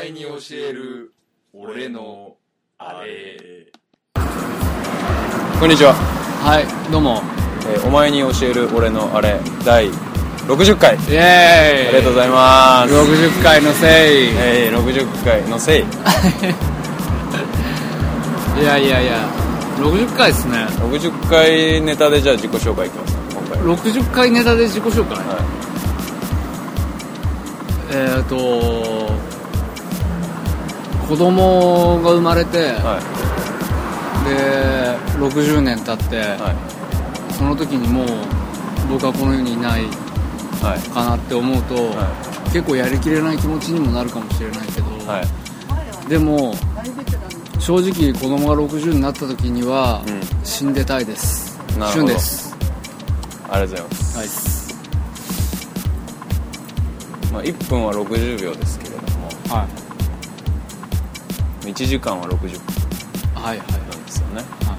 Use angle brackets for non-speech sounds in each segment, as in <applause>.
える俺のあれこんにちは、はい、どうも。えーお前に教える俺のあれ第60回イエーイありがとうございます、 60回のせい。いえー、60回のせいや <laughs> いやいや、60回ですね。 60回ネタでじゃあ自己紹介いきますか今回は60回ネタで自己紹介、いえっ、ー、と、子供が生まれて、はいで、60年経って、はいその時にもう僕はこの世にいないはいかなって思うと、は結構やりきれない気持ちにもなるかもしれないけど、はいでも、正直子供が60になった時には、うん死んでたいですなるほど旬ですありがとうございます、はいまあ、1分は60秒ですけれどもはい1時間は60分はいはいなんですよねは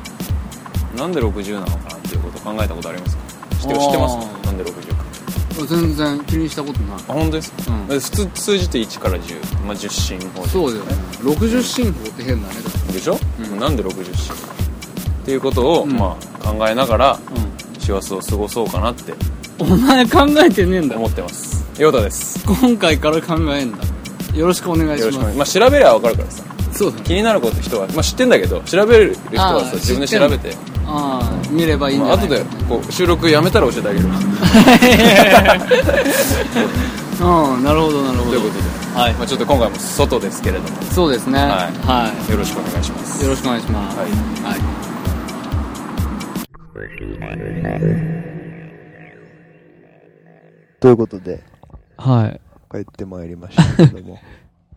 なんで60なのかなっていうことを考えたことありますか知ってあー知ってますかなんで60かい全然気にしたことないあ本当ですか、うんで普通数字って1から10、まあ、10進法そうだよね60進法って変だねでしょ、うんなんで60進法っていうことを、うんまあ、考えながらう師走を過ごそうかなってんお前考えてねえんだ思ってますヨタです今回から考えんだよろしくお願いよろししくお願まいします、まあ、調べりゃ分かるからさすそうだね気になること人は、まあ、知ってんだけど調べる人はあさー自分で知って調んべのてああ見ればいいんじまゃあない後でこう収録やめたら教えてあげるうんなるほどなるほどということで、はいまあ、ちょっと今回も外ですけれどもそうですねはいはよろしくお願いしますいよろしくお願いしますはいはいということで、はい。帰ってまいりましたけど <laughs> も。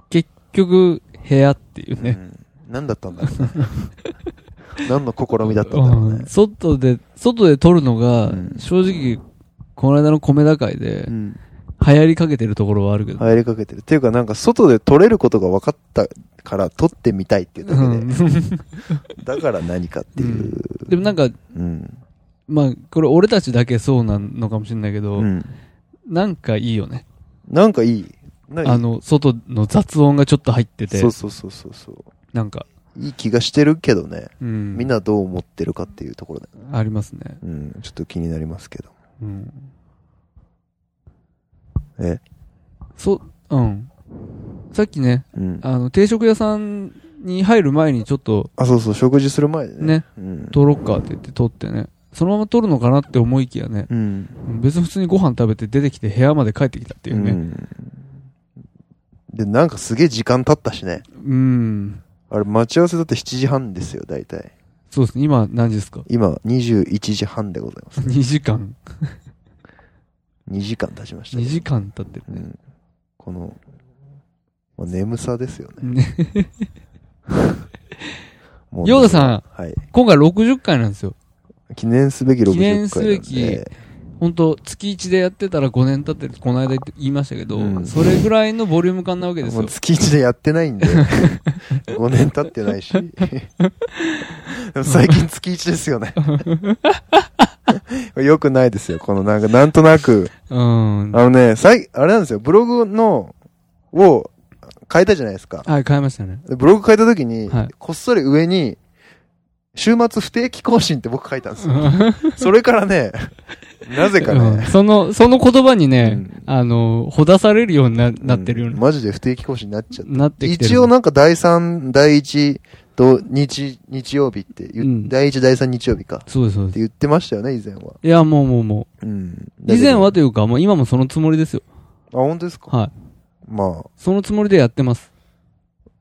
結局、部屋っていううね。ん、何だったんだろうな。 <laughs> 何の試みだったんだろううね <laughs> ん。外で、外で撮るのが、うん正直、この間の米高いでう、ん。流行りかけてるところはあるけど。入りかけてる。っていうか、なんか外で撮れることが分かったから撮ってみたいっていうだうけんで、だから何かっていう。でもなんか、うん。まあ、これ俺たちだけそうなのかもしれないけど、うん。なんかいいよね。なんかいい。なんかいいあの、外の雑音がちょっと入っててそ、うそうそうそうそう。なんか、いい気がしてるけどね。うん。みんなどう思ってるかっていうところで。ありますね。うん。ちょっと気になりますけど。うん。えそ、うん。さっきね、うん。あの、定食屋さんに入る前にちょっと、あ、そうそう、食事する前でね。ね、うん。撮ろっかって言って撮ってね。そのまま撮るのかなって思いきやね。うん。別に普通にご飯食べて出てきて部屋まで帰ってきたっていうね。んで、なんかすげえ時間経ったしね。うん。んあれ、待ち合わせだって7時半ですよ、大体。そうですね。今何時ですか <laughs> 今、21時半でございます。 ?2 時間。 2時間経ちました、 2時間経ってるうね。ん。この、まあ、眠さですよね。ねもヨウダさん、はい。今回60回なんですよ。記念すべき60回記念すべきなんで本当月1でやってたら5年経ってるってこの間言って言いましたけど、うんそれぐらいのボリューム感なわけですもうよ。月1でやってない <laughs> んで。5年経ってないし。でも最近月1です <laughs> よね。よくないですよ。このなんか、なんとなく、うん。はあのね、さい、あれなんですよ、ブログの、を変えたじゃないですか。い、変えましたね。でブログ変えた時に、はいこっそり上に、週末不定期更新って僕書いたん <laughs> ですよ。それからね、なぜかうんね、その、その言葉にね、うんあの、ほだされるようにななってるよううんな、マジで不定期更新になっちゃっ。なっててきてる。一応なんか第3、第1、と日、日曜日って言う、うん第1、第3日曜日か。っそうです、そうでて言ってましたよね、以前は。す。いや、もうもうもうん。う。以前はとあ、いうか、もう今もそのつもりですよ。本当ですかはい。まあ、そのつもりでやってます。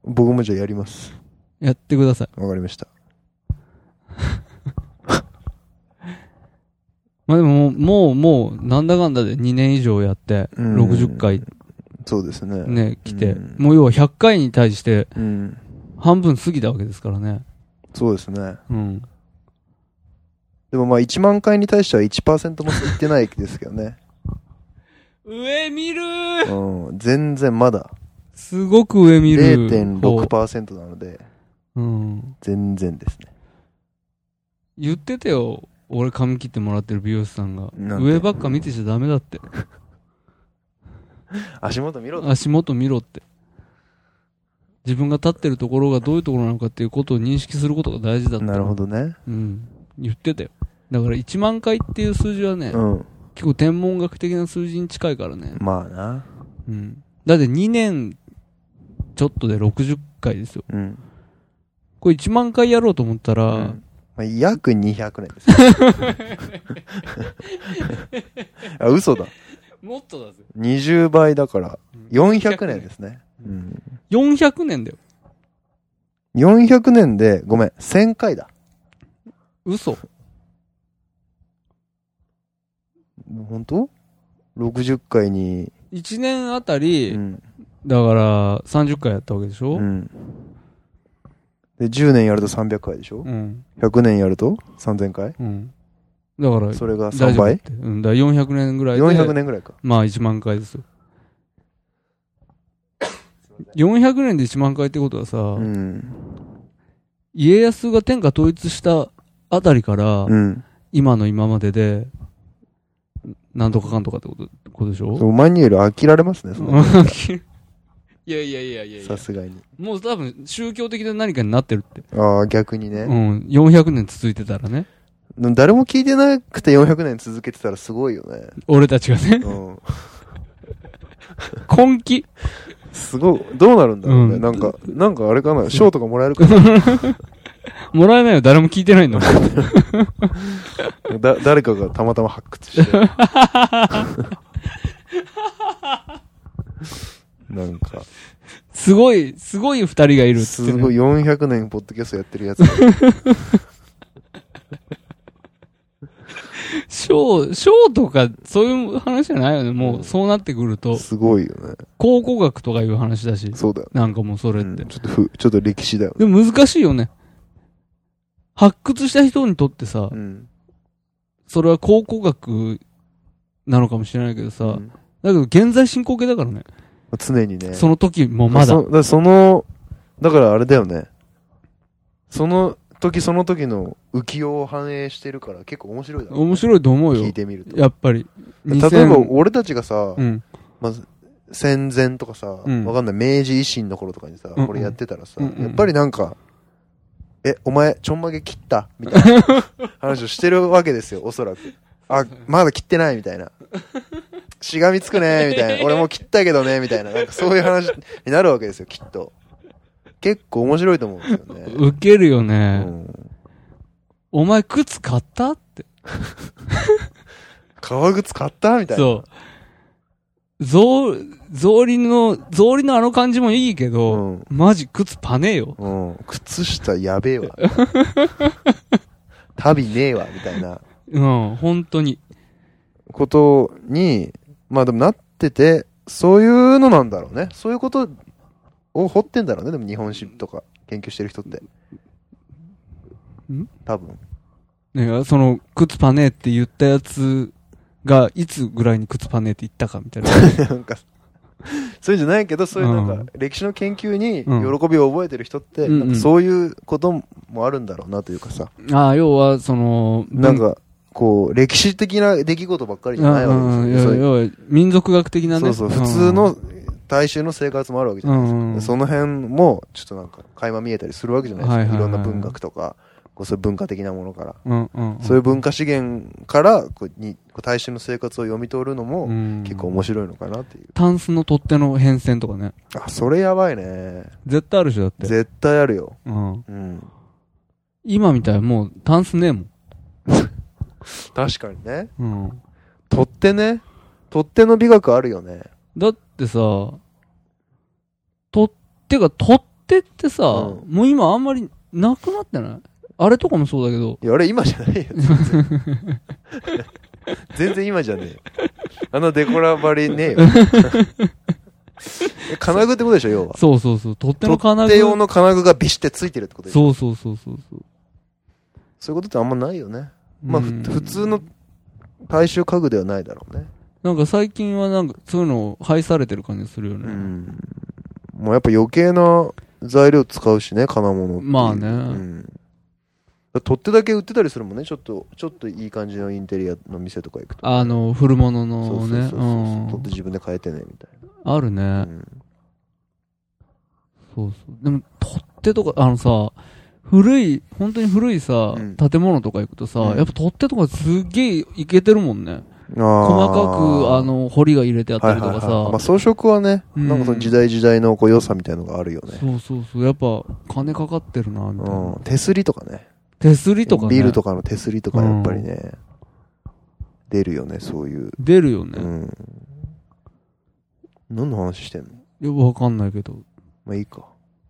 僕もじゃあやります。やってください。わかりました。まあでももう、もう、もう、なんだかんだで2年以上やって、うん60回そうですね。ね、来てうん、もう要は100回に対してうん。半分過ぎたわけですからね。そうですね。うん。でもまあ1万回に対しては1%もいってないですけど <laughs> ね。上見るうん。全然まだすごく上見る。 0.6%なので、うん。全然ですね。言ってたよ。俺髪切ってもらってる美容師さんが。なんて上ばっか見てちゃダメだって。足元見ろと。足元見ろって。自分が立ってるところがどういうところなのかっていうことを認識することが大事だってなるほどね。うん、言ってたよだから1万回っていう数字はね、うん。結構天文学的な数字に近いからね、まあな。うん、だって2年ちょっとで60回ですようん。これ1万回やろうと思ったら、うんまあ、約200年 <laughs> ですね。あ、嘘だ。もっとだぜ20倍だから、400年ですね。ううん。 400年だよ400年で、ごめん、1000回だ。嘘本当 ?60 回に、 1年あたうり、ん。だから30回やったわけでしょ、うん。で、10年やると300回でしょうん。 ?100 年やると3000回うん。だから、それが大3丈夫っ倍て。うん。だから400年ぐらいで。 ?400 年ぐらいか。まあ1万回ですよ。400年で1万回ってことはさ、うん。家康が天下統一したあたりから、うん。今の今までで、なんとかかんとかってことことでしょそうマニュエル飽きられますね、その <laughs> いやいやいやいやいやさ。すがに。もう多分宗教的な何かになってるって。ああ、逆にうね。ん。400年続いてたらね。でも誰も聞いてなくて400年続けてたらすごいよね。俺たちが <laughs> ね、うん。根気。すごい。どうなるんだろうね。うんなんか、なんかあれかな。賞とかもらえるかな。 <laughs> もらえないよ、誰も聞いてないんだもん。だ、誰かがたまたま発掘 <laughs> して。なんか、すごい、すごい二人がいるっつすってね、ごい400年ポッドキャストやってるやつ。ショー、ショーとか、そういう話じゃないよね。もう、そうなってくると、すごいよね。考古学とかいう話だし、そうだよ。なんかもうそれっうて。ん、ちょっとふ、ちょっと歴史だよね。でも難しいよね。発掘した人にとってさう、ん。それは考古学なのかもしれないけどさ、うんだけど現在進行形だからね。常にね。その時もまだそ。だからその、だからあれだよね。その時その時の浮世を反映してるから結構面白いだろうね、面白いと思う聞よい。てみると。やっぱり。例えば2000俺たちがさ、うん。まあ、戦前とかさ、うんわかんない、明治維新の頃とかにさ、うんこれやってたらさ、うんうんやっぱりなんか、え、お前、ちょんまげ切ったみた <laughs> いな話をしてるわけですよ、おそらく。あ、まだ切ってないみたいな。しがみつくねみたいな。俺もう切ったけどねみたいな。なんかそういう話になるわけですよ、きっと。結構面白いと思うんですよね。受けるようね。ん、お前靴買ったって。革靴買ったみたいな。そう。草草履の、草履のあの感じもいいけど、うんマジ靴パネよ。うん、靴下やべえわ。旅ねえわ、みたいなうん、本当に。ことに、まあでもなってて、そういうのなんだろうね。そういうことを掘ってんだろうね。でも日本史とか研究してる人って。ん多分。 <laughs> ね、その、靴パネって言ったやつが、いつぐらいに靴パネって言ったかみ <laughs> たいな。なんか、そういうんじゃないけど、そういうなうんんか、歴史の研究にうん喜びを覚えてる人って、うんうんなんかそういうこともあるんだろうなというかさ。ああ、要は、その、なんか、こう、歴史的な出来事ばっかり文、じゃないわけうんでうんすよ。そういう要は要は民族学的なね。そうそう、普通の大衆の生活もあるわけじゃないですか。うんうんその辺も、ちょっとなんか、垣間見えたりするわけじゃないですか。はいいはいはいろんな文学とか、こうそういう文化的なものから。うん、うんうんうん、そういう文化資源から、こうにこう大衆の生活を読み取るのも、うん結構面白いのかなっていう。タンスの取っ手の変遷とかね。あ、それやばいね。絶対あるでしょ、だって。絶対あるよ。うん。うん。今みたいにもう、タンスねえもん。確かにね。うん。取っ手ね。取っ手の美学あるよね。だってさ、取ってか、取ってってさ、うもう今あんまりなくなってないあれとかもそうだけど、いや、あれ今じゃ <laughs> ないよ。全然全然今じゃねえよ。あのデコラバリ <laughs> ねえよ。え金具ってことでしょ、要は。そうそうそう、取っ手の金取っ具。手用の金具がビシってついてるってことでしょ。そうそうそうそうそう。そういうことってあんまないよね。まあ、ふうん普通の大衆家具ではないだろうね。なんか最近はなんかそういうの廃されてる感じするようね。ん。もうやっぱ余計な材料使うしね、金物っていうまあねうん。だから取っ手だけ売ってたりするもんね、ちょっと、ちょっといい感じのインテリアの店とか行くと。あの、古物そうそうのそうねそう。取っ。うてん自分で変えてね、みたいな。あるね。うんそうそう。でも、取っ手とか、あのさ、古い、本当に古いさ、うん建物とか行くとさ、うんやっぱ取っ手とかすっげえいけてるもんね。細細かく、あ、の、堀が入れてあったりとかさ、まあ装飾はね、うんなんかその時代時代のこう良さみたいのがあるよね。そうそうそう、やっぱ、金かかってるな、みたいな。うん。手すりとかね。手すりとかね。ビールとかの手すりとかやっぱりね、出るよね、そういう。出るようね。ん。何の話してんのよくわかんないけど。まあいいか。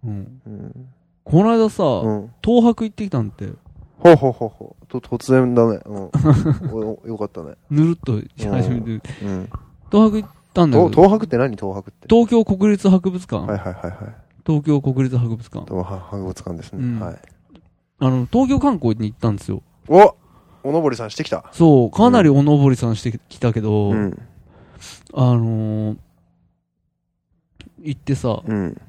うん。うん。この間さ、うん。東博行ってきたんって、ほうほうほうほう。と、突然だね。うん。 <laughs> おおよかったね。ぬるっとし始めて、うん。東博行ったんだとけど、東博って何東博って。東京国立博物館、はいはいはいはい。東京国立博物館。東博物館ですね。うんはい。あの、東京観光に行ったんですよ。おおのぼりさんしてきた。そう、かなりおのぼりさんしてきたけど、うん。あのー行ってさ、うん。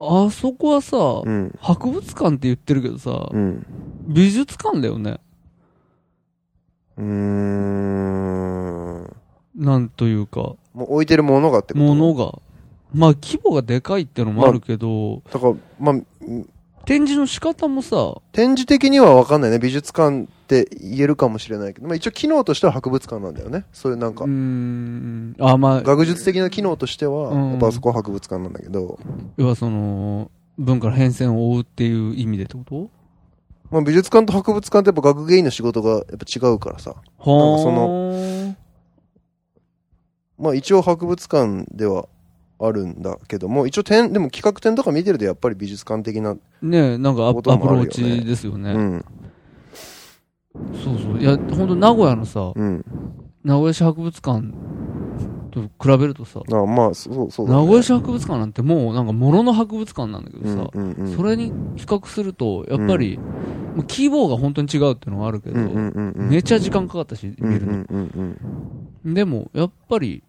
あそこはさ、うん。博物館って言ってるけどさ、うん。美術館だよね。うーん。なんというか、もう置いてるものがってことものが。まあ、規模がでかいってのもあるけど、だから、まあ、うん展示の仕方もさ、展示的には分かんないね。美術館って言えるかもしれないけど、まあ一応機能としては博物館なんだよね。そういうなんかうー、ん、あ、まあ、学術的な機能としては、うんやっぱあそこは博物館なんだけど、要はその、文化の変遷を追うっていう意味でってことまあ美術館と博物館ってやっぱ学芸員の仕事がやっぱ違うからさ。はなんかそまあ一応博物館ではあるんだけども、一応展、でも企画展とか見てるとやっぱり美術館的な、ねえ、なんかアップことアプもあるロよーねチですよね。うん、そうそう。いや、本当名古屋のさ、うん。名古屋市博物館と比べるとさ、あまあ、そう、そうだね、名古屋市博物館なんてもうなんか物の博物館なんだけどさ、うんうんうん、それに比較すると、やっぱり、もう規模が本当に違うっていうのはあるけど、うんうんうんうん、めっちゃ時間かかったし、見るの。うんうんうんうん、でも、やっぱり、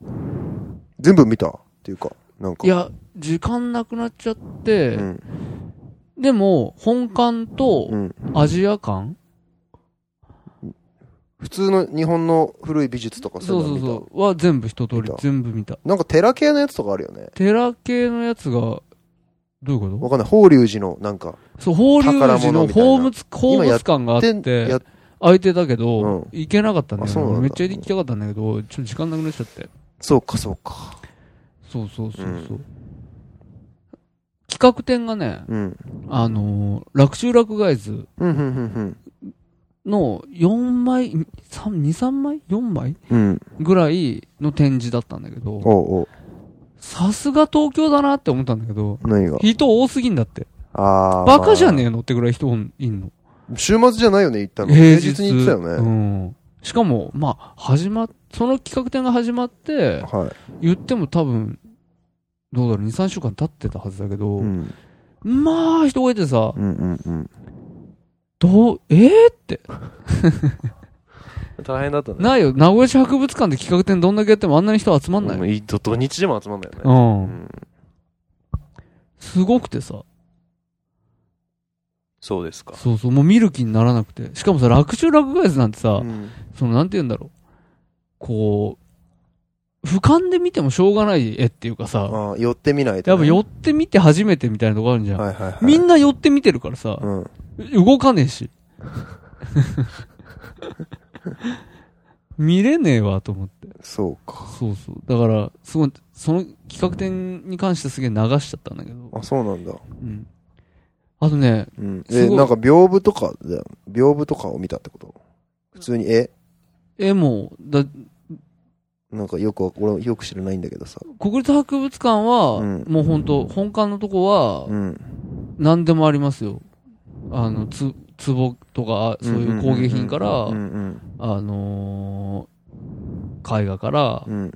全部見たっていうか、なんか。い、や、時間なくなっちゃって、うん、でも、本館とうん。アジア館、普通の日本の古い美術とかそうそういの見そう、は全部一通見りた、全部見た。たなんか寺系のやつとかあるよね。寺系のやつが、どういうことわかんない。法隆寺のなんか、そう、法隆寺の宝物みたいな宝物、宝物館があっでやて、空いてたけど、うん行けなかったんだあよそうなんだめっちゃ行きたかったんだけど、ちょっと時間なくなっちゃって。そうかそうか。そうそうそうそう。うん企画展がね、うん。あのー楽中楽外図うん、うん、うん、の4枚、3、2、3枚 ?4 枚うん。うん。ぐらいの展示だったんだけど、おうおう。さすが東京だなって思ったんだけど、何が人多すぎんだって。ああ。バカじゃねえ。えのってぐらい人いんの。週末じゃないよね、行ったの。平平日日に行ってたよね。うん。しかも、まあ、始まっ、その企画展が始まって、はい。言っても多分、どうだろう、2、3週間経ってたはずだけど、うん。まあ、人がいてさ、うん、うん、うん。どう、えー、大変だったね。ないよ、名古屋市博物館で企画展どんだけやってもあんなに人集まんないよ。い土土日でも集まんないよう。ね。うんん。すごくてさ、そうですか。そうそう、もう見る気にならなくて。しかもさ、楽中楽外図なんてさ、うんその、なんて言うんだろう。こう、俯瞰で見てもしょうがない絵っていうかさ、ああ、寄ってみないとやっね。ぱ寄ってみて初めてみたいなとこあるじゃん。はいはいはい。みんな寄って見てるからさ、うん。動かねえし。見れねえわと思って。そうか。そうそう。だから、すごい、その企画展に関してすげえ流しちゃったんだけど。あ、そうなんだ。うん。あとね、うん。すえ、ごいなんか屏風とかで、屏風とかを見たってこと普通に絵絵も、だなんかよくわ、俺はよく知らないんだけどさ。国立博物館は、うんもうほんと、本館のとこは、うん。何でもありますよ。あの、つ、壺とか、そういう工芸品から、うんうんあのー絵画からう、ん。うん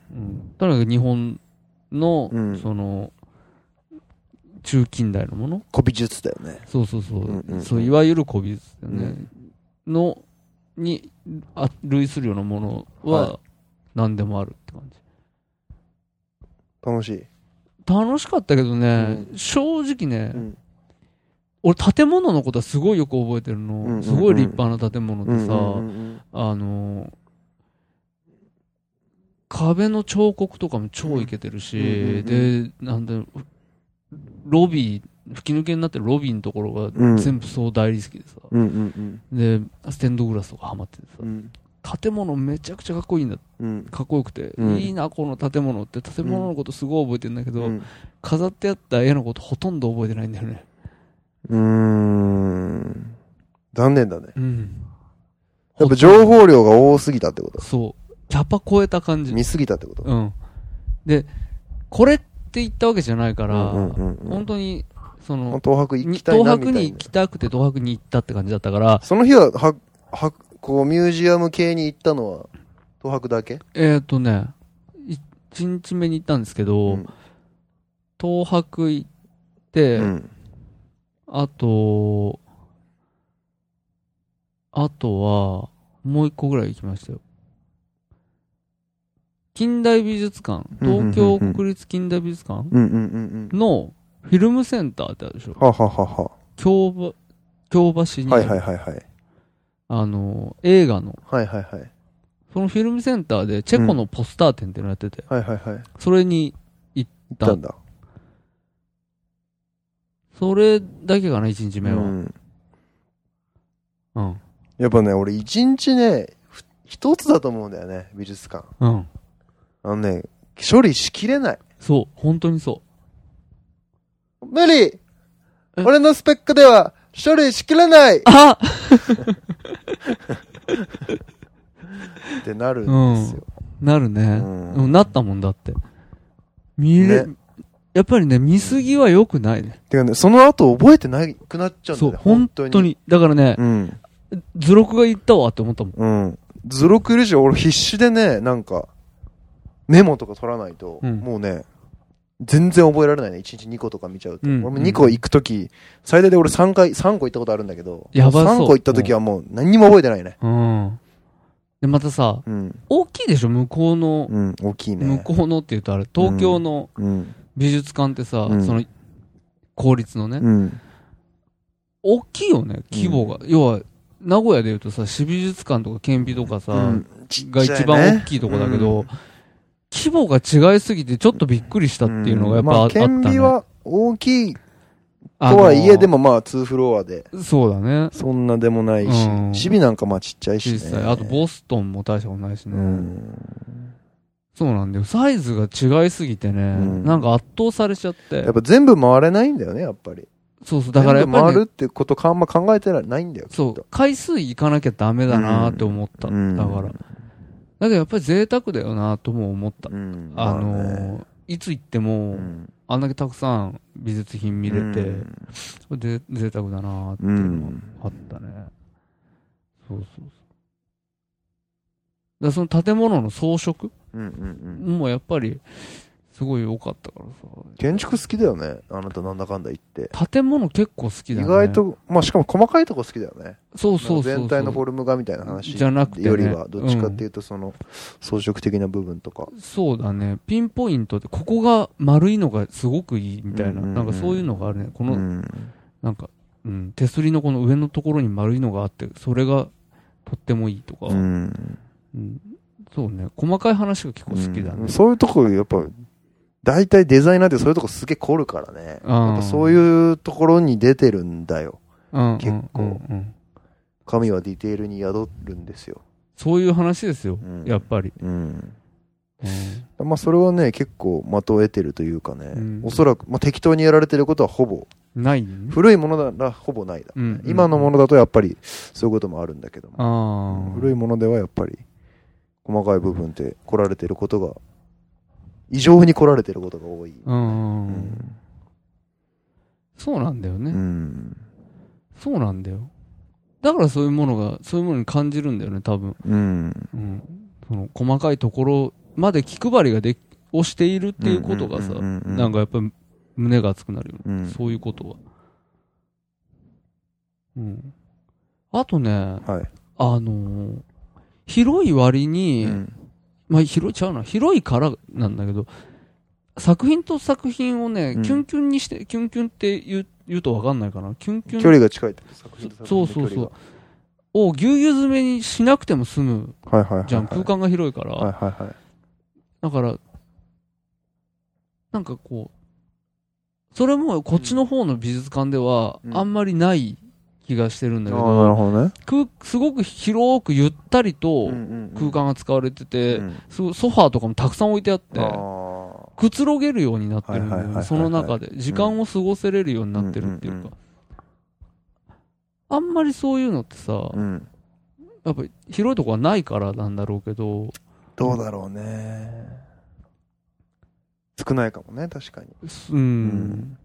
とにかく日本の、うんその、中近代のもの古美術だよね。そうそうそうう。んうんうんそう、いわゆる古美術だよね。の、に、あ、類するようなものはは、何でもあるって感楽じ。しい。楽しかったけどね、正直ね、うん。俺建物のことはすごいよく覚えてるの、んうんうんすごい立派な建物でうんうんうさ、んあのー壁の彫刻とかも超いけてるし、うんうんうで、なんだろうロビー、吹き抜けになってるロビーのところうがん全部そう大理石でさ、うんうんで、ステンドグラスとかハマっててうんうんさ、建物めちゃくちゃかっこいいんだ、うんかっこよくて、うんいいな、この建物って、建物のことすごい覚えてんだけど、うん飾ってあった絵のことほとんど覚えてないんだよね。うーん残念だねうん。やっぱ情報量が多すぎたってことそう。キャパ超えた感じ。見すぎたってことうん。で、これって言ったわけじゃないから、うんうんうんうん本当に、その、東博行きたい東な博みたにい行なきたくて東博に行ったって感じだったから、その日はははこうミュージアム系に行ったのは東博だけえっ、とね、1日目に行ったんですけど、うん東博行って、うんあと、あとは、もう一個ぐらい行きましたよ。近代美術館、東京国立近代美術館うんうんうんうんのフィルムセンターってあるでしょはははは京ば京橋にあはいる、はいはいはいあの、映画の、はいはいはいそのフィルムセンターでチェコのポスター展っていうのやってて、はいはいはい行それに、ったんだそれだけかな、1日目は。う。うんんやっぱね俺一日ねふ一つだと思うんだよね美術館うん。あのね処理しきれないそう、本当にそ無理え。俺のスペックでは処理しきれないうあってなるんですよ。なるね。うんうん、なったもんだって。見れ、ねやっぱりね、見すぎは良くないね。てかね、その後覚えてなくなっちゃうんだそよう、ね。本当。に。だからねう、ん。図録が言ったわって思ったもん。うん。図録いるし、俺必死でね、なんか、メモとか取らないと、うんもうね、全然覚えられないね。1日2個とか見ちゃうと。うん俺も2個行くとき、最大で俺3回、3個行ったことあるんだけど、やばそう3個行ったときはもう何にも覚えてないね。うん。で、またさ、うん。大きいでしょ、向こうの、うん。大きいね。向こうのって言うとあれ、東京のうん。美術館ってさ、うんその、公立のね、うん。大きいよね、規模が。要は、名古屋で言うとさ、市美術館とか県美とかさ、うんが一番大きいとこだけど、規模が違いすぎてちょっとびっくりしたっていうのがやっぱああったね。まあ、顕微は大きいととはいえ、で、もまあ2フロアで、そうだね。そんなでもないしうん、チビなんかまあちっちゃいしね。実際。あと、ボストンも大したことないしね。うん。そうなんだよ。サイズが違いすぎてね、んなんか圧倒されちゃってやっ。ぱ全部回れないんだよね、やっぱり。そうそう。だからやっ全ぱ部りね、回るってことかあんま考えてないんだよ、きっそとう。。回数行かなきゃダメだなって思った。うんだから。だけどやっぱり贅沢だよなとも思った。うんあのまあねーいつ行っても、うんあんだけたくさん美術品見れて、これで贅沢だなっていうのがあったね。そうそうそう。だからその建物の装飾うんうんうんもやっぱり、すごい良かったから建築好きだよね、あなたなんだかんだ言って。さ。建物結構好き意だね。外、と、まあしかも細かいとこ好きだよね。そうそうそうそう。全体のフォルムがみたいな話じゃなくてねよりは、どっちかっていうとその装飾的な部分とか。そうだね。ピンポイントで、ここが丸いのがすごくいいみたいな。うんうんうんなんかそういうのがあるね。こうの、ん。なんか、うん、手すりのこの上のところに丸いのがあって、それがとってもいいとか。うん。うんそうね。細かい話が結構好きだうんね。そういうとこやっぱ大体デザイナーってそういうとこすげえ凝るからねうんやっぱそういうところに出てるんだようん結構うんうん神はディテールに宿るんですよ、そういう話ですよう。んやっぱり。うんうんまあそれはね結構まとえてるというかね、うんおそらく、まあ、適当にやられてることはほぼないね古いものならほぼないだ、うん今のものだとやっぱりそういうこともあるんだけども、ああ。古いものではやっぱり細かい部分で来られてることが異常に来られてることが多い、うんううんうん。んそうなんだようね。んそうなんだよ。だからそういうものが、そういうものに感じるんだよね、多分。うんうん。その、細かいところまで気配りができ、をしているっていうことがさ、うんうんうんうんなんかやっぱり胸が熱くなるよね。うんそういうことは。うん。あとね、はい。あのー広い割に、まあ広いちゃうな、広いからなんだけど、作品と作品をね、うんキュンキュンにして、キュンキュンって言う言うとわかんないかな。キュンキュ距ン離が近いってこと作品と作そ品うのそうそう距。をぎゅうぎゅう詰めにしなくても済む離がはいはいはいはい。じゃん。空間が広いから。はいはいはい。だから、なんかこう、それもこっちの方の美術館ではうんあんまりない気がしてるんだけど、なるほどね。空すごく広くゆったりと空間が使われてて、うんそうソファーとかもたくさん置いてあってあ、ーくつろげるようになってるんだはいはいよはいはいはいね。その中で、時間を過ごせれるようになってるっていううんうんか。あんまりそういうのってさ、うんやっぱり広いとこはないからなんだろうけど、どうだろうね。少ないかもね、確かに。うん。ん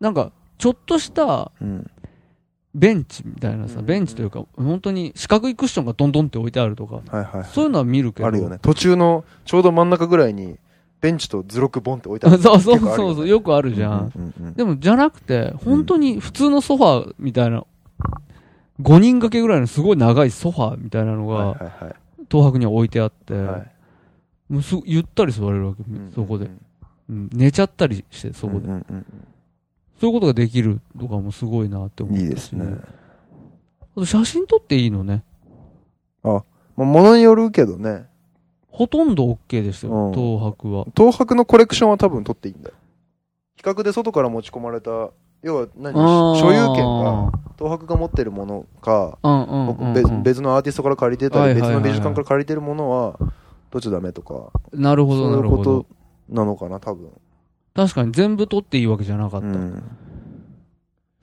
なんか、ちょっとしたうん。ベンチみたいなうんうさ、んベンチというか、本当に四角いクッションがどんどんって置いてあるとか、はいはいはい。そういうのは見るけど。あるよね。途中の、ちょうど真ん中ぐらいに、ベンチと図録ボンって置いてああ。る。 <laughs> <laughs> そうそう結構あるそようそう、ねよくあるじゃん。うんうんうんでも、じゃなくて、本当に普通のソファーみたいな、5人掛けぐらいのすごい長いソファーみたいなのはいが、は東博には置いてあって、いはいはい。もうすゆったり座れるわけ、そこで、。うん寝ちゃったりして、そこで、うんうんうんそういうことができるとかもすごいなって思ったしいいですね。あと写真撮っていいのね。まあ、ものによるけどね、ほとんど OK ですうよん、東博は。東博のコレクションは多分取っていいんだよ。比較で外から持ち込まれた、要は何、所有権が、東博が持ってるものか、が、うんうんうんべうん、別のアーティストから借りてたり、はい別はいはいはのい美術館から借りてるものは、どっちダメとか、なるほそど、ういなうるこほどと。なのかな、多分。確かに全部撮っていいわけじゃなかっうた。ん。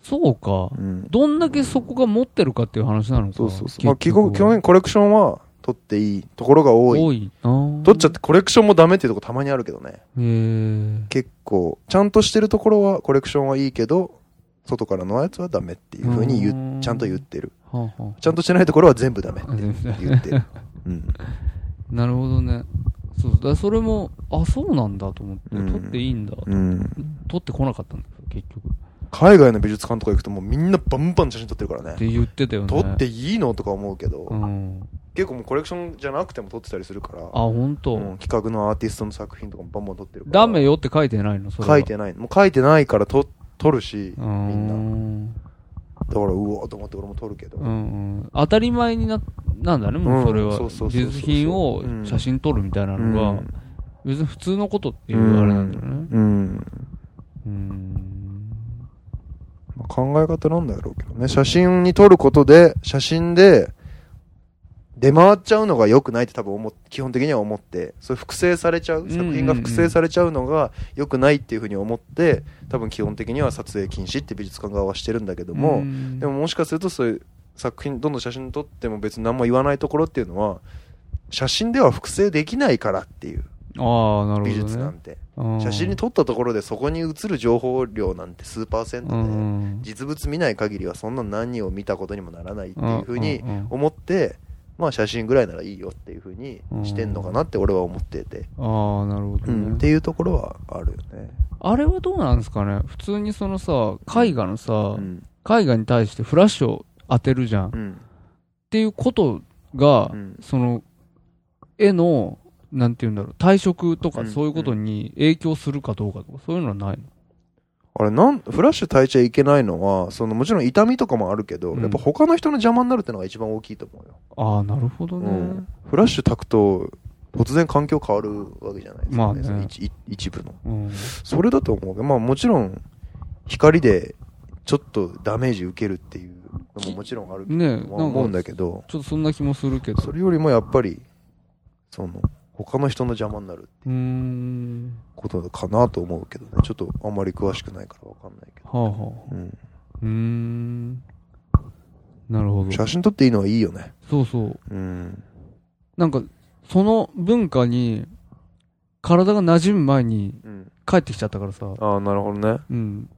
そうか。うんどんだけそこが持ってるかっていう話なのか。そうそうそう。まあ、基結局は本、基本コレクションは取っていいところが多い。多いな取っちゃってコレクションもダメっていうとこたまにあるけどね。へー結構、ちゃんとしてるところはコレクションはいいけど、外からのやつはダメっていうふうに言ううちゃんと言ってる。はあはあちゃんとしてないところは全部ダメってあ全部ダメ言ってる。うん。なるほどね。そう、だからそれも、あ、そうなんだと思って、うん撮っていいんだ。うん。撮ってこなかったんだけど、結局。海外の美術館とか行くともうみんなバンバン写真撮ってるからっね。て言ってたよね。撮っていいのとか思うけうど、ん。結構もうコレクションじゃなくても撮ってたりするから、あ、ほんと。うん企画のアーティストの作品とかもバンバン撮ってるから。ダメよって書いてないの、それは。書いてない。もう書いてないから撮撮るし、うみーんな。んだから、うおーと思って俺も撮るけど。うんうん。当たり前にな、なんだね、もうそれうんはそうそうそう。そう美術品を写真撮るみたいなのうがん、別に普通のことっていうあれなんだよね。うん。うん。まあ考え方なんだろうけどね。写真に撮ることで、写真で、出回っちゃうのが良くないって多分思っ基本的には思って、それ複製されちゃんう、うんうん作品が複製されちゃうのが良くないっていうふうに思って、多分基本的には撮影禁止って美術館側はしてるんだけども、んでももしかするとそういう作品、どんどん写真撮っても別に何も言わないところっていうのは、写真では複製できないからっていうああ、なるほど、ね。美術なんて。うん写真に撮ったところでそこに映る情報量なんて数パーセントうで、ん実物見ない限りはそんな何を見たことにもならないっていうふうにんんん思って、まあ写真ぐらいならいいよっていうふうにしてんのかなって俺は思ってて、ああ、なるほうどね、ん、っていうところはあるよね。あれはどうなんですかね普通にそのさ、絵画のさ、うん。絵画に対してフラッシュを当てるじゃん。っうん。ていうことが、うんその、絵の、なんて言うんだろう、退色とうかんそういうことに影響するかどうかとか、そういうのはないあれなん、フラッシュ焚いちゃいけないのは、そのもちろん痛みとかもあるけど、うんやっぱ他の人の邪魔になるってのが一番大きいと思うよ。の。ああ、なるほどね。うんフラッシュ焚くと、突然環境変わるわけじゃないですか、ね。まあねその一一部の。うん。それだと思うけど、まあもちろん、光でちょっとダメージ受けるっていうのももちろんあるねえ、とはなんか思うんだけど、ちょっとそんな気もするけど。それよりもやっぱり、その、他の人の邪魔になるうーん。ことかなと思うけどね。ちょっとあんまり詳しくないからわかんないけど。はあはうあ。ん、うーん。なるほど。写真撮っていいのはいいよね。そうそう。うん。なんか、その文化に、体が馴染む前にうん、帰ってきちゃったからさ。ああ、なるほどね。うん。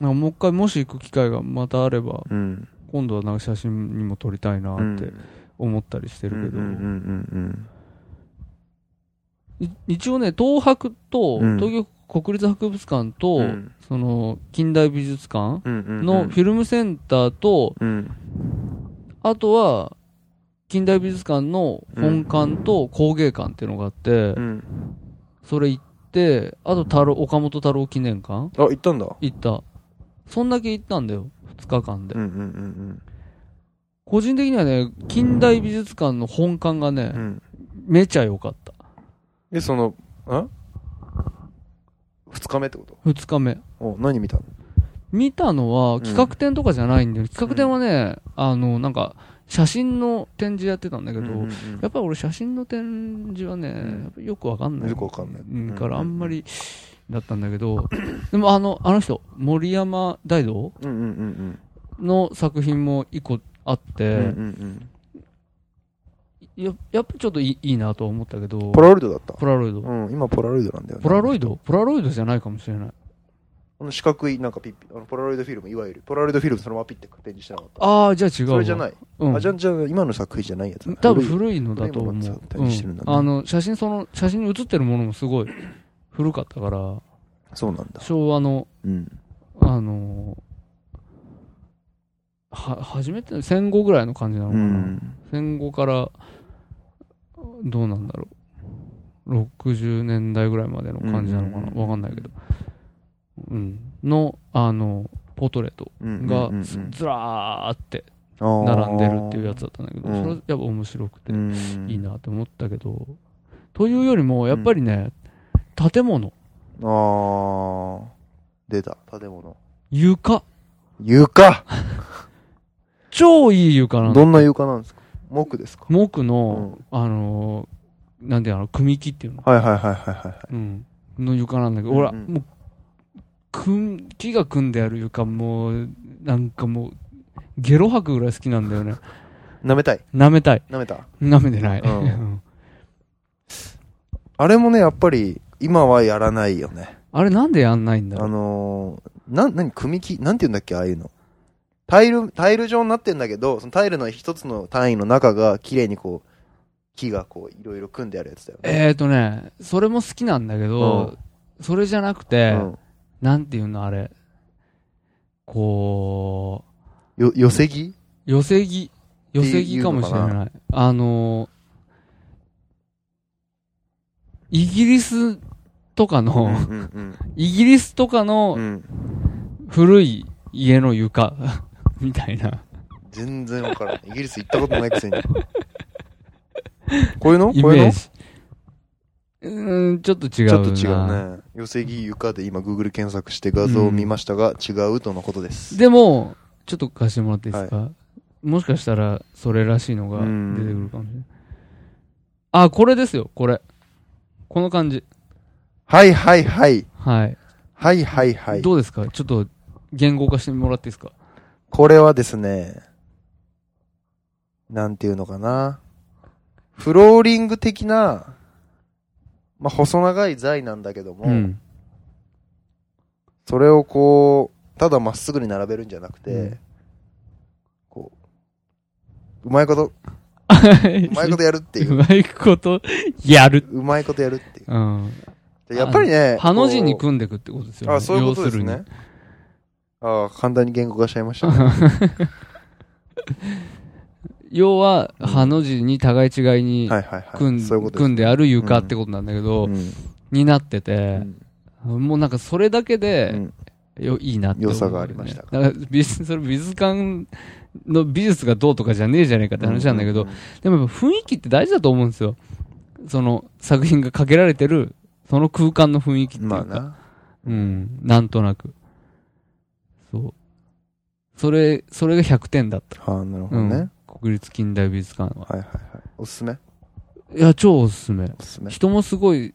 なんかもう一回、もし行く機会がまたあれば、うん。今度はなんか写真にも撮りたいなうんって思ったりしてうんるけど、うんうんい一応ね、東博と、うん東京国立博物館と、うんうんその、近代美術館うんうんうんのフィルムセンターと、うん。あとは、近代美術館の本館と工芸館っていうのがあって、うん。それ行って、あと太郎、岡本太郎記念館あ、行ったんだ。行った。そんだけ行ったんだよ。2日間で。うんうんうん個人的にはね、近代美術館の本館がうん。うね、ん。めちゃ良かった。で、その、ん二日日目ってこと2日目。お何見たの見たのは企画展とかじゃないんだよ、企画展はね、あの、なんか、写真の展示やってたんだけど、うんうんやっぱり俺写真の展示はね、んやっぱよくわかんうなんいよく。わかんない。うん、からあんまり。りだったんだけど、でもあの、あの人、森山大道うんうんうんの作品も一個あっうん。うんうて、んうんややっぱちょっといいいいなとは思ったけど、ポラロイドだった。ポラロイド。うん、今ポラロイドなんだよね。ポラロイイドポラロイドじゃないかもしれない。ドの四角い、なんかピッピ、あのポラロイドフィルム、いわゆる。ポラロイドフィルムそのままピッて展示してなかった。ああ、じゃあ違うわ。それじゃない。うん。あ、じゃあじゃあ今の作品じゃないやつだ。多分古い古いのだと思古いものうを。展うん示してるんだねあの、写真その、写真に写ってるものも <clears throat> すごい古かったから、そうなんだ。昭和の、うん。あのは、初めて、戦後ぐらいの感じなのうかな。ん。戦後から、どうなんだろう。60年代ぐらいまでの感じなのかうんうんうな。んわかんないけど。うん。の、あの、ポートレートうんうんがうんうんずずらーって並並んでるっていうやつだったんだけど、あそーれはやっぱ面白くてう、いいん。なって思ったけど、というよりも、やっぱりね、建物、ああ。出た、建物。床、床超いい床なの。どんな床なんですか木ですか木の、あのー、なんであの、組み木っていうのはいはいはいはいはい。うん、の床なんだけど、ほら、うんうんもう、組ん木が組んである床、もう、なんかもう、ゲロ吐くぐらい好きなんだ <laughs> よね。舐めたい。舐めたい。舐めた。舐めてない。うん <laughs> うんあれもね、やっぱり、今はやらないよね。あれなんでやんないんだろあう。のー、な、なに、組木なんて言うんだっけああいうの。タイル、タイル状になってんだけど、そのタイルの一つの単位の中が、綺麗にこう、木がこう、いろいろ組んであるやつだよね。えーとね、それも好きなんだけど、それじゃなくうて、んなんていうのあれ。こよ、寄せ木う、寄せ木。寄せってい木うかのかもなしれない。あのー、イギリスとかうんの、うんイギリスとかうん。うのん。古い家の床、 <laughs> みたいな全然わからない。イギリス行ったことないくせに。こういうのイこういうメーのジ。うーん、ちょっと違うちな。ょっと違うね。寄せ木床で今 Google 検索して画像を見ましたが、違うとのことです。でも、ちょっと貸してもらっていいですか、もしかしたら、それらしいのが出てくるかもしれない。あ、これですよ、これ。この感じ。はいはいはい。はい。はいはいはい。どうですかちょっと、言語化してもらっていいですかこれはですね、なんていうのかな。フローリング的な、まあ、細長い材なんだけども、 <laughs> うん。それをこう、ただまっすぐに並べるんじゃなくて、うんこう、うまいこと、うまいことやるっていう <laughs> う、まいこと、やる。うまいことやるっていううん。で。やっぱりね、ハの字にこう組んでくってことですよね。あ、そういうことです要ね。ああ、簡単に言語化しちゃいましたね。るに。 <laughs> 要は、ハの字に互い違いにはいはいはい。組ん,、そういうことです組んである床ってことなんだけど、になってうて、んもうなんかそれだけで、うんよいいなって思う、良さがありましただから美術それ美術館の美術がどうとかじゃねえじゃねえかって話なんだけうど、うでもやっぱ雰囲気って大事だと思うんですよその作品がかけられてるその空間の雰囲気っていうまか、あな。うんなんとなくそうそれそれが100点だった、ああ、なるほうどんね。国立近代美術館ははいはいはい。おすすめいや超おすすめおすすめ。人もすごい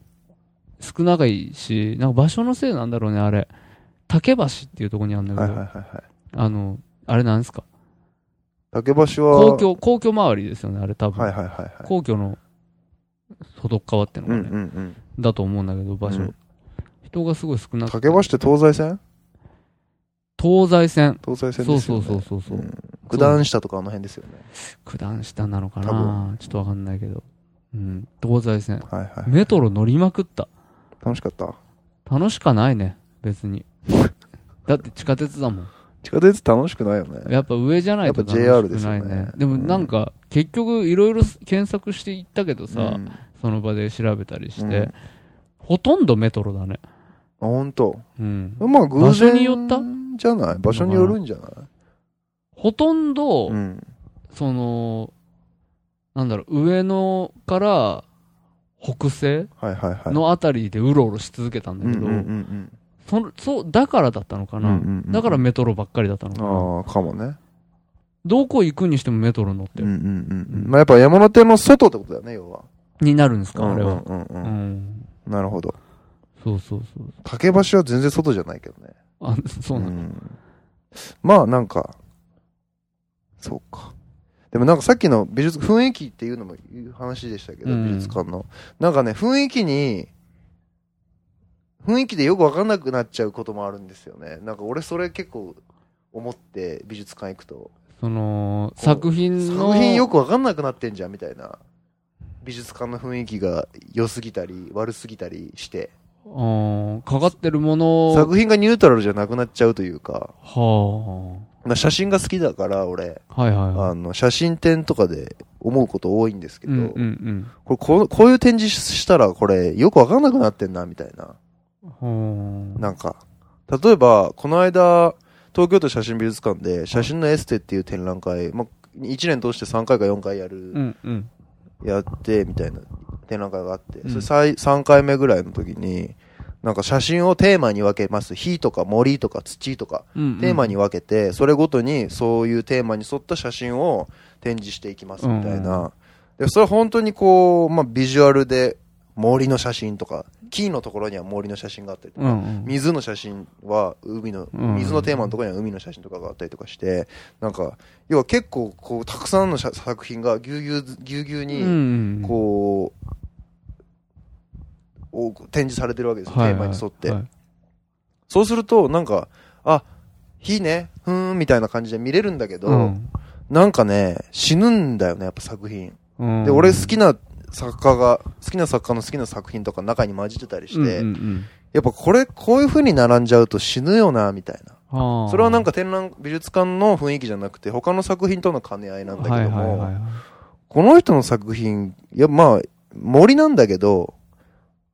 少ないしなんか場所のせいなんだろうねあれ竹橋っていうところにあるんだけど、はいはいはいはい。あの、あれなんですか竹橋は、皇居、皇居周りですよね、あれ多分。はいはいはいはい。皇居の外っ側ってのうがんね、うんうん。だと思うんだけど、場所。うん人がすごい少なくて。竹橋って東西線東西線。東西線ですよ、そね。うそうそうそうそう、うん九段下とかあの辺ですよね。九段下なのか多なちょっとわかんないけど。うん。東西線。はいはい。メトロ乗りまくった。楽しかった。楽しかないね、別 <laughs> に。だって地下鉄だもん。地下鉄楽しくないよね。やっぱ上じゃないとやっぱ JR 楽しくないですよねでもなんか、結局いろいろ検索していったけどさ、うんあ、その場で調べたりして、うんほとんどメトロだね。ほんと。うん。まあ偶然。場所によったじゃない場所によるんじゃないほとんど、うん。その、なんだろう、上野から北西はいはいはい。のあたりでうろうろし続けたんだうんけうんど、うんうん。そのそうだからだったのかな、うんうんうんだからメトロばっかりだったのかなああ、かもね。どこ行くにしてもメトロ乗ってうんる、うんうんうん。まあやっぱ山手の外ってことだよね、要は。になるんですか、あれうはん、うんううんん。なるほど。そうそうそう竹橋は全然外じゃないけどね。あそうなの、んまあなんか、そうか。でもなんかさっきの美術、雰囲気っていうのもいう話でしたけど、うん美術館の。なんかね、雰囲気に、雰囲気でよくわかんなくなっちゃうこともあるんですよね。なんか俺それ結構思って美術館行くと、その作品の作品よくわかんなくなってんじゃんみたいな。美術館の雰囲気が良すぎたり悪すぎたりして、うんかかってるもの作品がニュートラルじゃなくなっちゃうというか、はまあ写真が好きだから俺、あはいはいはいあの、写真展とかで思うこと多いんですけうど、んうんこれこう、こういう展示したらこれよくわかんなくなってんな、みたいな。うんはなんか、例えば、この間、東京都写真美術館で写真のエステっていう展覧会、まあ、1年通して3回か4回やある、うんうんやって、みたいな展覧会があって、うんそれ最3回目ぐらいの時に、なんか写真をテーマに分けます。火とか森とか土とか、うんうんテーマに分けて、それごとにそういうテーマに沿った写真を展示していきますみたいな。で、それは本当にこう、まあ、ビジュアルで森の写真とか、木のところには森の写真があったりとうか、んうん水の写真は海の、うん水のテーマのところには海の写真とかがあったりとかして、なんか、要は結構こう、たくさんの写作品がぎゅうぎゅう、ぎゅうぎゅううんに、うんこう、多く展示されてるわけですよ、はいテーマに沿って。はいはいそうすると、なんか、あ、火ね、ふーん、みたいな感じで見れるんだけど、なんかね、死ぬんだよね、やっぱ作品。うんうんで、俺好きな作家が、好きな作家の好きな作品とか中に混じってたりして、うんうんやっぱこれ、こういう風に並んじゃうと死ぬよな、みたいな。うんそれはなんかか展覧、美術館の雰囲気じゃなくて、他の作品との兼ね合いなんだけども、はいはいはいはいこの人の作品、いや、まあ、森なんだけど、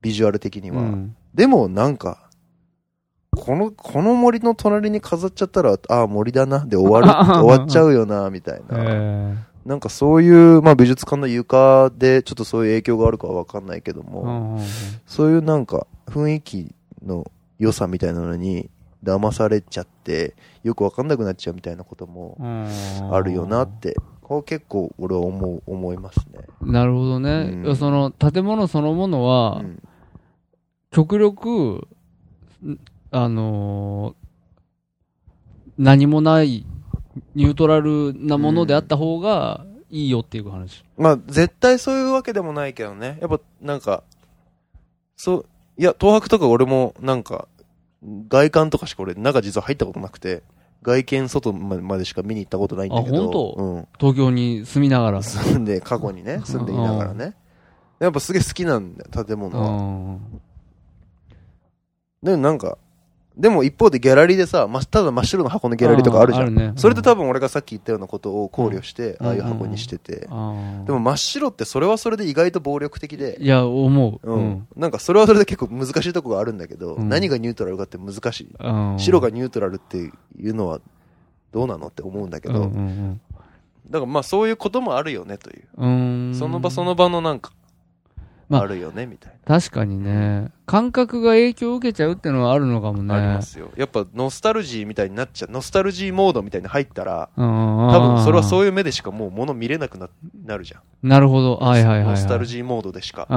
ビジュアル的には。うんでもなんか、この、この森の隣に飾っちゃったら、ああ、森だな、で終わる、<laughs> 終わっちゃうよな、みたいへな。えなんかそういう、まあ美術館の床で、ちょっとそういう影響があるかはわかんないけどうも、んうんうんそういうなんか、雰囲気の良さみたいなのに、騙されちゃって、よくわかんなくなっちゃうみたいなこともうんあるよなって、これ結構俺は思う、思いますね。なるほどね、うんその建物そのものは、うん極力んあのー何もないニュートラルなものであった方がいいよっていう話、まあ、絶対そういうわけでもないけどね。やっぱ、なんか、そう、いや、東博とか俺も、なんか、外観とかしか俺、中実は入ったことなくて、外見外ままでしか見に行ったことないんだけど。あ本東京に住みながら、うん。住んで、過去にね、住んでいながらね。やっぱすげえ好きなんだよ、建う物は。ん、でもなんか、でも一方でギャラリーでさ、ま、ただ真っ白の箱のギャラリーとかあるじゃん。うね、それって多分分俺がさっき言ったようなことを考慮して、うんああいう箱にしてて。ででもも真っ白ってそれはそれで意外と暴力的で。いや思う、うんなんかそれはそれで結構難しいとこがあるんだけど、うん何がニュートラルかって難しい、うん白がニュートラルっていうのはどうなのって思うんだけど、うんうんだからまあそういうこともあるよねという、うん、うーんその場その場のなんかまああるよねみたい確かにね感覚が影響を受けちゃうってのはあるのかもねな、ありますよやっぱノスタルジーみたいになっちゃうノスタルジーモードみたいに入ったら多多分それはそういう。いう目でしかもう物見れなくななるじゃん、なるほど。はいはいはい、はい。ノスタルジーモードでしかう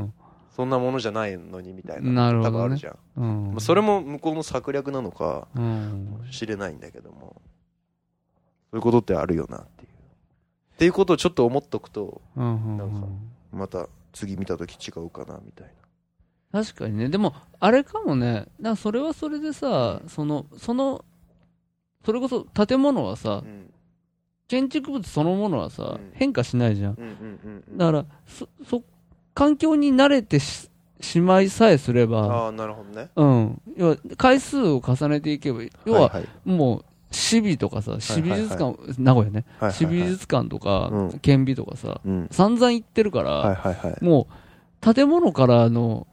んそんなものじゃないのにみたいななるほど多ね分あるじゃん、うんうん。うまん、あ、それも向こうの策略なのかうん。知れないんだけどもそういうことってあるよなっていうっていうことをちょっと思っとくとうんうなんんかうん。また次見た時違うかなみたい確かにね。でも、あれかもね。なんかそれはそれでさ、その、その、それこそ建物はなさう、ん建築物そのものはさうん、変化しないじゃん。うんうんうんうんだから、そ、そ、環境に慣れてし、しまいさえすれば、ああなるほどねうん。要は、回数を重ねていけば、要は、いもう、市美とかさ、市美術館、名古屋ね、はい市美術館とかうん、県美とかさ、うん散々行ってるから、はいはいはいもう、建物からの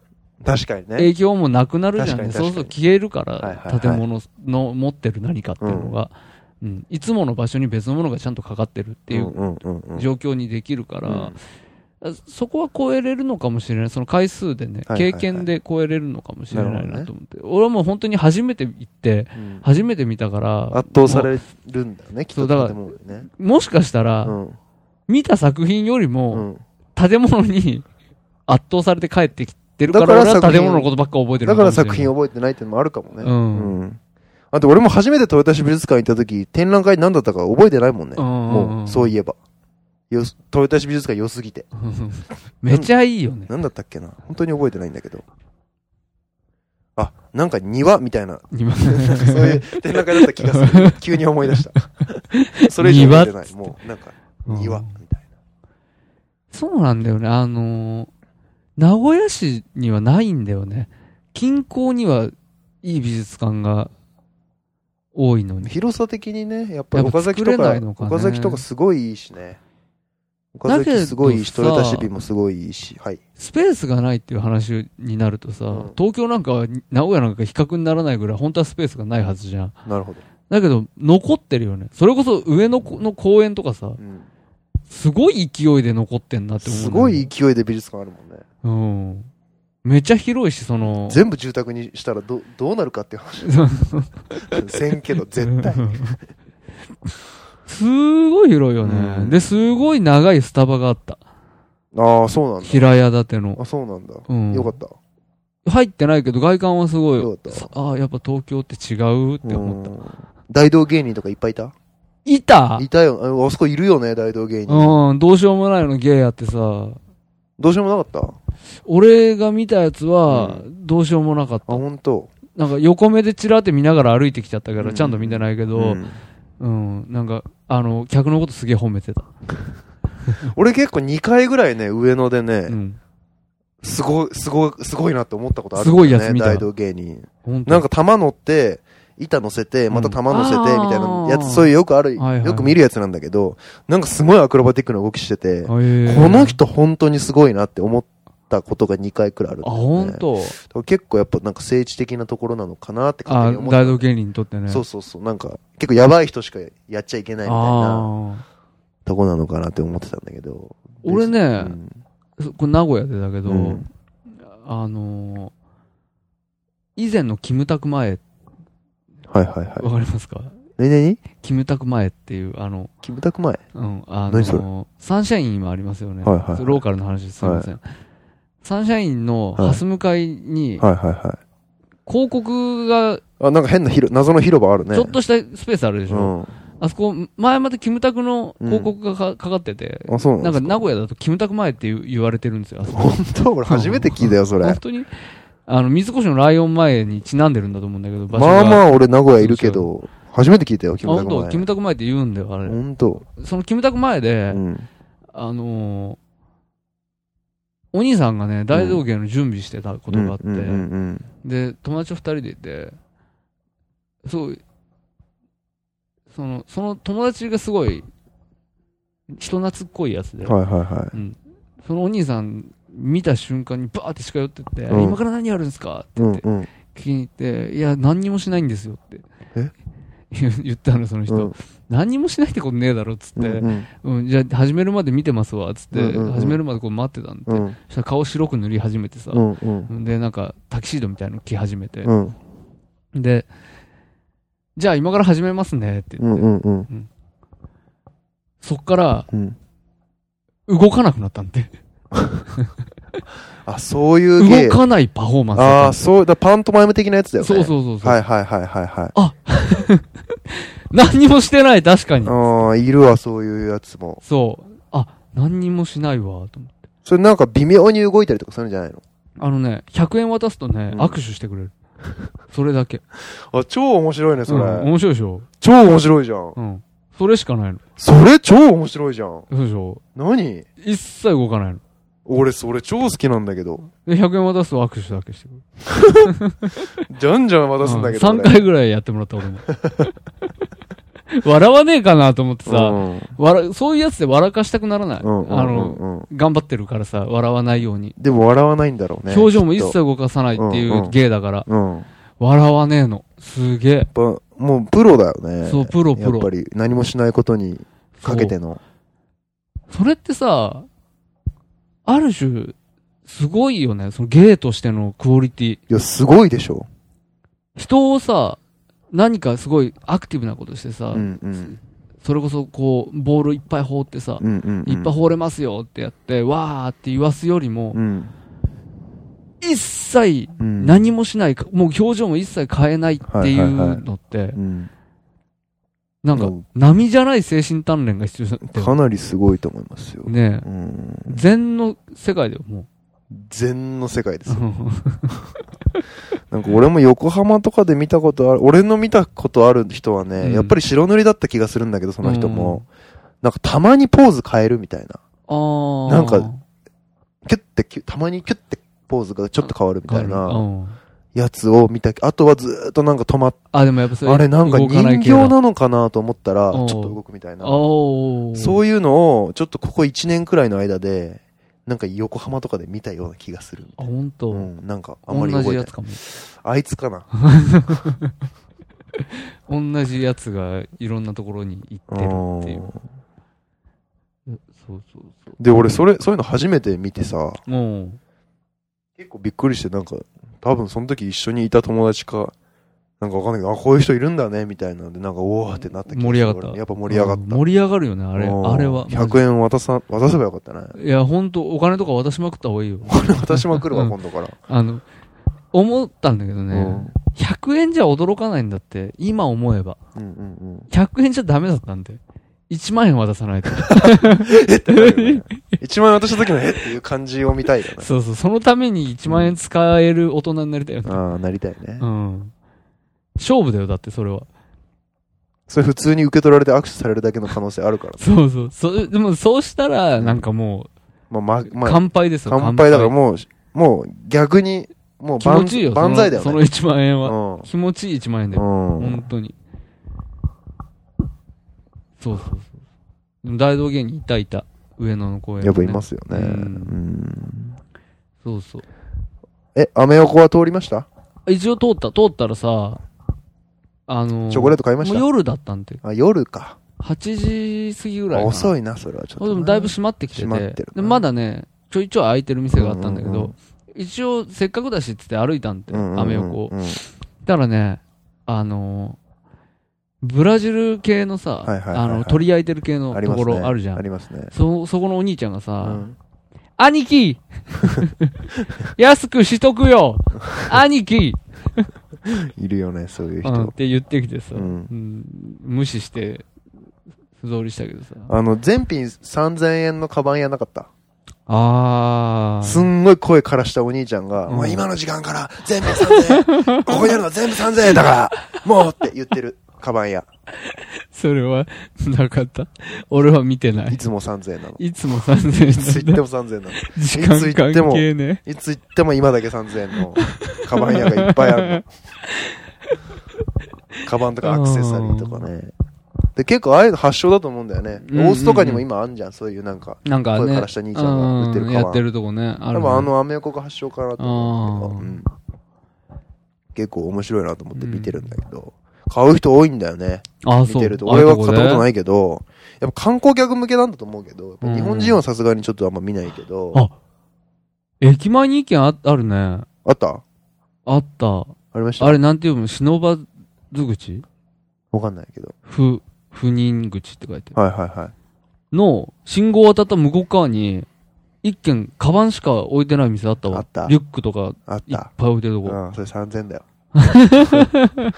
確かにね影響もなくなるじゃ確ん、かにね、確かそにうそう消えるかはいはいら、はい建物の持ってる何かっていうのが、うんいつもの場所に別のものがちゃんとかかってるっていううんうんうんうん状況にできるから、うんそこは超えれるのかもしれない。その回数でね、はいはいはい経験で超えれるのかもしれななるほいどねなと思って。俺はもう本当に初めて行って、うん初めて見たから、圧倒されるんだよね、きっとそうだから建物でね。もしかしたら、うん。見た作品よりうも、ん。建物に <laughs> 圧倒されて帰ってきてるかだからら、俺は作品建物のことばっか覚えてるだのからもしれ作ない品覚えてないっていうのもあるかもね。うんうん。あと俺も初めて豊田市美術館行った時、展覧会何だったか覚えてないもんね。うんうんうんもう、そういえば。よす豊田市美術館良すぎて。 <laughs> めちゃいいよね。何だったっけな本当に覚えてないんだけど。あ、なんか庭みたいな、 <laughs> 今そういう展覧会だった気がす <laughs> る。急に思い出した。それ以上覚えてない。もう、なんか、庭うみんたいそうなんだよね。あのー名古屋市にはないんだよね。近郊にはいい美術館が多いのな。に。広さ的にね、やっぱりやっぱ岡崎と作れないか、のかね岡崎とかすごいいいしね。岡だけど崎さすごいいいし、豊田市美もすごいいいし。はい。スペースがないっていう話になるとさ、うん東京なんかは名古屋なんか比較にならないぐらい本当はスペースがないはずじゃん。なるほど。だけど残ってるよね。それこそ上野の公園とかさ、うんすごい勢いで残ってんなって思う。すごい。勢いで美術館あるもんね。うん。めちゃ広いし、その、全部住宅にしたらどどうなるかっていう話。 <laughs> せんけど、絶対。すごい広いようね。んで、すごい長いスタバがあった。ああ、そうなんだ。平屋建ての。あ、そうなんだ。うん。よかった。入ってないけど、外観はすごい。よかったさああ、やっぱ東京って違うって思った。うん大道芸人とかいっぱいいたいたいたよ。ああそこいるよね、大道芸人。うん、どうしようもないのゲイやってさ、どうしようもなかったあ、俺が見たやつは、どうしようもなかった。ほんと。なんか横目でチラって見ながら歩いてきちゃったかうら、んちゃんと見てないけうど、んうん、なんか、あの、客のことすげえ褒めてた。俺結構2回ぐらいね、上野でうね、ん。すごい、すごい、すごいなって思ったことある。すごいやつ見た大道芸人。ほんとなんか玉乗って、板乗せて、また玉乗せて、みたいなやあーつ、そういうよくある、はいはいよく見るやつなんだけど、なんかすごいアクロバティックな動きしてて、こへえの人本当にすごいなって思ったことが2回くらいあるんあ、だよね、ほんと。だから結構やっぱなんか政治的なところなのかなって勝あ手に思った大道芸人にとってね。そうそうそう。なんか、結構やばい人しかやっちゃいけないみたいなああ。とこなのかなって思ってたんだけど。俺ねうんそこれ名古屋でだけど、うんあのー以前のキムタク前、はいはいはい。わかりますか何々キムタク前っていう、あの、キムタク前。うん、あの何それーサンシャイン今ありますよね。はいはいはいローカルの話ですすいません。サンシャインのはいハス向かいに、はいはいは広告がい。あ、なんか変な広、謎の広場あるね。ちょっとしたスペースあるでしうょ。ん。あそこ、前までキムタクの広告がかかかってて、あ、そうななんんでかす名古屋だとキムタク前って言う言われてるんですよ。あそこ本当俺初めて聞いたよ、それ本。当に、あの、水越のライオン前にちなんでるんだと思うんだけど、場所がまあまあ俺名古屋いるけど、初めて聞いたよ、キムタあク本当、キ前。ムタク前って言うんだよ、あれ。本当。そのキムタク前うで、ん。あのーお兄さんがね、大道芸の準備してたことがあって、うんうんうんで、友達と二人でいて、そう、その、その友達がすごい、人懐っこいやつうで、んはいはいはうんそのお兄さん見た瞬間にバーって近寄ってって、うん今から何やるんですかってい。う言んって、うん。聞きに行って、いや、何にもしないんですよって。え言 <laughs> 言ったの、その人。うん何にもしないってことねえだろ、つって。ううん、んじゃあ、始めるまで見てますわ、つって。うんうんうん始めるまでこう待ってたんで。うんそしたら顔白く塗り始めてさ。うんうんで、なんか、タキシードみたいなの着始めて。うんで、じゃあ今から始めますね、ってう言っんて。うんうんそっから、うん動かなくなったんで。あ、そういう芸動。かないパフォーマンスあだあ、ったそう、だパントマイム的なやつだよね。そうそうそうそう。はいはいはいはいはい。何にもしてない、確かに。ああ、いるわ、そういうやつも。そう。あ、何にもしないわ、と思って。それなんか微妙に動いたりとかするんじゃないのあのね、100円渡すとね、うん握手してくれる。それだけ。あ、超面白い <laughs> ね、それ。うん、面白いでしょ超面白いじゃん。うん。それしかないの。それ超面白いじゃん。そうでしょ何一切動かないの。俺、それ超好きなんだけど。で、100円渡すと握手だけしてくれる。じゃんじゃん渡すんだけど。 3回ぐらいやってもらった俺 <laughs> も。笑わねえかなと思ってさ、さ、笑そういうやつで笑かしたくならない。あうんうんうんの、うんうん。頑張ってるからさ、笑わないように。でも笑わないんだろうね。表情もき一っと切。動かさないってういんううん芸だから、うん。やっ笑わねえの。すげえ。ぱ、もうプロだよね。そう、プロプロ。やっぱり何もしないことにかけての。それってさ、ある種、すごいよね。その芸としてのクオリティ。いや、すごいでしょ。人をさ、何かすごいアクティブなことしてさ、うんうん。それこそこう、ボールいっぱい放ってさ、うんうん、うん。いっぱい放れますよってやって、わーって言わすよりも、うん。一切うん。何もしないか、もう表情も一切変えないっていはいはいはういのってう、ん。なんかう、ん並じゃない精神鍛錬が必要だって。かなりすごいと思いますよ。ねえ。うん。禅の世界だよ、も禅の世界ですうよ。。なんか俺も横浜とかで見たことある、俺の見たことある人はね、うんやっぱり白塗りだった気がするんだけど、その人も。なんかたまにポーズ変えるみたいな。 <laughs> あー。なんかキュッて、キュたまにキュッてポーズがちょっと変わるみたいなうんやつを見た。あとはずーっとなんか止まっあ、でもやっぱそれ。あれなんか動人ない系形だなのかなと思ったら、ちうょんっと動くみたいな。おー。そういうのを、ちょっとここ1年くらいの間で、なんか横浜とかで見たような気がする。あ、ほんうと。ん、なんか、あんまり同覚じえやてない。つかも。あいつかな。同じやつがいろんなところに行ってるっていうう。んそうそうそう。で、俺、それ、そういうの初めて見てさ、もう、結構びっくりして、なんか、多分その時一緒にいた友達か、なんかわかんないけど、あ、こういう人いるんだね、みたいなので、なんか、おーってなった気がする盛り上がった俺やっぱ盛り上がった。うん盛り上がるよね、あれ。うんあれは。 100円渡さ、渡せばよかった <laughs> ね。いや、ほんと、お金とか渡しまくった方がい <laughs> いよ。渡しまくるわ、うん今度から。あの、思ったんだけどうねん、 100円じゃ驚かないんだって、今思えば。うんうん100円じゃダメだったんで。1万円渡 <laughs> さないと。うん。一万円渡した時の、えっていう感じを見たい <laughs> よね。そうそう、そのために1万円使える大人になりたいよね。ああ、なりたいねう。ん。勝負だよ、だってそれは。それ普通に受け取られて握手されるだけの可能性あるから。そうそう。そでも、そうしたら、なんかもまあ、ま、う、まあ、乾杯ですよ、乾杯だからもう、もう逆に、もう気持ちいいよ、万歳だよそね。のその1万円うは。ん気持ちいい1万円だよ。うん。本当に。そうそうそう。でも大道芸人いたいた。上野の公園、やっぱいますよね。ううんん。そうそう。え、アメ横は通りました一応通った、通ったらさ、あのチョコレート買いましもうた夜だったんで、あ、夜か。 8時過ぎぐらいかな。遅いな、それはちょっでともな。だいぶ閉まってきてて閉まってるで、まだね、ちょいちょい空いてる店があったんだけど、うんうん一応せっかくだしっつって歩いたんで、うんうんうんアメ横を。うんたらね、あのーブラジル系のさ、はいはいはいはいあの、取り焼いてる系のありとますこね。ろあるじゃんあ。りますね。そ、そこのお兄ちゃんがうさ、ん兄貴 <laughs> 安くしと <laughs> くよ兄貴、いるよね、そういううん、っ人。て言ってきてさ、うんうん無視して、素通りしたけどさ。あの、全品3000円のカバンやなかったあー。すんごい声からしたお兄ちゃんが、うんもう今の時間から全部3000円。こ <laughs> こにあるのは全部3000円だから、もうって言ってる。カバン屋。それは、なかった。俺は見てないい。つも3000円なの。いいつも3000つ行っ円なんてだ。も3000円なの。時いつ行間っても関係ね。いつ行っても今だけ3000円のカバン屋がいっぱいあるの。カバンとかアクセサリーとかね。で、結構ああいうの発祥だと思うんだよね。うんうん大須とかにも今あんじゃん、そういうなんか。なんか声ねからした兄ちゃんが売ってるうんカバンやってるとこね。あ多るね分あのアメ横が発祥かなと思うあーんだけど、うん結構面白いなと思って見てるんだけど、買う人多いんだよね。あ、見そう。。てると。俺は買ったことないいけど、やっぱ観光客向けなんだと思うけど、やっぱ日本人はさすがにちょっとあんま見ないけど、あ駅前に意見ああるね。あったあった。ありましたあれなんて読む忍ばず口わかんないけど。不、不妊口って書いてあはいはいはい。る。の、信号を渡った向こう側に、一軒、カバンしか置いてない店あったわ。あったリュックとか、あっ。いったぱい置いてるとこ。うん、それ3000だよ。 <laughs> それ多分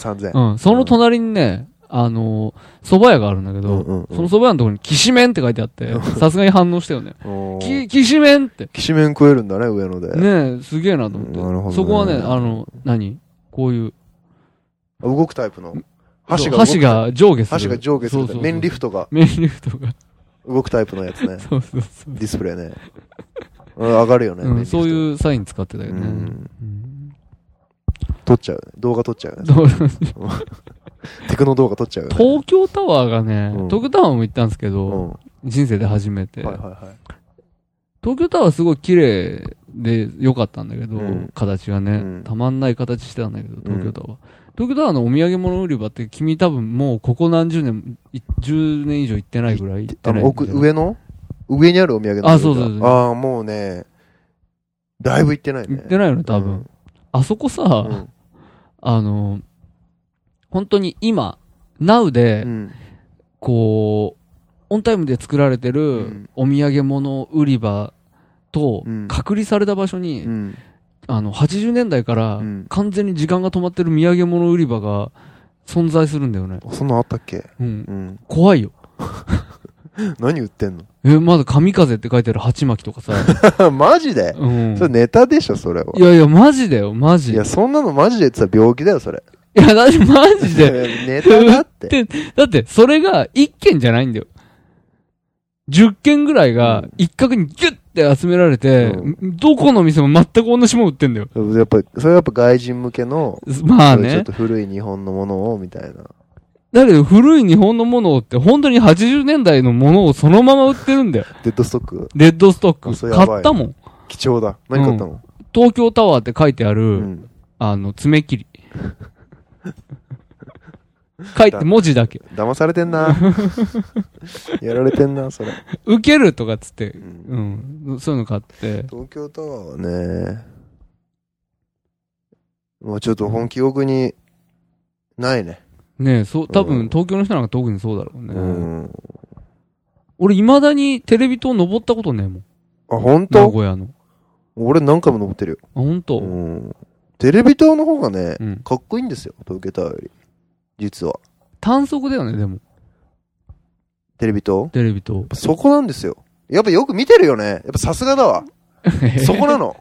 3000。うん。その隣にね、あのー、蕎麦屋があるんだけど、うんうんうんその蕎麦屋のところに、きしめんって書いてあって、さすがに反応したよね。 <laughs> おーき、きしめんって。きしめん食えるんだね、上野で。ねえ、すげえなと思って。なるほどねそこはね、あの、何こういう、あ動くタイプの。箸が動く。箸が上下する。箸が上下するそうタそイうそうプ。面リフトがメインリフトが。動くタイプのやつね。そうそ <laughs> うそう。ディスプレイね。うん上がるよね。うん、そうう。いうサイン使ってたようね。ん。うん撮っちゃうよね。動画撮っちゃうよね。どう <laughs> テクノ動画撮っちゃうよね。東京タワーがね、うん東京タワーも行ったんですけうど、ん。は人生で初めて、いはいはい。東京タワーすごい綺麗で良かったんだけど、うん形がね、うんたまんない形してたんだけど、東京タワー。東京タワーのお土産物売り場って君多分もうここ何十年、い10年以上行ってないぐらい行ってあないの、奥、上の上にあるお土産のあそうそうそうああ、もうね、だいぶ行ってないね。行ってないよね、多分。あそこさ、うん。うんあの、本当に今、Now で、うん。こう、オンタイムで作られてるんお土産物売り場とうん隔離された場所に、うん。あの、80年代からうん完全に時間が止まってる土産物売り場が存在するんだよね。そんなんあったっけうん。うん。怖いよ。何売ってんえ、まだ神風って書いてある鉢巻きと <laughs> かさ。のマジでうん。それネタでしょ、それは。いやいや、マジだよ、マジ。いいやや、、そんなのマジで言ってたら病気だよ、それ。だってマジで。ネタだって。だって、それが1件じゃないんだよ。10件ぐらいがうん一角にギュッて集められて、うどこの店も全く同じもん売ってんだよ。やっぱり、それはやっぱ外人向けの、まあそういうちょっねと。古い日本のものを、みたいな。だけど古い日本のものって本当に80年代のものをそのまま売ってるんだよ。デッドストック、レッドストッあク。それやばい買ったもん。貴重だ。何買ったの東京タワーって書いてある、うん。あの、<laughs> 爪切り。書いて文字だけ。騙されてん <laughs> な。やられてんな、それ。受けるとかっつってう、んうん。そういうの買って。東京タワーはね、もうちょっと本記憶に、ないね。ねえ、そう、多う分ん東京の人なんか特にそうだろうね。うん。あ、俺未だにテレビ塔登ったことねえもん。本名当古屋の。俺何回も登ってるよ。あ、ほんと、うん。テレビ塔の方がね、うん。かっこいいんですよ、東京タワーより。実は。単速だよね、でも。テレビ塔テレビ塔。そこなんですよ。やっぱよく見てるよね。やっぱさすがだわ。 <laughs> そこなの。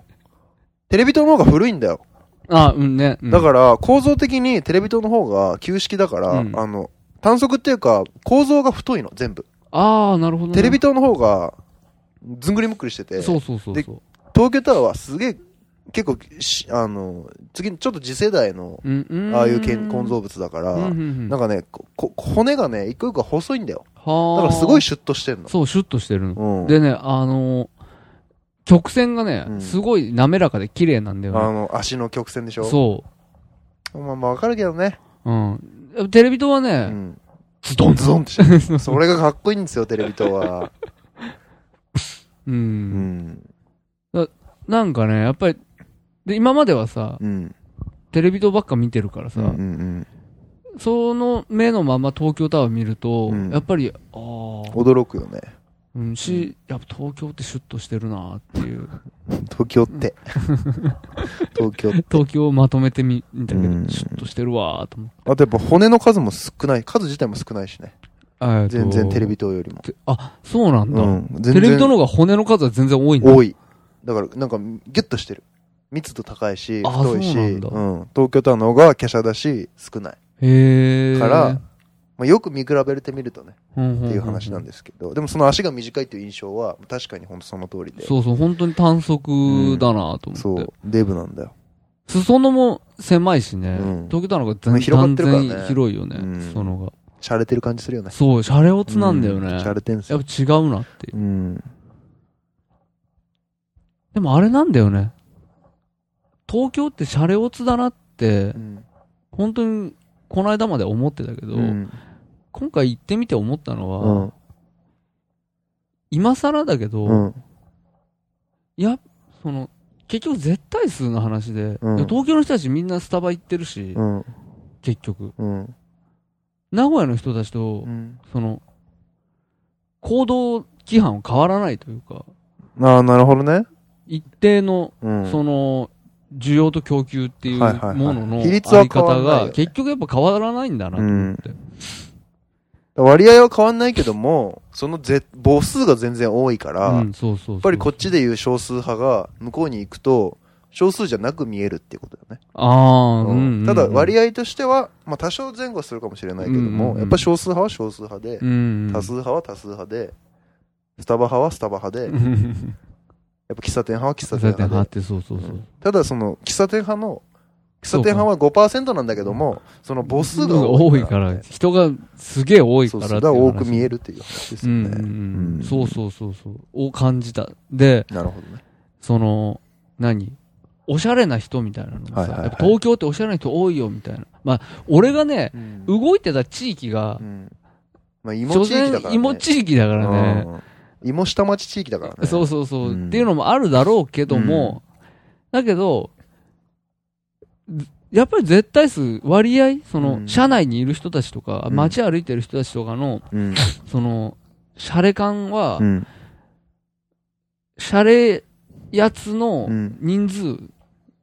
テレビ塔の方が古いんだよ。 <laughs> あ、うんね。だら、から、構造的にテレビ塔の方が旧式だから、うんあの、単速っていうか、構造が太いの、全部。ああ、なるほど、ね。テレビ塔の方が、ずんぐりむっくりしてて、そうそうそうでそう。東京タワーはすげえ、結構し、あの、次、ちょっと次世代の、うん、うん。ああいうけん構造物だから、うんうんうん、なんかね、ここ骨がね、一個一個が細いんだよ。だはかあ。らすごいシュッとしてんの。そう、シュッとしてるの。うん。でね、あのー曲線がね、うんすごい滑らかで綺麗なんだあよね。の、足の曲線でしょそまあまあわかるけどね。う。うん。テレビ塔はうね、ん。ズドンズドンって <laughs> してる <laughs> それがかっこいいんですよ、テレビ塔は。う。うんん。なんかね、やっぱり、で、今まではさ、うん。テレビ塔ばっか見てるからうさ、ん。うん。その目のまま東京タワー見ると、うんやっぱり、ああ、驚くよね。うん、し、やっぱ東京ってシュッとしてるなっていう。 <laughs> 東京って。東京って。東京をまとめてみ、見たけど、うんシュッとしてるわーと思って。あとやっぱ骨の数も少ない。数自体も少ないしね。えーと全然テレビ塔よりも。てあ、そうなんだ。うん。全然テレビ塔の方が骨の数は全然多いんだ。多い。だからなんかギュッとしてる。密度高いし、あ太いし、そうなんだん。東京タワーの方が華奢だし、少ない。へー。から、まあ、よく見比べてみるとね、うんうんうん、っていう話なんですけど、でもその足が短いっていう印象は、確かに本当その通りで。そうそう、本当に短足だなと思って。そう、デブなんだよ。裾野も狭いしね。うん東京タワーの方が全広がってるからね断然広いよね、うん裾野が。洒落てる感じするよね。そう、シャレオツなんだよね。うやっ洒ぱ落てんす違よ。うなっていう。うん。でもあれなんだよね。東京ってシャレオツだなってう、ん。本当にこの間まで思ってたけど、うん。今回行ってみて思ったのは、うん今更だけど、うん。いや、その、結局絶対数の話で、うんいや東京の人たちみんなスタバ行ってるし、うん。結局。うん。名古屋の人たちと、うん。その、行動規範は変わらないというか、ああ、なるほどね。一定の、うん。その、需要と供給っていうはいはいはいものの比率あはり変わらな方いよねが、結局やっぱ変わらないんだなと思って。割合は変わんないけども、そのぜ母数が全然多いから、うやっん、そうそうそう。やっぱりこっちで言う少数派が向こうに行くと、少数じゃなく見えるっていうことだよね。ああ、うんうんうん。ただ割合としては、まあ、多少前後はするかもしれないけども、うんうんうんやっぱ少数派は少数派で、うんうん、多数派は多数派でスタバ派はスタバ派で、うやっん。ぱ喫茶店派は喫茶喫店茶派店派っでて、 <laughs> そうそうそう。ただその喫茶店派の喫茶そうか店派は5%なんだけどもその母数が多いから、人がすげえ多いそかうそうらってだいうから話多く見えるっていう話ですうよんね、うんううんんそうそうそうそう。を感じた。で、なるほどねその、何おしゃれな人みたいなのがさ、はいはいはいやっぱ東京っておしゃれな人多いよみたいな。まあ、俺がね、うん、動いてた地域がう、んまあ芋地域だからね芋地域だからね、うん芋下町地域だからね。そうそうそう、うんっていうのもあるだろうけども、だけど、ずやっぱり絶対数、割合、その、うん車内にいる人たちとか、うん街歩いてる人たちとかの、うん。その、シャレ感はう、ん。シャレやつのうん人数、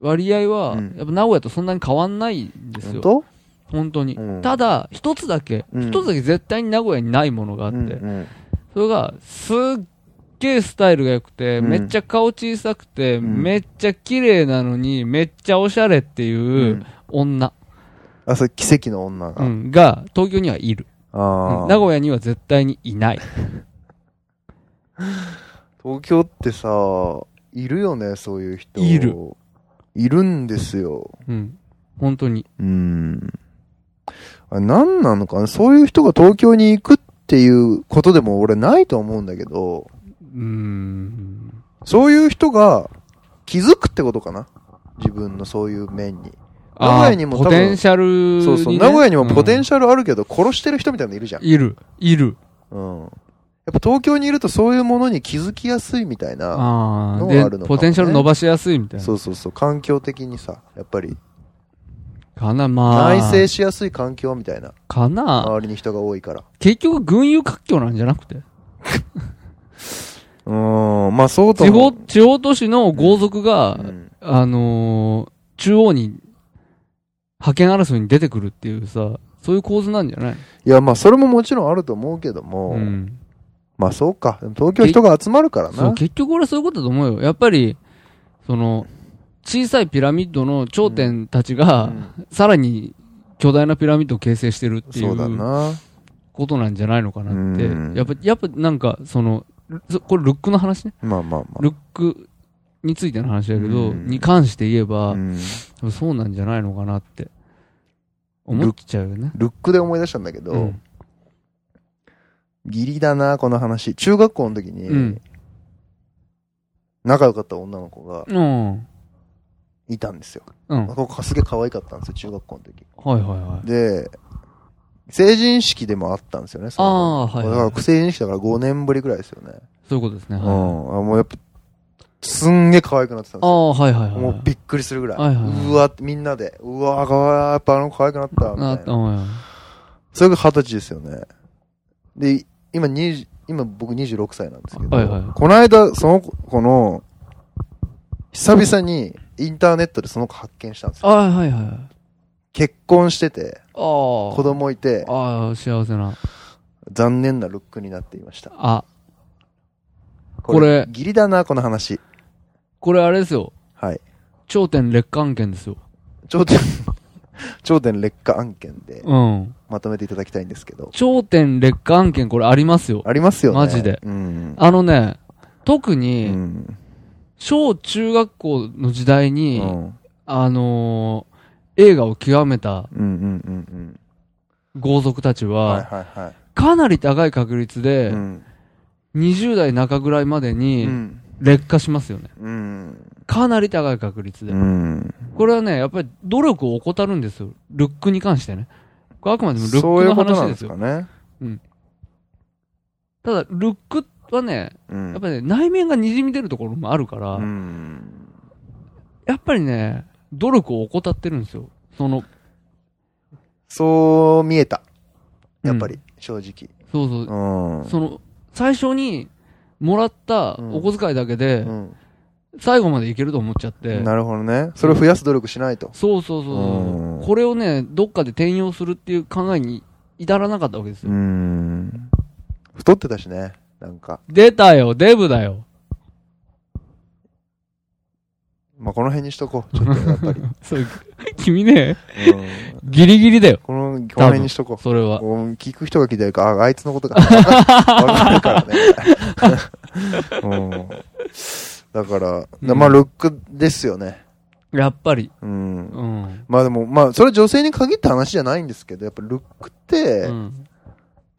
割合は、うんやっぱ名古屋とそんなに変わんないんです本よ。当本当にうん。ただ、一つだけ、うん一つだけ絶対に名古屋にないものがああって、うんそれが、すっげえスタイルが良くて、うんめっちゃ顔小さくて、んめっちゃ綺麗なのに、めっちゃおしゃれっていううん女、あ、それ奇跡の女うが。ん、が、東京にはいる。あうんあ。名古屋には絶対にいない。東京ってさ、いるよね、そういう人。いる。いるんですよ。うん。本当に。うん。あれ、なんなのかなそういう人が東京に行くっていうことでも俺ないと思うんだけど、うーん。そういう人が気づくってことかな自分のそういう面に。名古屋にもあー多分ポテンシャルにね、そうそう。名古屋にもポテンシシャルあるけど、殺してる人みたいなのいるじゃん。いる。いる。うん。やっぱ東京にいるとそういうものに気づきやすいみたいな。ああのー。があるのかもで、ねポテンシャル伸ばしやすいみたいな。そうそうそう。環境的にさ、やっぱりかな、まあ。内省しやすい環境みたいな。かな。周りに人が多いから。結局、群雄割拠なんじゃなくて。うーん、まあそうと地思方、う。地方都市の豪族が、うんあのー、中央に、派遣争いに出てくるっていうさ、そういう構図なんじゃないいや、まあそれももちろんあると思うけども、うん。まあそうか。でも東京人が集まるからそう、な。結局俺はそういうことだと思うよ。やっぱり、その、小さいピラミッドの頂点たちが、うんさらに巨大なピラミッドを形成してるっていそうだうな。ことなんじゃないのかなって。うんやっぱ、やっぱなんか、その、そこれルックの話ね。まあまあまルックについての話だけど、うんに関して言えあ。ば、うんそうなんじゃないのかなって思っちゃうよね。ルックで思い出したんだけど、うんギリだな、この話。中学校の時うにん、仲良かった女の子がうん。いたんですよ。うん。はいここすげえ可愛かったんですよ、中学校の時。はいはい。で、成人式でもあったんですよね、そのあーはいはいだから成人式だから5年ぶりぐらいですよね。そういうことですね。うはい、ん。あもうやっぱ、すんげえ可愛くなってたんですあよ。あ、はいはいはい。もうびっくりするぐらい。はいはいはいうわ、みんなで。うわ、かわいい。やっぱあの子可愛くなった。みなたいったな。おいそれが二十歳ですよね。で、今20、今僕26歳なんですけど、はいはいこの間、その子の、久々にインターネットでその子発見したんですよ。はいはいはい。あ結婚してて、あ。子子供いて、ああ、幸せな。残念なルックになっていました。あ、これ、これ義理だな、この話。これあれですよ。はい。頂点劣化案件ですよ。頂点、 <laughs> 頂点劣化案件でうん。まとめていただきたいんですけど。頂点劣化案件これありますよ。ありますよね。マジでうん。あのね、特うに、ん。小中学校の時代うん。うに、んあのー、映画を極めたうんうんうん豪族たちうん。は、はいはいはい。かなり高い確率で、うん。 20代中ぐらいまでうにん。劣化しますよね。うん。かなり高い確率で。うん。これはね、やっぱり努力を怠るんですよ。ルックに関してね。これあくまでもルッそうクいうのことな話んでですすよ。かね。ただ、ルックはね、うん。やっぱり、ね、内面が滲み出るところもあるから、うん。やっぱりね、努力を怠ってるんですよ。その、そう見えた。やっぱうり、正直。そうそうう。ん。その、最初にもらったうんお小遣いだけで、うん最後までいけると思っちゃって、なるほどね。それを増やす努力しないと。そうそうそうそううんこれをね、どっかで転用するっていう考えに至らなかったわけですよ。うん。太ってたしね。なんか。出たよ、デブだよ。まあ、この辺にしとこう。ちょっと、やっぱ <laughs> り。そう、君ね、うんギリギリだよ、この、この辺にしとこう。それは。こう聞く人が聞いてるから、あ、あいつの <laughs> ことか。わかる <laughs> からね。うんだから、うんまあ、ルックですよね。やっぱり。うんうん。まあでも、まあ、それは女性に限った話じゃないんですけど、やっぱルックって、うん。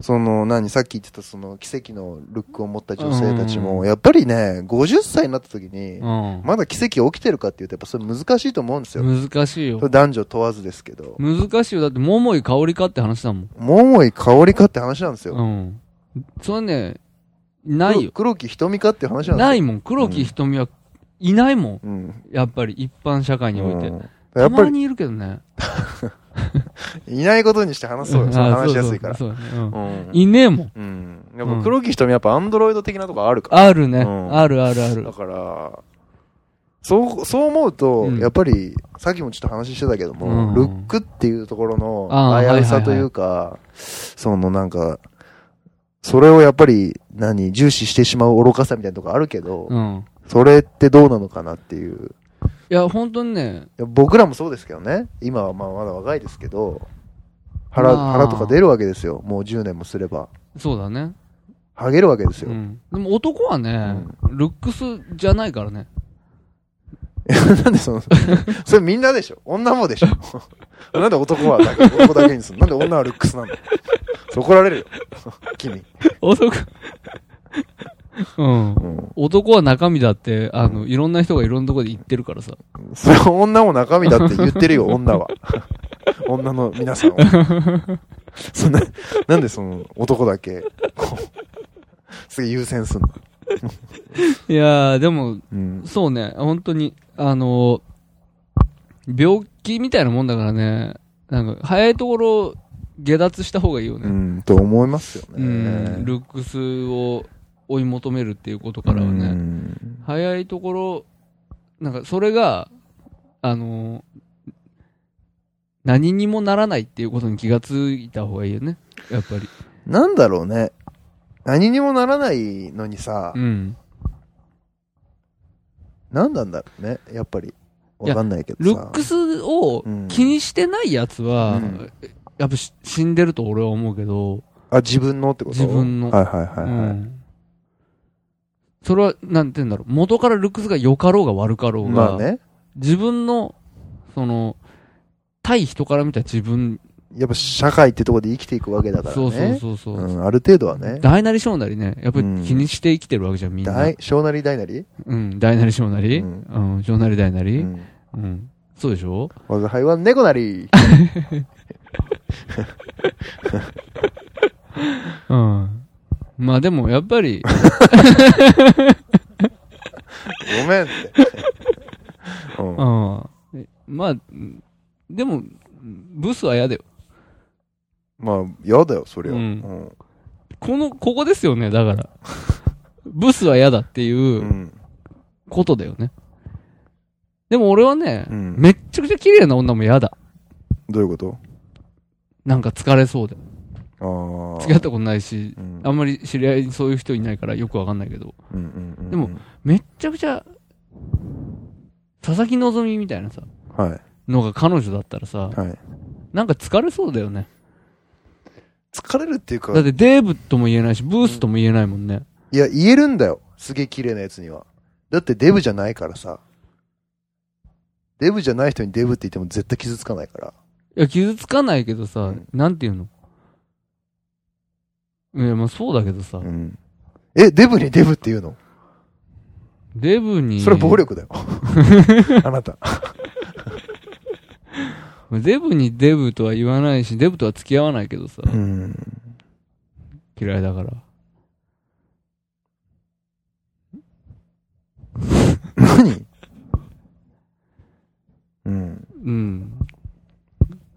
その、何、さっき言ってた、その、奇跡のルックを持った女性たちうんうんも、やっぱりね、50歳になった時に、うん。まだ奇跡起きてるかっていうと、やっぱそれ難しいと思うんですよ。難しいそれよ。男女問わずですけど、難しいよ。だって、桃井香りかって話だもん。桃井香りかって話なんですよ。うん。それはね、ないよ。黒黒木瞳かっていう話なんですよないもん。黒木瞳はいないもん。うん。やっぱり一般社会において。うんやたっぱまり、にいるけどね。いないことにして話そうよ。んそのあ話しやすいから。そうそうそうだねうんうん。いねえもん。うん。やっぱ黒木瞳やっぱアンドロイド的なとこあるから。あるね。うんあるあるあだる。から、そう、そう思うと、うんやっぱり、さっきもちょっと話してたけども、うんルックっていうところのあー危うさというか、そのなんか、それをやっぱり、何、重視してしまう愚かさみたいなとこあるけど、うん。それってどうなのかなっていう。いや、本当にね、いや僕らもそうですけどね。今はまあまだ若いですけど、腹、まあ腹とか出るわけですよ。もう10年もすれば。そうだね。ハゲるわけですよ。うん。でも男はね、ルックスじゃないからね。 <laughs> なんでその、それみんなでしょ <laughs> 女もでしょなんで男はだけ、 <laughs> 男だけにするのなんで女はルックスなのそう怒られるよ。 <laughs> 君。男。うん。うん。男は中身だって、あの、いろんな人がいろんなとこで言ってるからさ。それ女も中身だって言 <laughs> ってるよ、女は。女の皆さんは。 <laughs> そんな、なんでその男だけ、こう、すげえ優先すんのいやー、でも、うん。そうね、本当に、あのー病気みたいなもんだからね、なんか、早いところ、下脱した方がいいようね。ん、と思いますようん、ね。ルックスを追い求めるっていうことからはね、うん早いところ、なんか、それが、あのー何にもならないっていうことに気がついた方がいいよね、やっぱり。なんだろうね。何にもならないのにさ、うん。何なんだろうね。やっぱり。わかんないけどルさ。ックスを気にしてないやつは、うんやっぱし死んでると俺は思うけど、あ、自分のってこと自分のはいはいはいうはい。んそれは、なんて言うんだろう、元からルックスが良かろうが悪かろうが、まあね。自分の、その、対人から見た自分、やっぱ社会ってとこで生きていくわけだからね。そうそうそうそう、うん、ある程度はね。大なり小なりね、やっぱり気にして生きてるわけじゃん、みんな。大、小なり大なりうん、大なり小なり、ううんん、小なり大なうり、うん、ん。そうでしょ我が輩は猫なり。うん。まあでも、やっぱり、ご <laughs> めんって。うんうん。まあ、でも、ブスは嫌だよ。まあ、嫌だよ、そりゃ。ううんん。。この、ここですよね、だから。ブスは嫌だっていううんことだよね。でも俺はね、うんめっちゃくちゃ綺麗な女も嫌だ。どういうことなんか疲れそうで。ああ。付き合ったことないし、うんあんまり知り合いにそういう人いないからよくわかんないけど。うんうんうんうんでも、めっちゃくちゃ、佐々木希みたいなさ、はい。のが彼女だったらさ、はい。なんか疲れそうだよね。疲れるっていうかだっ、てデーブとも言えないし、ブースとも言えないもんね。いや、言えるんだよ。すげえ綺麗なやつには。だってデブじゃないからさ。デブじゃない人にデブって言っても絶対傷つかないから。いや、傷つかないけどさ、うんなんていうのいや、まあそうだけどさ、うん。え、デブにデブって言うのデブに、それ暴力だ <laughs> よ。あなた。デブにデブとは言わないし、デブとは付き合わないけどさ、うん。嫌いだから。何うん。うん。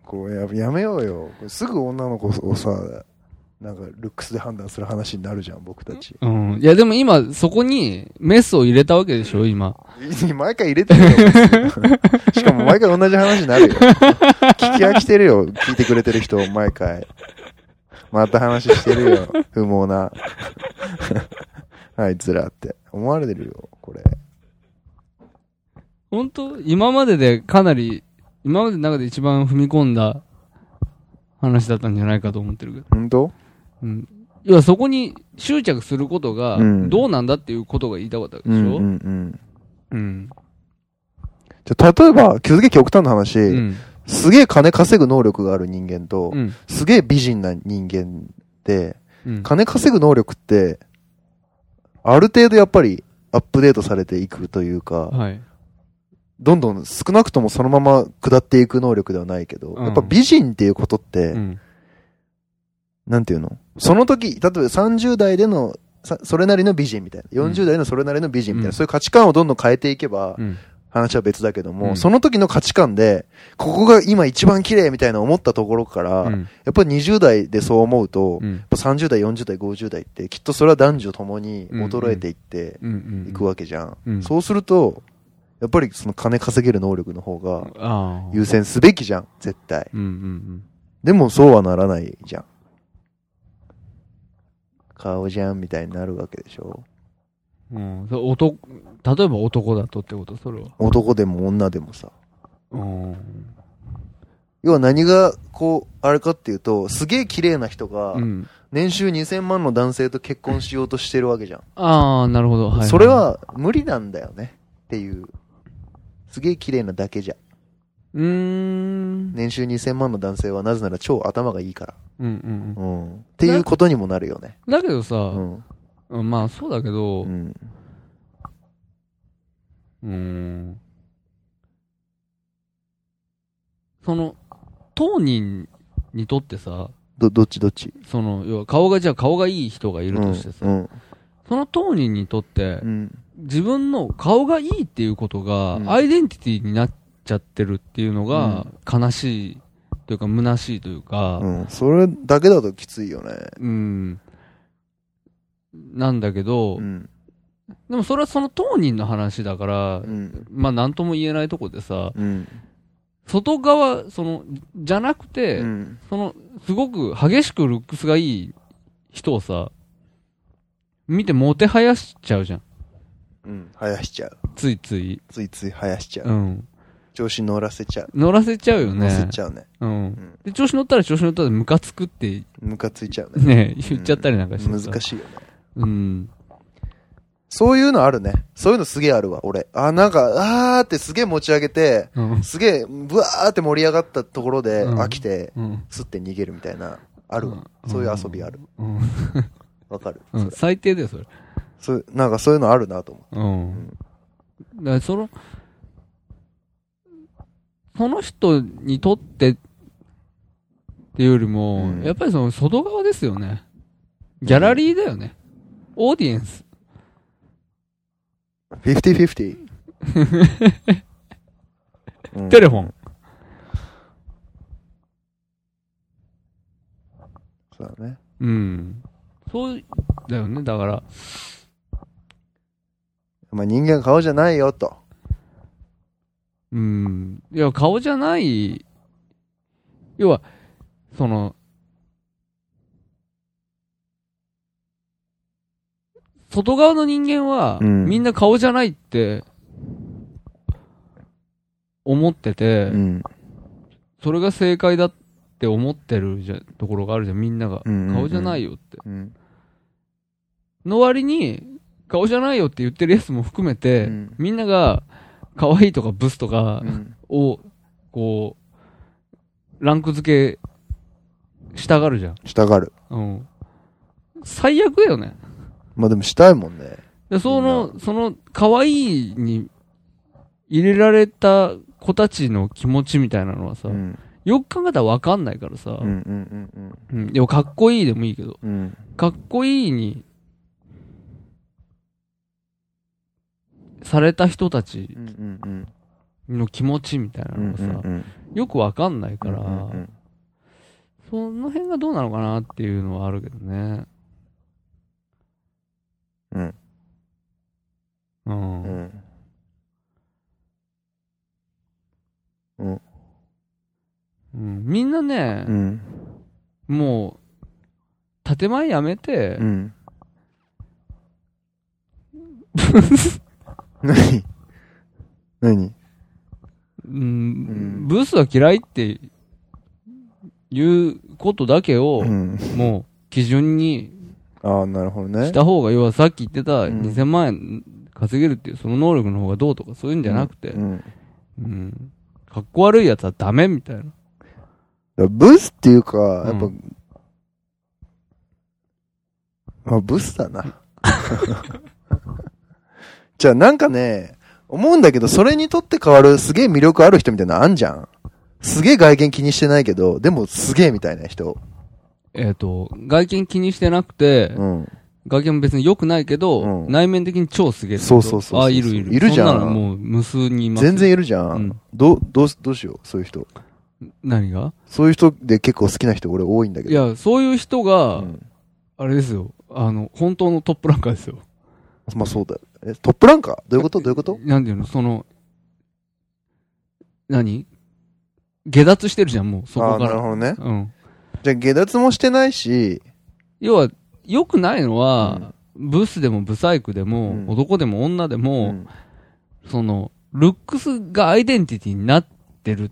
こうや、やめようよ。これすぐ女の子をさ、なんか、ルックスで判断する話になるじゃん、僕たち。うん。いや、でも今、そこにメスを入れたわけでしょ、今。 <laughs> 毎回入れてるよ。別にしかも毎回同じ話になるよ。聞き飽きてるよ。聞いてくれてる人、毎回。また話してるよ。不毛な。 <laughs> あいつらって。思われてるよ、これ。本当今まででかなり、今までの中で一番踏み込んだ話だったんじゃないかと思ってるけど。本当うん。要はそこに執着することがうん、どうなんだっていうことが言いたかったわけでしうんょ、うんうん。うん。じゃあ、例えば、気づけ極端な話、うん。すげえ金稼ぐ能力がある人間と、うん。すげえ美人な人間で、うん。金稼ぐ能力って、ある程度やっぱりアップデートされていくというか、はい。どんどん少なくともそのまま下っていく能力ではないけど、うんやっぱ美人っていうことって、うん。なんていうのその時、例えば30代でのさそれなりの美人みたいな。うん40代のそれなりの美人みたいな、うんそういう価値観をどんどん変えていけば、うん。話は別だけども、うんその時の価値観で、ここが今一番綺麗みたいな思ったところから、うやん。っぱり20代でそう思うと、うやっん。ぱ30代、40代、50代って、きっとそれは男女ともに衰えていってうん。いくわけじゃん。うんそうすると、やっぱりその金稼げる能力の方がああ。優先すべきじゃん、絶対。うんうんでもそうはならないじゃん。顔じゃんみたいになるわけでしょ。うん。うん。それ男、例えば男だとってことそれは。男でも女でもさ。うん。要は何が、こう、あれかっていうと、すげえ綺麗な人がう、ん。年収2000万の男性と結婚しようとしてるわけじゃん。ああ、なるほど。はい、はい。それ、は無理なんだよね。っていう。すげえ綺麗なだけじゃ。うーん。年収2000万の男性はなぜなら超頭がいいから。うんうんう。ん。っていうことにもなるよね。うんだけどさ、うん。うんまあそうだけど、う。うんーん。その、当人にとってさ、ど、どっちどっちその、要は顔が、じゃあ顔がいい人がいいるとしてさ、うん。その当人にとってう、ん。自分の顔がいいっていうことが、うんアイデンティティになっちゃってるっていうのが、悲しいというか、虚しいというか、うん。それだけだときついよね。うん。なんだけど、うん。でもそれはその当人の話だから、うん。まあなんとも言えないとこでさ、うん。外側、その、じゃなくて、うん。その、すごく激しくルックスがいい人をさ、見てもてはやしちゃうじゃん。うん。生やしちゃう。ついつい。ついつい生やしちゃうう。ん。調子乗らせちゃう。乗らせちゃうよね。乗せちゃうね。うん。で、調子乗ったら調子乗ったらムカつくって、ムカついちゃうね。ね、 <laughs> 言っちゃったりなんかしてさ。難しいよね。うん。そういうのあるね。そういうのすげえあるわ、俺。あ、なんか、あーってすげえ持ち上げて、うん。すげえ、ブワーって盛り上がったところでうん飽きて、うん。すって逃げるみたいな、あるわ。うんそういう遊びある。うん。わかる。うん。最低だよ、それ。それそうなんかそういうのあるなと思うん。だからその、その人にとってっていうよりも、うんやっぱりその外側ですよね。ギャラリーだよね。オーディエンス。う。50-50。うんテレフォン。そうだね。うん。そう、だよね。だから、まあ人間顔じゃないよ、と。うん。いや、顔じゃない、要は、その、外側の人間は、うんみんな顔じゃないって、思ってて、うん。それが正解だって思ってるじゃところがあるじゃん、みんなが。顔じゃないよ。よって。うん。の割に、顔じゃないよって言ってるやつも含めて、うんみんなが、可愛いとかブスとか、うんを、こう、ランク付けしたがるじゃん。したがる。うん。最悪だよね。まあでもしたいもんね。で、そみの、その、可愛いに入れられた子たちの気持ちみたいなのはさ、うん。よく考えたらわかんないからさ、うんうんうんうん。でもかっこいいでもいいけど、うん。うん。かっこいいに、された人たちうんうんうん。の気持ちみたいなのがさ、うんよくわかんないから、うんうんうんその辺がどうなのかなっていうのはあるけどね。うん。うん。うん。うんみんなねう、ん。もう、建前やめて、うん。何何うんんブースは嫌いっていうことだけを、うん。もう基準にああ、なるほどねし。た方が、要はさっき言ってたうん2000万円稼げるっていう、その能力の方がどうとかそういうんじゃなくてう、ん。だかうん。かっこ悪いやつはダメみたいな。らブスっていうか、やっぱ、うまあ、ブスだな。 <laughs> じゃあなんかね、思うんだけど、それにとって変わるすげえ魅力ある人みたいなのあんじゃん。すげえ外見気にしてないけど、でもすげえみたいな人。えっ、と、外見気にしてなくて、うん。外見も別に良くないけど、うん内面的に超すげえってこそうとそうそうそうあ、いるいる。いるじゃんそなのもう無数にいます。全。然いるじゃん。うんどう、どうし、どうしよう、そういう人。何がそういう人で結構好きな人俺多いんだけいど。や、そういう人が、うんあれですよ。あの、本当のトップランカーですよ。まあそうだよ。え、トップランカーどういうことどういうことなんていうのその、何下脱してるじゃん、もう、そああこー、かなるら。ほどね。うん。じゃあ下脱もしてないし、要は、良くないのは、ブスでもブサイクでも、うん男でも女でうも、んその、ルックスがアイデンティティになってる。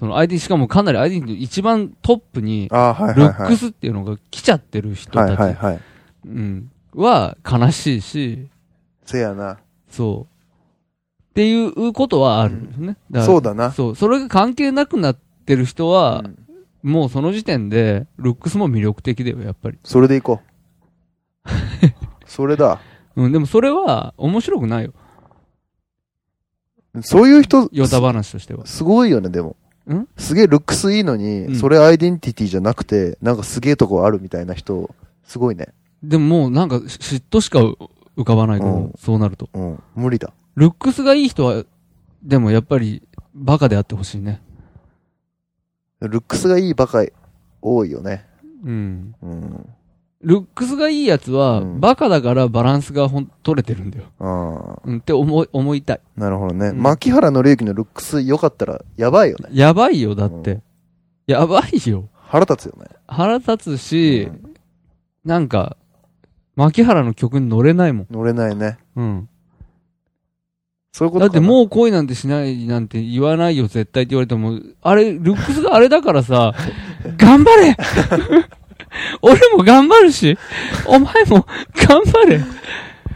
そのアイデンしかもかなりアイデンティティの一番トップに、ああ、はいルはいッはクい。スっていうのが来ちゃってる人たち、はいはいはい。うん、は悲しいし、せやな。そう。っていうことはあるんですね。だからそうだな。そう。それが関係なくなってる人うは、んもうその時点で、ルックスも魅力的だよ、やっぱり。それでいこう。それ <laughs> だ。うん、でもそれは面白くないよ。そういう人、ヨタ話としては。すごいよね、でもん。すげえルックスいいのうに、んそれアイデンティティじゃなくて、なんかすげえとこあるみたいな人、すごいね。でももうなんか嫉妬しか浮かばないけど、うんそうなると。うん。無理だ。ルックスがいい人は、でもやっぱり、バカであってほしいね。ルックスがいいばかり多いよね。うん。うん。ルックスがいいやつは、うんバカだからバランスがほん取れてるんだよ。ああ、うん、って思い、思いたい。なるほどね。うん牧原紀之のルックス良かったらやばいよね。やばいよ、だって。うんやばいよ。腹立つよね。腹立つし、うんなんか、牧原の曲に乗れないもん。乗れないね。うん。そういうことだかってなもう恋なんてしないなんて言わないよ、絶対って言われても、あれ、ルックスがあれだか <laughs> らさ、頑張れ <laughs> 俺も頑張るし、お前も頑張れっ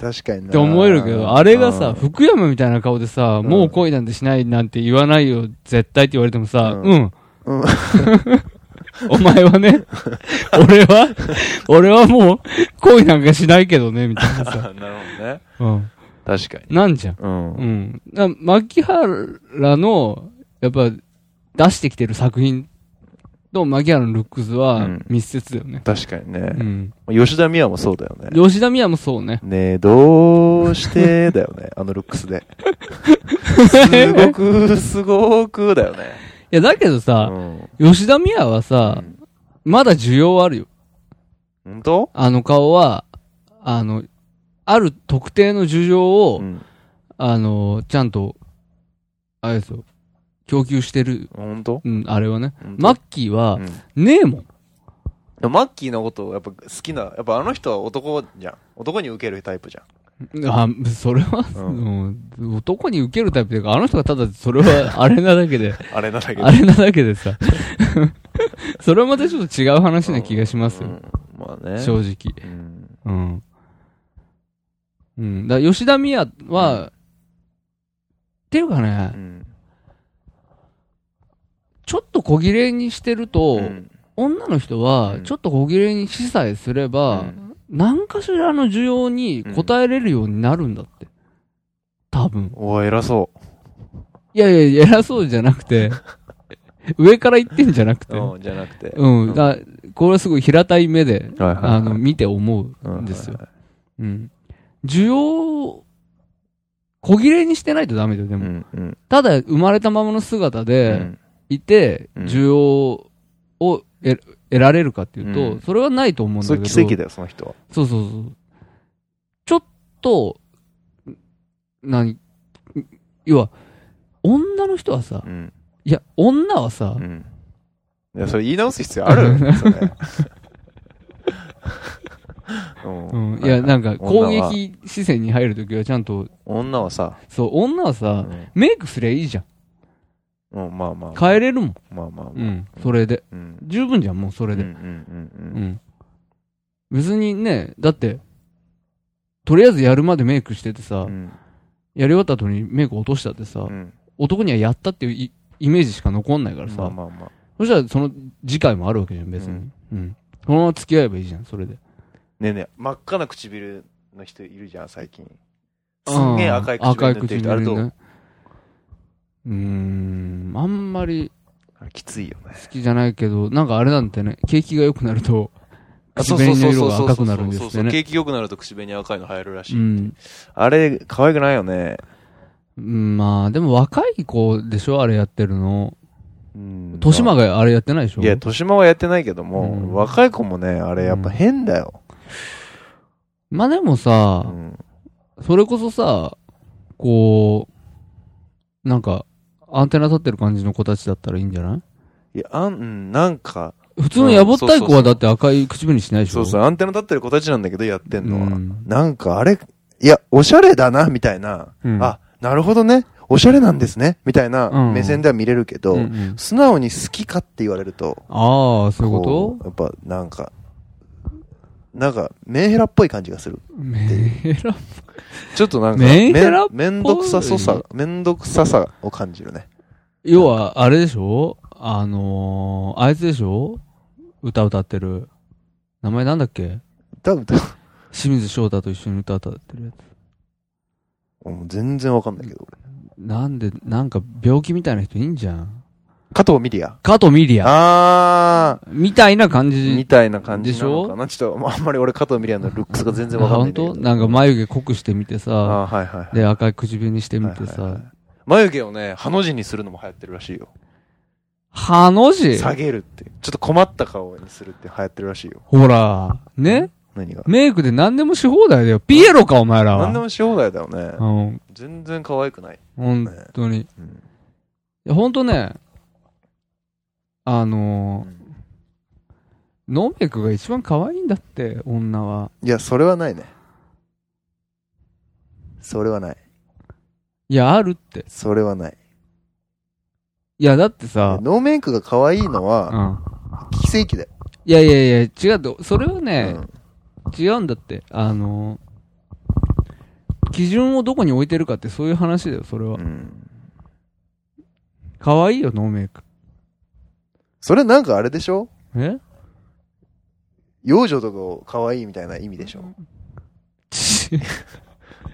確かになて思えるけど、あれがうさ、ん福山みたいな顔でさ、んもう恋なんてしないなんて言わないよ、絶対って言われてもさ、ううん。うん <laughs> お前 <laughs> はね、俺は、俺はもう恋なんかしないけどね、みたいなさ。 <laughs> なるほどね。うん。確かに。なんじゃん。うんう。ん。な牧原の、やっぱ、出してきてる作品と牧原のルックスうはん密接だよね。確かにうね。ん。吉田美和もそうだよね。吉田美也もそうね。ねえ、どうしてだよ <laughs> ね。あのルックスで。すごく、すごくだよね。いや、だけどさ、うん。吉田美也はうさ、んまだ需要はあるよ。本当あの顔は、あの、ある特定の需要を、うん。あの、ちゃんと、あれですよ、供給してる、本当うん、あれはね。本当マッキーはう、んねえもん。でもマッキーのことをやっぱ好きな、やっぱあの人は男じゃん。男に受けるタイプじゃん。あ、それは、ううん男に受けるタイプというか、あの人がただそれ <laughs> はあれなだけで、あれなんだけど。あれなだけでさ。 <laughs> それはまたちょっと違う話な気がしますうよ。んまあね。正直。うんうん。うん。だから吉田美也は、っていうかうね、んちょっと小切れにしてると、うん女の人うはんちょっと小切れにしさえすれば、うん何かしらの需要に応えれるようになるんだって。多分。おー偉そいやいや、偉そうじゃな <laughs> くて、上から言ってんじゃなくて。う。うんじゃなくて。うん。だこれはすごい平たい目で、はいはいはいあの、見て思うんですよ。うん。需要、小切れにしてないとダメだよ、でうも。んうんただ、生まれたままの姿うで、んいて、うん需要を得得られるかっていうと、うんそれはないと思うんだそけれど。奇跡だよ、その人は。そうそうそう。ちょっと、ん何ん要は、女の人はさ、うんいや、女はさう、んいや、それ言い直す必要あ <laughs> るそれうんうん、いや、なんか、女攻は撃視線に入るときはちゃんと、女はさ、そう、女はうさ、んメイクすりゃいいじゃん。うんまあまあ。変えれるもん。まあまあまあ。うん、それで。うん。十分じゃん、もうそれうんうで。んううんうん。ん。別にね、だって、とりあえずやるまでメイクしててさう、んやり終わった後にメイク落としたってさう、ん男にはやったっていうイイメージしか残んないからまあさ、まあまあ。そしたらその次回もあるわけじゃん、別うにん。うん。そのまま付き合えばいいじゃん、それで。ねえねえ、真っ赤な唇の人いるじゃん、最近。すうんんげえ赤い唇塗ってる人あると、ねうーん、あんまりあれきついよね。好きじゃないけど、なんかあれなんてね、景気が良くなると、あ口紅の色が赤くなるんですそうってねそうそうそうそう景気良くなると口紅赤いの流行るらしうい。ん。あれ、可愛くないよね。うんまあ、でも若い子でしょあれやってるの。うん豊島があれやってないでしょいや、豊島はやってないけども、うん若い子もね、あれやっぱ変だよ。まあでもうさ、ん。それこそさ、こう、なんか、アンテナ立ってる感じの子たちだったらいいんじゃないいや、あん、うんなんか、普通のやぼったい子はだって赤い口紅しないでしそょうそう、アンテナ立ってる子たちなんだけど、やってんのは。うんなんかあれ、いや、おしゃれだな、みたいな。うんあ、なるほどね。おしゃれなんですね。みたいうんな目線では見れるけど、うんうん素直に好きかって言われると、ああ、そういうここうやっぱ、なんか、なんか、メンヘラっぽい感じがする。とメーラちょっとなんか、メンヘラっぽいめんめんどくさそうさ、めんどくささを感じるね。要は、あれでしょあのー、あいつでしょ歌歌ってる。名前なんだっけ多分、多分清水翔太と一緒に歌歌ってるやつ。もう全然わかんないけど、俺なんで、なんか病気みたいな人いんじゃん。加藤ミリア。加藤ミリア。あみたいな感ー、みじ。たいな感じなのかな。ちょっと、まああんまり俺加藤ミリアのルックスが全然わかんないん本だけど。当なんか眉毛濃くしてみてさ、あーはいはいはい。で、赤い口紅してみてはいはいさ、眉毛をね、ハの字にするのも流行ってるらしいよ。ハの字下げるって。ちょっと困った顔にするって流行ってるらしいよ。ほら、ね何が。メイクで何でもし放題だよ。ピエロか、お前らは。何でもし放題だよね。うん、全然可愛くない。本当に。いうんや、本当ね、あのうんー、ノメクが一番可愛いんだって、女は。いや、それはないね。それはない。いや、あるって。それはない。いや、だってさ、ノーメイクが可愛いのうは、ん。奇跡だよ。いやいやいや、違うと、それはね、うん違うんだって。あのー、基準をどこに置いてるかってそういう話だよ、それは。うん。可愛いよ、ノーメイク。それなんかあれでしょえ幼女とかを可愛いみたいな意味でしょち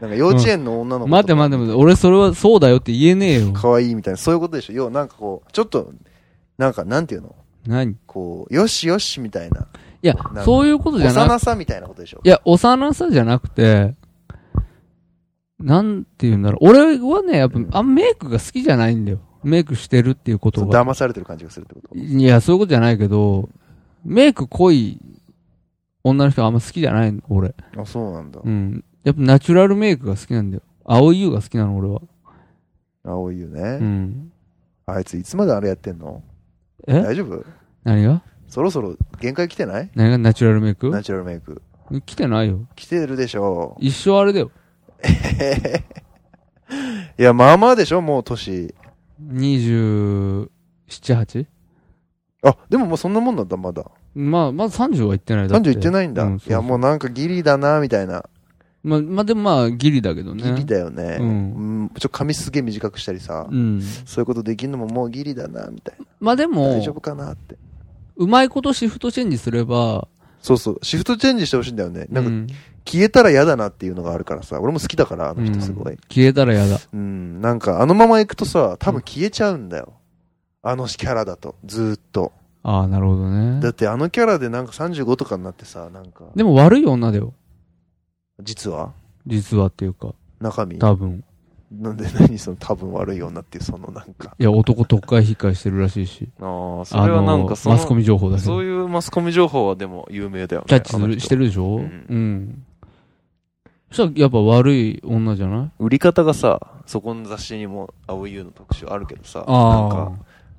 なんか幼稚園の女の子とか、待って待って待って、俺それはそうだよって言えねえよ。可愛いみたいな、そういうことでしょ要はなんかこう、ちょっと、なんかなんていうの何いこう、よしよしみたいな、やんか、そういうことじゃなくて幼さみたいなことでしょいや、幼さじゃなくて、なんて言うんだろう。俺はね、やっぱ、あんまメイクが好きじゃないんだよ。メイクしてるっていうことが。騙されてる感じがするってこといや、そういうことじゃないけど、メイク濃い女の人があんま好きじゃないの、俺。あ、そうなんだう。ん。やっぱナチュラルメイクが好きなんだよ。青い優が好きなの、俺は。青いようね。ん。あいついつまであれやってんのえ大丈夫何がそろそろ限界来てない何がナチュラルメイクナチュラルメイク。来てないよ。来てるでしょ一生あれだよ。いや、まあまあでしょもう年。 27、8? あ、でももうそんなもんなんだ、まだ。まあ、まだ30は行ってないだ30いってないんだ。うんいや、もうなんかギリだな、みたいな。まあ、まあ、でもまあ、ギリだけどね。ギリだよね。ううんん。ちょ、髪すげえ短くしたりさう。ん。そういうことできんのももうギリだな、みたいな。まあで大丈も夫、かなって。うまいことシフトチェンジすれば、そうそう。シフトチェンジしてほしいんだよね。なんうか、ん消えたら嫌だなっていうのがあるからさ。俺も好きだから、あの人すごい。消えたらやだ。うん、なんかあのまま行くとさ、多分消えちゃうんだよ。あのキャラだと、ずーっと。ああ、なるほどだねっ。てあのキャラでなんか35とかになってさ、なんか、でも悪い女だよ。実は実はっていうか、中身多分。なんで何その多分悪い女っていうそのなんか。いや、男特会引っかえしてるらしいし。ああ、そあれはなんのか、そのマスコミ情報だけそど。ういうマスコミ情報はでも有名だよね。キャッチすあのる人してるでしょううんん。そしたらやっぱ悪い女じゃない売り方がさ、そこの雑誌にも青い優の特集あるけどさ、なんあか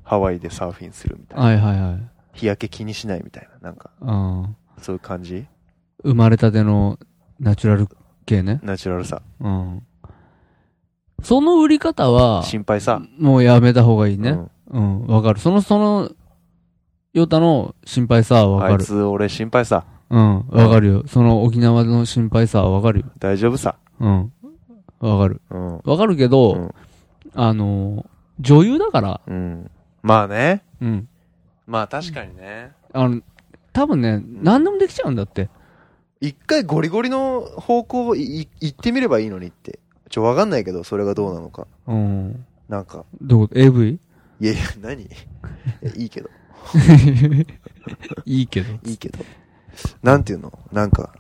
ハワイでサーフィンするみたいあ。な。はいはいはい。日焼け気にしないみたいな、なんか、ああ。そういう感じ生まれたてのナチュラル系ね。ナチュラルさ。うん。その売り方は、心配さ。もうやめた方がいいねう。んうん、わかる。その、その、ヨタの心配さはわあかいる。つ、俺心配さ。うん、わかるよ。その沖縄の心配さはわかるよ。大丈夫さ。うん。わかる。うん。わかるけど、うんあのー、女優だから、うん。まあね。うん。まあ確かにね。あの、多分ね、何でもできちゃうんだって。一回ゴリゴリの方向いい行ってみればいいのにって。ちょ、わかんないけど、それがどうなのか。うん。なんか、どういうこと ?AV? いや <laughs> いや、何いやいいけど。 <laughs> いいけど。いいけど。なんていうのなんか、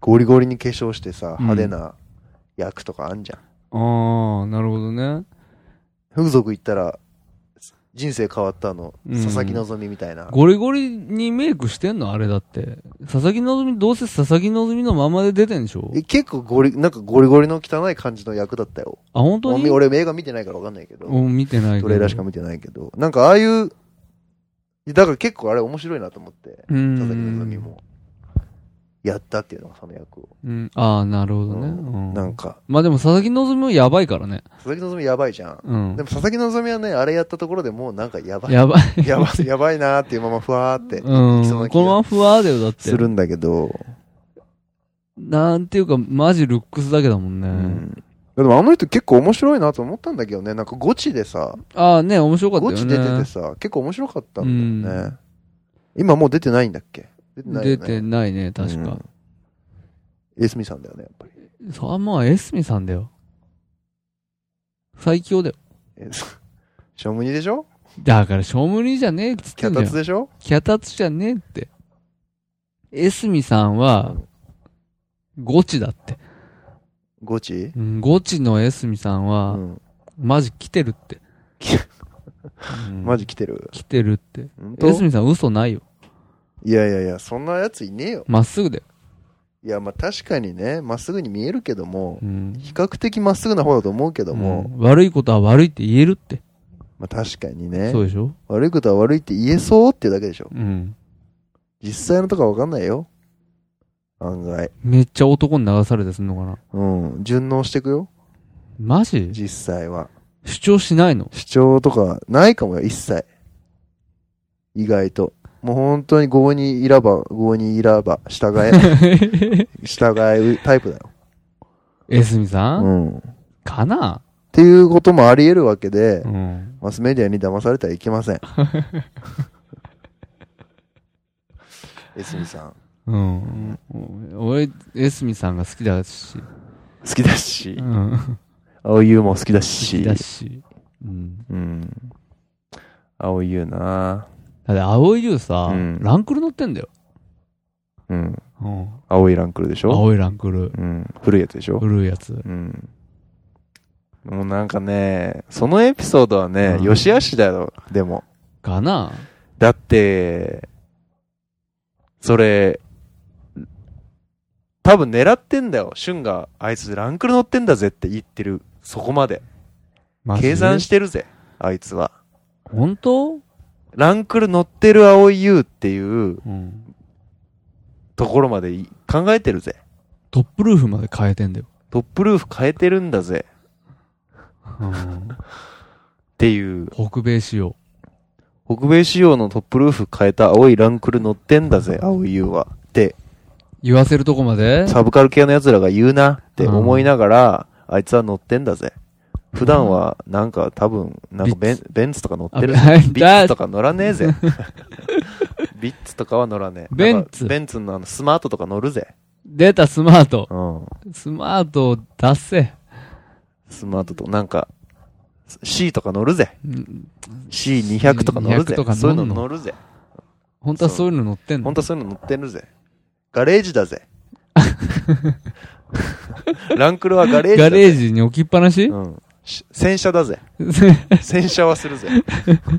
ゴリゴリに化粧してさ、派手な役とかあんじゃん。ああ、なるほどね。風俗行ったら、人生変わったの、うん佐々木希みたいな。ゴリゴリにメイクしてんのあれだって。佐々木希、どうせ佐々木希のままで出てんでしょえ結構ゴリ、なんかゴリゴリの汚い感じの役だったよ。あ、本当に俺映画見てないからわかんないけど、お見てないけどトレーラーしか見てないけど、なんかああいう、だから結構あれ面白いなと思って、う佐々木希ん。も、やったっていうのがその役を。うん。ああ、なるほどね。うんなんか、まあでも佐々木希もやばいからね。佐々木希やばいじゃん。うんで。も佐々木希はね、あれやったところでもうなんかやばい。<laughs> やばい。やばい、やばいなーっていうままふわーってうん。このまま不安だよ、だって。するんだけど、なんていうか、マジルックスだけだもんね。うんでもあの人結構面白いなと思ったんだけどね、なんかゴチでさ、ああね、面白かったよゴね。チ出ててさ、結構面白かったんだよね。今もう出てないんだっけ出てないよ出ね。てないね、確か。エスミさんだよね、やっぱり。それはもうエスミさんだよ。最強だよ。えそショムニでしょだから、ショムニじゃねえっつっキてんャじゃタんツ。でしょキャタツじゃねえって。エスミさんは、ゴチだって。ゴチうん、ゴチのエスミさんうは、ん。マジ来てるって。うんマジ来てる。来てるって。本当エスミさん嘘ないよ。いやいやいや、そんなやついねえよ。まっすぐだよ。いや、まあ確かにね、まっすぐに見えるけども、うん。比較的まっすぐな方だと思うけども、うん悪いことは悪いって言えるって。まあ確かにねそ、うでしょ悪いことは悪いって言えそうってだけでしょ。うん。実際のとかわかんないよ。案外。めっちゃ男に流されてすんのかな。うん。順応してくよ。マジ実際は。主張しない <laughs> の主張とかないかもよ、一切。意外と。もう本当に合にいらば、合にいらば、従え、 <laughs> 従えタイプだよ。エスミさん、うん。っかなていうこともあり得るわけでう、ん。マスメディアに騙されてはいけません。 <laughs> エスミさん。うん。俺、エスミさんが好きだし。好きだしう、ん。好青優も好きだきし。だし。うん。うん。青優なだって、青い優さ、うんランクル乗ってんだよ。うん。うん。青いランクルでしょ青いランクル。うん。古いやつでしょ古いやつ。うん。もうなんかね、そのエピソードはね、うんよしあしだよ、でも。かなだって、それ、多分狙ってんだよ。シュンが、あいつランクル乗ってんだぜって言ってる。そこまで。マジ計算してるぜ、あいつは。本当ランクル乗ってる青い優っていううん。ところまでい考えてるぜ。トップルーフまで変えてんだよ。トップルーフ変えてるんだぜ。うん。っていう。北米仕様。北米仕様のトップルーフ変えた青いランクル乗ってんだぜ、青い優は。って、言わせるとこまでサブカル系の奴らが言うなって思いながら、あいつは乗ってんだぜ。普段は、なんか多分、なんかベンビベンツとか乗って <laughs> るあベンツビッツとか乗らねえ <laughs> ぜ。ビッツとかは乗らねえ。ベンツなんかベンツのあのスマートとか乗るぜ。出たスマート。うん。スマートを出せ。スマートと、なんか、C とか乗るぜ。うん。 C200 とか乗るぜ200とか。乗そうんいうのの乗るぜ。本当はそういうの乗ってんの本当はそういうの乗ってるぜ。ガレージだ <laughs> ぜ。ランクルはガレージだガぜ。レージに置きっぱなし、うん。し洗車 <laughs> だぜ。洗車はするぜ。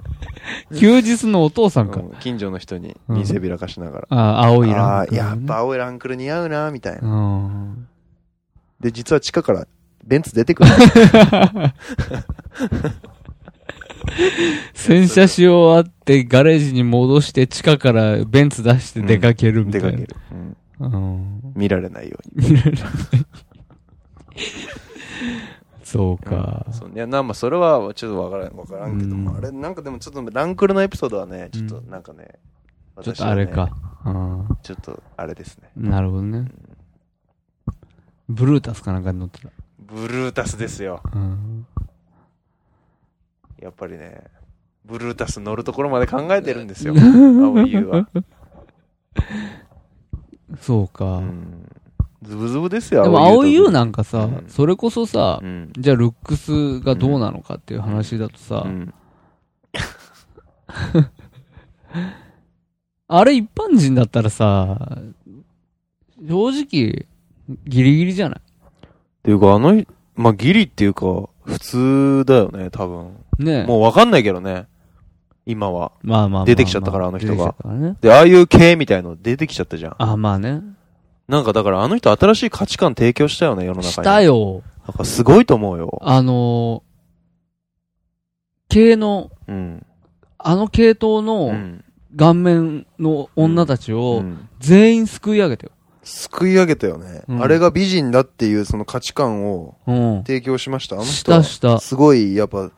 <laughs> 休日のお父さんか。うん近所の人にうん見せびらかしながら。ああ、青いランあークルね、やっぱ青いランクル似合うな、みたいな。うん。で、実は地下からベンツ出てくる。洗車し終わって、ガレージに戻して、地下からベンツ出して出かけるみた出いな。かける。うんうん。見られないように。 <laughs> そうか。そういや、な、まあ、それはちょっとわからん、わからんけども、うんあれ、なんかでもちょっとランクルのエピソードはね、ちょっとなんかね、ちょっ私とはあねれか。。うん。ちょっとあれですね。なるほどね。ブルータスかなんかに乗ってた。ブルータスですよ。うん。やっぱりね、ブルータス乗るところまで考えてるん <laughs> ですよ。青い優は。そうか。うんズブズブですよ、でも、青い優優となんかさ、うんそれこそさ、うん。じゃあルックスがどうなのかっていう話だとさ、うん。 <laughs> あれ一般人だったらさ、正直、ギリギリじゃないていうか、あの、まあ、ギリっていうか、普通だよね、多分。ねえもうわかんないけどね。今は。まあまあまあまあ出てきちゃったからあの人が出てきちゃったからね。で、ああいう系みたいの出てきちゃったじゃん。あ、まあね。なんかだからあの人新しい価値観提供したよね、世の中に。した。よ。なんかすごいと思うよ。あのー、系の、うん。あの系統うのん。顔面の女たちうをん全員救い上げてよ。救い上げたよね、うんあれが美人だっていうその価値観をうん。提供しました。あのし人たはした。すごいやっぱ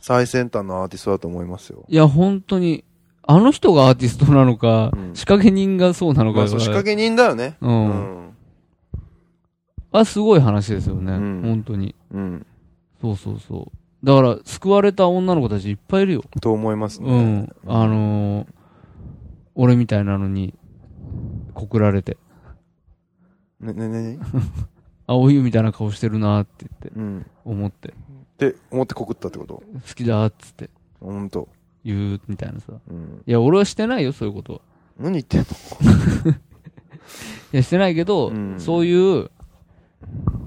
最先端のアーティストだと思いますよ。いや、本当に、あの人がアーティストなのか、うん仕掛け人がそうなのかまが、あ、そう仕掛け人だよね。う。うんん。あ、すごい話ですよね。うん本当に。うん。そうそうそう。だから、救われた女の子たちいっぱいいるよ。と思いますうね。ん。あのー、俺みたいなのに、告られて、ね、ね、ね、ねあ、お湯みたいな顔してるなーって言って、うん。思って、って思って告ったってこと好きだーっつってほんと。言う、みたいなさ。うん。いや、俺はしてないよ、そういうことは。何言ってんのいや、してないけど、うんそういう、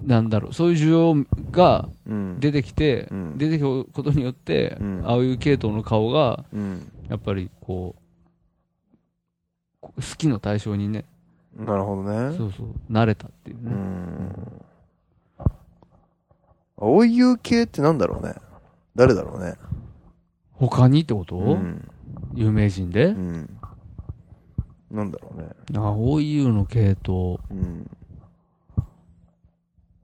なんだろう、そういう需要がうん。出てきて、うん出てくることによって、うんああいう系統の顔が、うん。やっぱりこう、こ好きの対象にね、なるほどね。そうそう、慣れたっていううね。ん。青い優系ってなんだろうね。誰だろうね。他にってこと、うん。有名人で、うん。なんだろうね。あ、OU の系統。うん。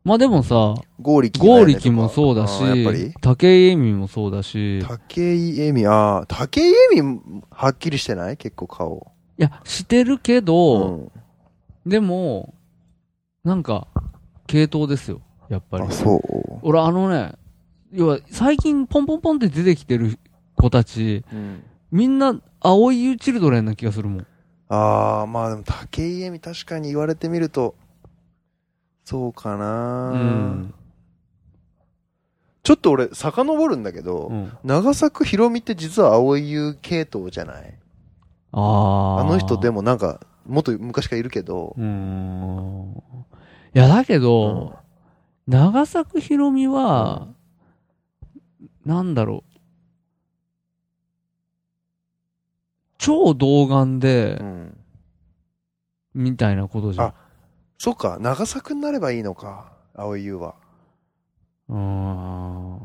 まあでもさ、ゴーリキ、剛力もそうだしあーやっぱり、武井絵美もそうだし、い竹井恵美、ああ、竹井恵美、はっきりしてない結構顔。や、してるけうど、んでも、なんか、系統ですよ、やっぱりあ、。そう。俺あのね、要は最近ポンポンポンって出てきてる子たち、うん。みんな青いユーチルドレンな気がするもん。ああ、まあでも竹井恵美確かに言われてみると、そうかな、うん。ちょっと俺、遡るんだけど、うん、長作ひろみって実は青い優系統じゃないああ。あの人でも。もなんか、もっと昔からいるけど、うーん。いや、だけど、長作ひろみは、なんだろう。超童顔でう、ん。みたいなことじゃんあ。そっか、長作になればいいのか、青い優は。うーん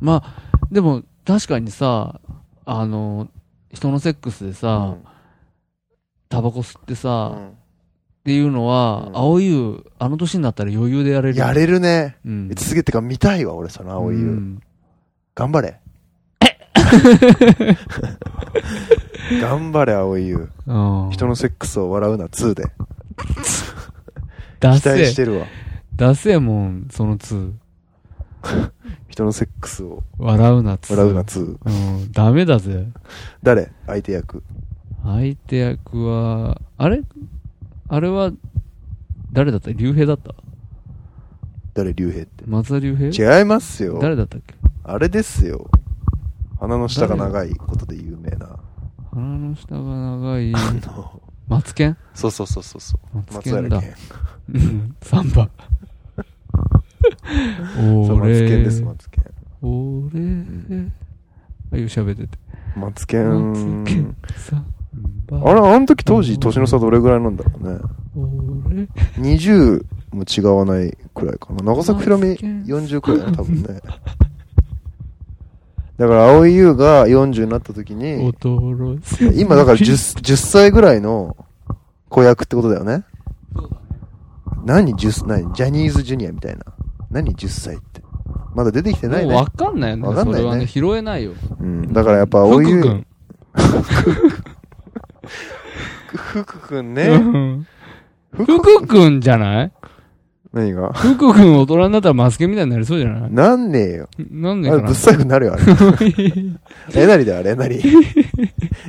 まあ、でも確かにさ、あの、人のセックスでさ、タバコ吸ってうさ、っん。ていうのは、うん青湯、あの年になったら余裕でやれる。やれるね。うん。すげえ、てか見たいわ、俺、その青い優。うん頑張 <laughs> れ。頑張れ、青い優。うん。人のセックスを笑うな、2で。ダ期待セしてるわ。ダセもん、その2。人のセックスを笑うな、2。笑うな、2。うん。ダメだぜ。誰相手役。相手役は、あれあれは、誰だった竜兵だった誰、竜兵って。松田竜兵違いますよ。誰だったっけあれですよ。鼻の下が長いことで有名な。鼻の下が長い。マツケンそうそうそうそうそう。マツケ松ン平だ。健。うん、3番。 <laughs> そう、マ俺、ツケンです、マツケン。俺、あ、いう喋ってて。マツケマツケンン。3番。あれ、あの時当時、年の差どれぐらいなんだろうね。俺、 20も違わないくらいかな。長作ひろみマツケン40くらいだね、多 <laughs> 分ね。だから、青井優が40になった時に、驚せ。今だから <laughs> 10, 10歳ぐらいの子役ってことだよね。何10、何ジャニーズジュニアみたいな。何10歳って。まだ出てきてないもうわね。かんないよね。わかんないねそれはね、拾えないよ。うん。だからやっぱ青井福優、君 <laughs> 福くんうね。ん福君じゃない何が福君大人になったらマツケンみたいになりそうじゃないなんねえよ。なんであれ、かぶなっ細工にな <laughs> るよ、あれ。えなりだよ、あれ、えなり。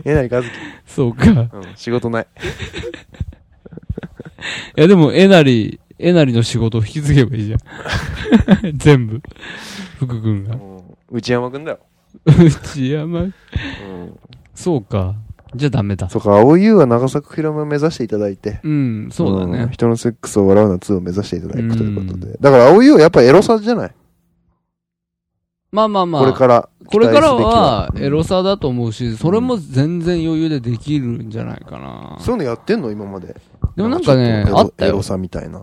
えなりかずき。そうか。うん、仕事ない。 <laughs> いやでも、えなり、えなりの仕事を引き継げばいいじゃん。 <laughs> 全部。福君が。うん内山くんだよ。内山、うん。そうか。じゃあダメだ。そうか、青い優は長作フィルムを目指していただいて。うん、そうだんね。人のセックスを笑うな2を目指していただくということうで。だから青い優はやっぱエロさじゃないまあまあまあ。これから。これからは期待すべきエロさだと思うし、それも全然余裕でできるんじゃないかな。そういうのやってんの今まで。でもなんかね、ちょあとったエロエよロ。さみたいな。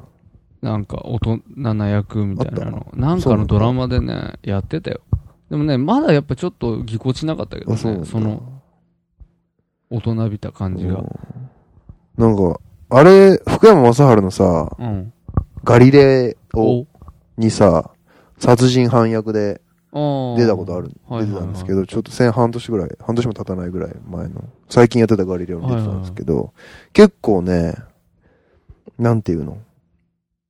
なんか大人な役みたいなあの。なんかのドラマでね、やってたよ。でもね、まだやっぱちょっとぎこちなかったけどあそうなんね、だその、大人びた感じが。なんか、あれ、福山雅治のさ、うん。ガリレーを、おにさ、殺人犯役で出出たことある。は出いはいはいてたんですけど、ちょっと先半年ぐらい、半年も経たないぐらい前の、最近やってたガリレオに出てたんですけど、結構ね、なんていうの、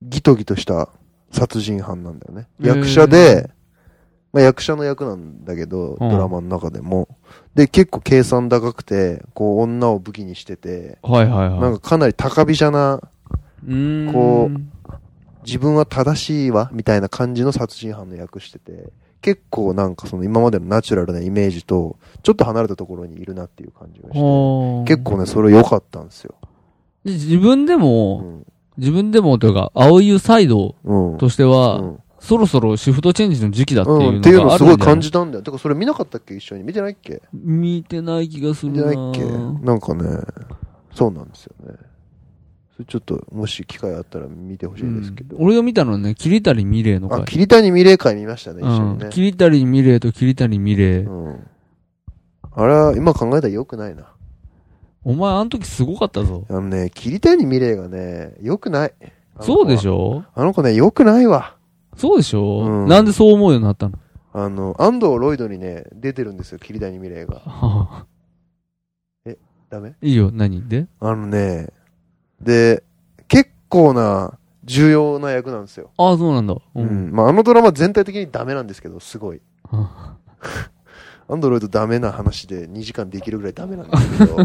ギトギトした殺人犯なんだよね。へー役者で、まあ役者の役なんだけど、うんドラマの中でも。で、結構計算高くて、こう女を武器にしてて、はいはいはい。なんかかなり高飛車な、うーんこ自分は正しいわ、みたいな感じの殺人犯の役してて、結構なんかその今までのナチュラルなイメージと、ちょっと離れたところにいるなっていう感じがして、ほー結構ね、それ良かったんですよ。で自分でうも、ん。自分でもというか、青い湯サイドうん。としてうは、んそろそろシフトチェンジの時期だってうん。っいていううのがのあすごるんじゃいない感じたんだよ。てか、それ見なかったっけ一緒に。見てないっけ見てない気がする見てなないっけなんかね、そうなんですよね。それちょっと、もし機会あったら見てほしいんですけど。うん俺が見たのはね、桐谷美玲のあ、回。桐谷美玲会見ましたね、一緒にうんね。桐谷美玲と桐谷美玲。うん。あれは、今考えたら良くないな。お前あの時すごかったぞ。あのね、桐谷美玲がね、良くない。そうでしょょあの子ね、良くないわ。そうでしょ、うんなんでそう思うようになったの <laughs> あの、安藤ロイドにね、出てるんですよ、桐谷美玲が。はあダメいいよ、何であのね、で、結構な、重要な役なんですよ。ああ、そうなんだ。う。うんん。まあ、あのドラマ全体的にダメなんですけど、すごい。はあアンドロイドダメな話で2時間できるぐらいダメなんです <laughs> けど、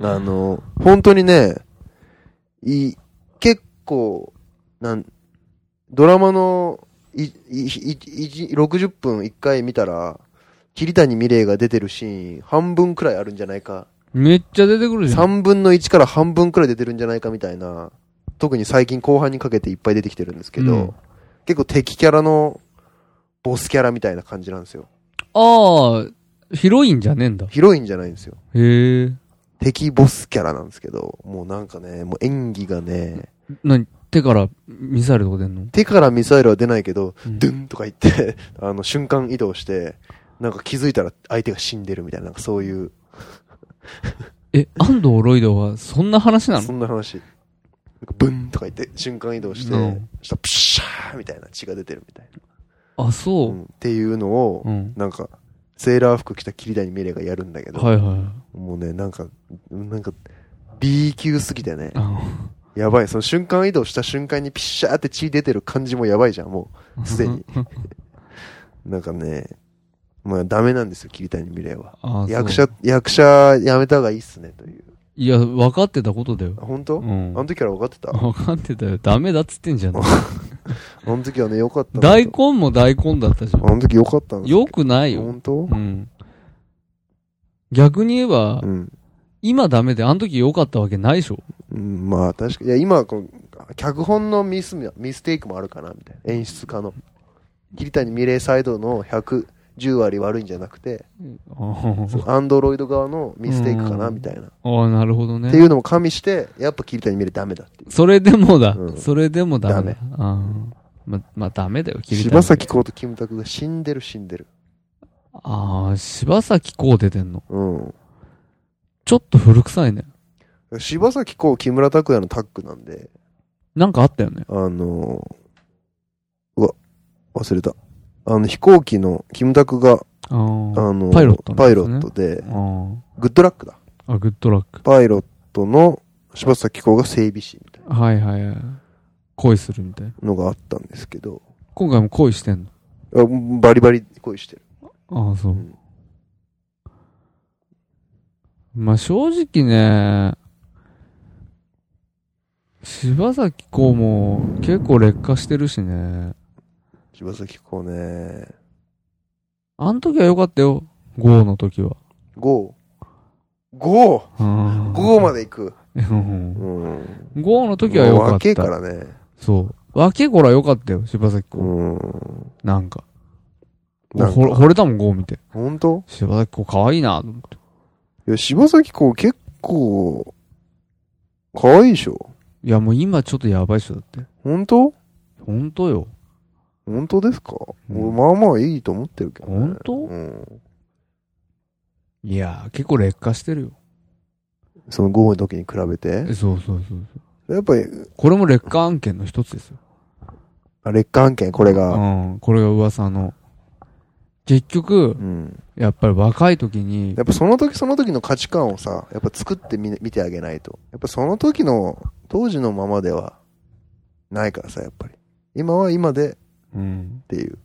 あの、本当にね、い、結構、なん、ドラマの、い、い、い、い、60分1回見たら、桐谷美玲が出てるシーン、半分くらいあるんじゃないか。 <laughs> めっちゃ出てくるじゃん。 3分の1から半分くらい出てるんじゃないかみたいな、特に最近後半にかけていっぱい出てきてるんですけど、うん結構敵キャラの、ボスキャラみたいな感じなんですよ。ああ、ヒロインじゃねえんだ。ヒロインじゃないんですよ。へえ。敵ボスキャラなんですけど、もうなんかね、もう演技がね、何手からミサイルとか出んの、手からミサイルは出ないけど、うんドゥンとか言って、 <laughs> あの、瞬間移動して、なんか気づいたら相手が死んでるみたいな、なんかそういう、え、安藤ロイドはそんな話なのそんな話。なんかブンとか言って、瞬間移動して、うんそしたらプシャーみたいな血が出てるみたいあ、な。そうんっていうのをう。う、ん。なんか、セーラー服着た桐谷美玲がやるんだけど、はいはい。もうね、なんか、なんか、B 級すぎてね、あやばい、その瞬間移動した瞬間にピッシャーって血出てる感じもやばいじゃん、もう。<laughs> のすでに。なんかね、まあダメなんですよ、桐谷美玲は。 <laughs> あそう役者、役者やめた方がいいっすね、という。いや、分かってたことだよあ。本当、うあん。の時から分か <laughs> ってた。あ分かってたよ。ダメだっつってんじゃん。の時はね、良かったなと大根も大根だったじゃあの時良かったんん。ですよよくないよ。本当うん。逆に言えばう、ん。今ダメで、あの時良かったわけないでしょ。うん、まあ確かに。いや、今はこう、脚本のミス、ミステイクもあるかな、みたいな。演出家の。桐谷美玲サイドの110割悪いんじゃなくて、あアンドロイド側のミステイクかな、うんみたいな。っ <laughs> あ、なるほどていね。うのも加味して、やっぱ桐谷美玲ダメだっていう。それでもだう。んそれでもダメダ。あーま、まあ、ダメだよ、桐谷柴咲コウとキムタクが死んでる死んでる。ああ、柴咲コウ出てんの。うん。ちょっと古臭いね。柴咲コウ、木村拓哉のタッグなんで、なんかあったよね。あのーうわ、忘れた。あの、飛行機の、キムタクが、あーあのーパイロットなんですねパイロットで、あー。グッドラックだ。あ、グッドラック。パイロットの柴咲コウが整備士みたいはいはいはい。恋するみたいな。なのがあったんですけど、今回も恋してんあバリバリ恋してる。のああ、そうう。んまあ正直ね、柴咲コウも結構劣化してるしね。柴咲コウね、あの時は良かったよ。ゴーの時は。ゴー。 5!5 うんまで行く。うんうん。 5の時は良かもうっ若いた。からね。そう。若い頃は良かったよ、柴咲うコウ。ん。なんか。なんかほ惚れたもん、5見て。ほんと柴咲コウ可愛いなと思って。いや、柴咲コウ結構、可愛いでしょいや、もう今ちょっとやばいっしょ、だって。ほんとほんとよ。本当ですか、うん俺、まあまあいいと思ってるけど、ね。ほんとうん。いやー、結構劣化してるよ。その5の時に比べて。えそうそうそうやっぱり、そう。これも劣化案件の一つですよ。あ劣化案件、これが。うん。これが噂の。結局う、ん。やっぱり若い時に、やっぱその時その時の価値観をさ、やっぱ作ってみ見てあげないと。やっぱその時の、当時のままでは、ないからさ、やっぱり。今は今でっうん。ていう。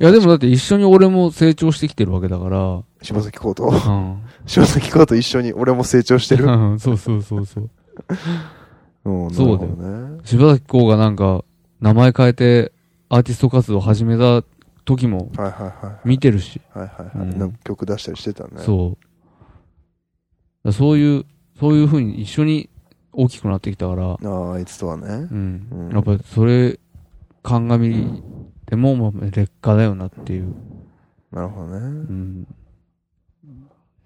いや、でもだって一緒に俺も成長してきてるわけだか柴咲コウと、 <laughs> ら、うん。柴咲コウと一緒に俺も成長してる。うん <laughs> そうそうそうそう。うん、なるそうほだどよね。柴咲コウがなんか、名前変えてアーティスト活動を始めた時もはいはいはい。見てるし、はいはいはい。うんなんか曲出したりしてたね。そう。だそういう、そういう風に一緒に大きくなってきたから、ああ、あいつとはね。うん。うんやっぱりそれ、鑑みでも、まあ、劣化だよなっていう。なるほどねう。ん。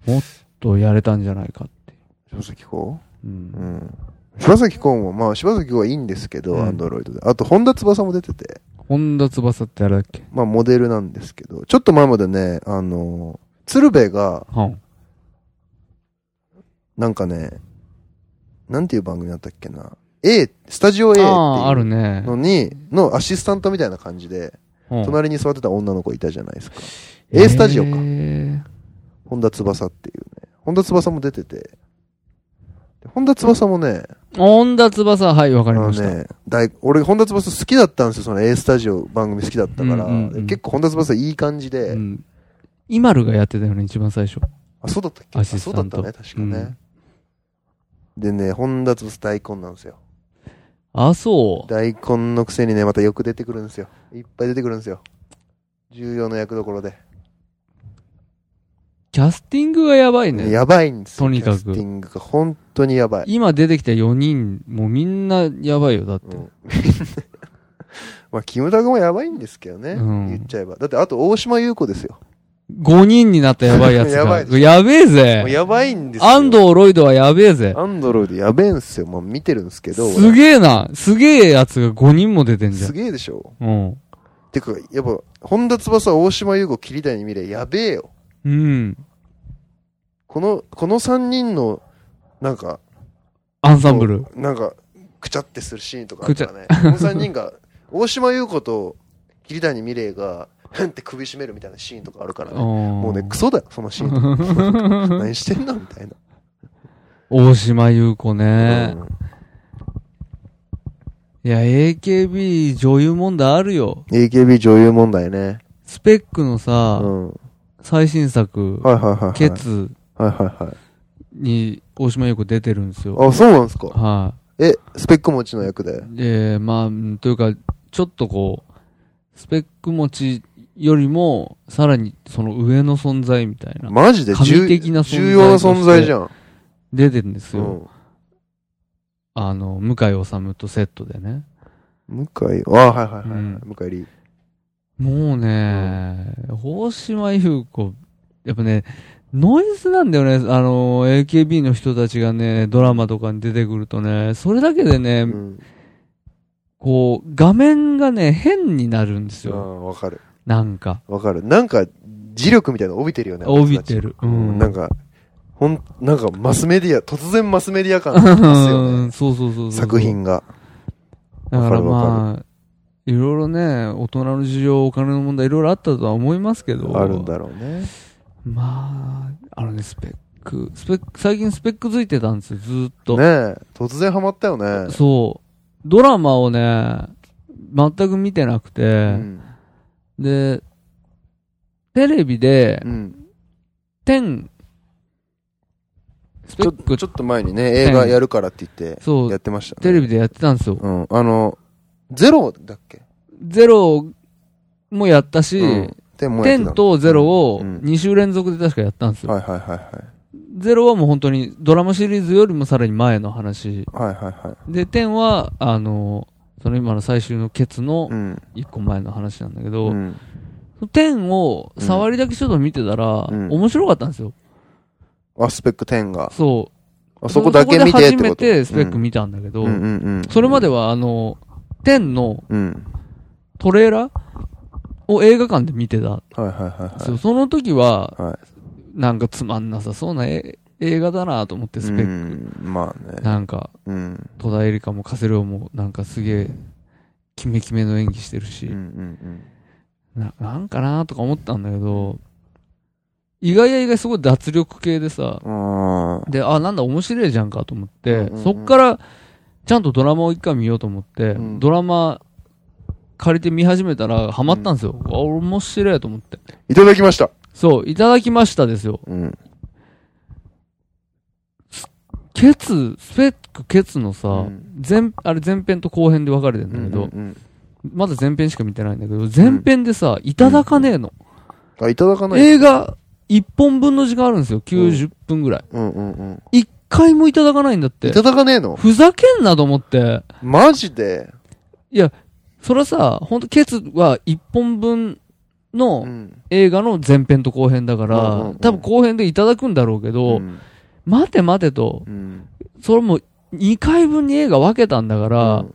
もっとやれたんじゃないかってい柴咲コウう。うん。うん柴咲コウも、まあ、柴咲コウはいいんですけど、うんアンドロイドで。あと、本田翼も出てて、本田翼ってあれだっけまあ、モデルなんですけど、ちょっと前までね、あの、鶴瓶が、はん。なんかね、なんていう番組だったっけな、A、スタジオ A っていああー、あるうね。のに、のアシスタントみたいな感じで、うん隣に座ってた女の子いたじゃないですか。A スタジオか。へ本田翼っていうね。本田翼も出てて、で本田翼もね、ー本田翼、はい、わかありのました。ね、大俺、本田翼好きだったんですよ、その A スタジオ番組好きだったから、うんうんうん結構本田翼いい感じで、うん。イマルがやってたよね、一番最初。あ、そうだったっけアあシそスうだタっントたね、確かね。でね、本田翼大根なんですよ。あ、そう。大根のくせにね、またよく出てくるんですよ。いっぱい出てくるんですよ。重要な役どころで。キャスティングがやばいね。やばいんですよ。とにかくキャスティングが本当にやばい。今出てきた4人、もうみんなやばいよ、だって。うん <laughs> まあ、キムタクもやばいんですけどね。うん言っちゃえば。だって、あと、大島優子ですよ。 5人になったやばいやつ <laughs> やばが。いでしょやべえもうぜ。やばいんですよ。安藤ロイドはやべえぜ。アンドロイドやべえんすよ。まあ、見てるんですけど。すげえな。すげえやつが5人も出てんじゃすん。げえでしょうん。てか、やっぱ、本田翼、大島優子、桐谷美玲、やべえよ。うん。この、この三人の、なんか、アンサンブルこ。うなんか、くちゃってするシーンとかあったらね。この三人が、大島優子と桐谷美玲が、ふんって首絞めるみたいなシーンとかあるからね。ももうね、クソだよ、そのシー <laughs> ン。何してんのみたいな。大島優子ね。うんいや、AKB 女優問題あるよ。 AKB 女優問題ね。スペックのうさ、ん。最新作、はいはいはいはい。ケ。ツはいはいはい。に大島優子出てるんですよ。あ、そうなんですか。はえ、スペック持ちの役で。い。で、まあ、うんというか、ちょっとこう、スペック持ちよりも、さらにその上の存在みたいな、マジで重神的な存在として重要な存在じゃん。出てるんですうよ。ん。あの、向井治とセットでね。向井、ああ、はいはいはいはい。うん向井理。もうね、大島優子、やっぱね、ノイズなんだよね。あの、AKB の人たちがね、ドラマとかに出てくるとね、それだけでね、うん。こう、画面がね、変になるんですあよ。あ、わかる。なんか。わかる。なんか、磁力みたいなの帯びてるよね。帯びてるあの人たちうんなんか、ほん、なんかマスメディア、突然マスメディア感がありますようねん。そうそうそうそう。作。品が。だわからかるまあ、いろいろね、大人の事情、お金の問題、いろいろあったとは思いますけど。あるんだろうね。まあ、あのね、スペック、スペック、最近スペックついてたんですよ、ずーっと。ねえ、突然ハマったよね。そう。ドラマをね、全く見てなくて、うん。で、テレビでう、ん。天、スペちょック、ちょっと前にね、映画やるからって言って、そやう、ってましたね。テレビでやってたんですよ。うん。あの、ゼロだっけゼロもやったし、うん。天もやってた10とゼロをうん2週連続で確かやったんですよ。はいはいはいはい。ゼロはもう本当にドラマシリーズよりもさらに前の話。はいはいはい。で、10は、あの、その今の最終のケツのうん。一個前の話なんだけうど、ん。 10を触りだけちょっと見てたら、うん面白かったんですよ。あ、スペック10が。そあう。そこだけ見てってことそこで初めてスペック見たんだけど、うんうんうん。それまではあの、10のうん。トレーラーを映画館で見てたんはいはいはいではすよ。その時は、い。はい。なんかつまんなさそうなえ映画だなと思って、スペック。うん、まあね。なんか、うん。戸田恵梨香もカセルオもなんかすげえ、キメキメの演技してるし、うんうんうん。ななんかなとか思ったんだけど、意外や意外すごい脱力系でさ、あで、あ、なんだ面白いじゃんかと思って、うんうんうんそっから、ちゃんとドラマを一回見ようと思って、うんドラマ借りて見始めたらハマったんですよ。うわ面白いと思って。あ。いただきました。そう、いただきましたですよ。うん。ケツ、スペックケツのさ、うん前、あれ前編と後編で分かれてんだけど、うんうんまだ前編しか見てないんだけど、前編でさ、いただかねえの。あ、いただかない。映画、1本分の時間あるんですよ。90分ぐらい。うんうんうん。一回もいただかないんだっいてた。だかねえのふざけんなと思って。マジでそれはさ、ほんとケツは1本分うのん。映画の前編と後編だかうんうんうらん、多分後編でいただくんだろうけうど、ん。待て待てと、うん。それも2回分に映画分けたんだから、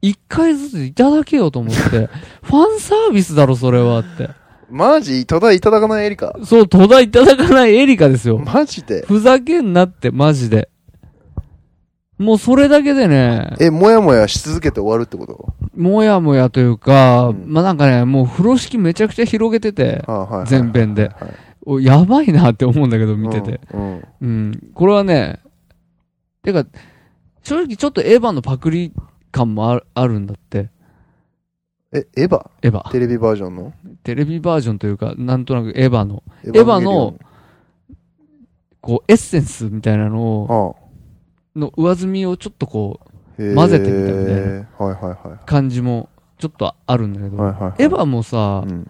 1回ずついただけようと思って、 <laughs> ファンサービスだろそれはって。マジいただ、いただかないエリカ。そう、戸田いただかないエリカですよ。マジでふざけんなって、マジで。もうそれだけでね、え、もやもやし続けて終わるってこともやもやというか、うんまあ、なんかね、もう風呂敷めちゃくちゃ広げてて、あはいはいはい。前編で。おやばいなって思うんだけど、見てて。うん。うん。うん。これはね、てか、正直ちょっとエヴァのパクリ感もあるあるんだって。え、エヴァエヴァ。テレビバージョンのテレビバージョンというか、なんとなくエヴァの、エヴァのこう、エッセンスみたいなのを、あの上積みをちょっとこう、へー混ぜてみたみたいなはいはいは感じもちょっとあるんだけい。ど、はいはい。エヴァもさ、うん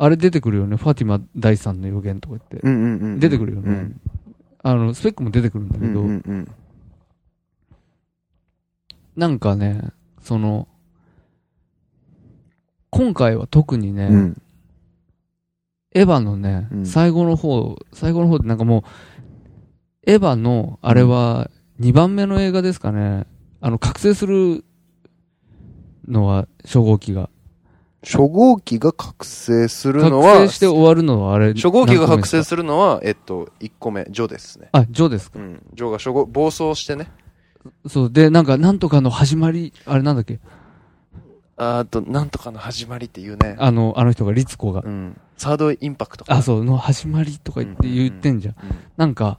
あれ出てくるよね。ファティマ大さんの予言とか言って。うんうんうん。出てくるよね。うんあの、スペックも出てくるんだうけんど、うんうん。なんかね、その、今回は特にね、うん。エヴァのね、うん最後の方、最後の方ってなんかもう、エヴァの、あれは、2番目の映画ですかね。あの、覚醒するのは、初号機が。初号機が覚醒する覚のは醒、して終わるのは、あれ、初号機が覚醒る。するのは、えっと、1個目、ジョですね。あ、ジョーですか。うん。ジョが初号、暴走してね。そう、で、なんか、なんとかの始まり、あれなんだっけあーと、なんとかの始まりっていうね。あの、あの人が、リツコがう。ん。サードインパクトか。あ、そう、の始まりとか言ってうん言ってんじゃん。うん。なんか、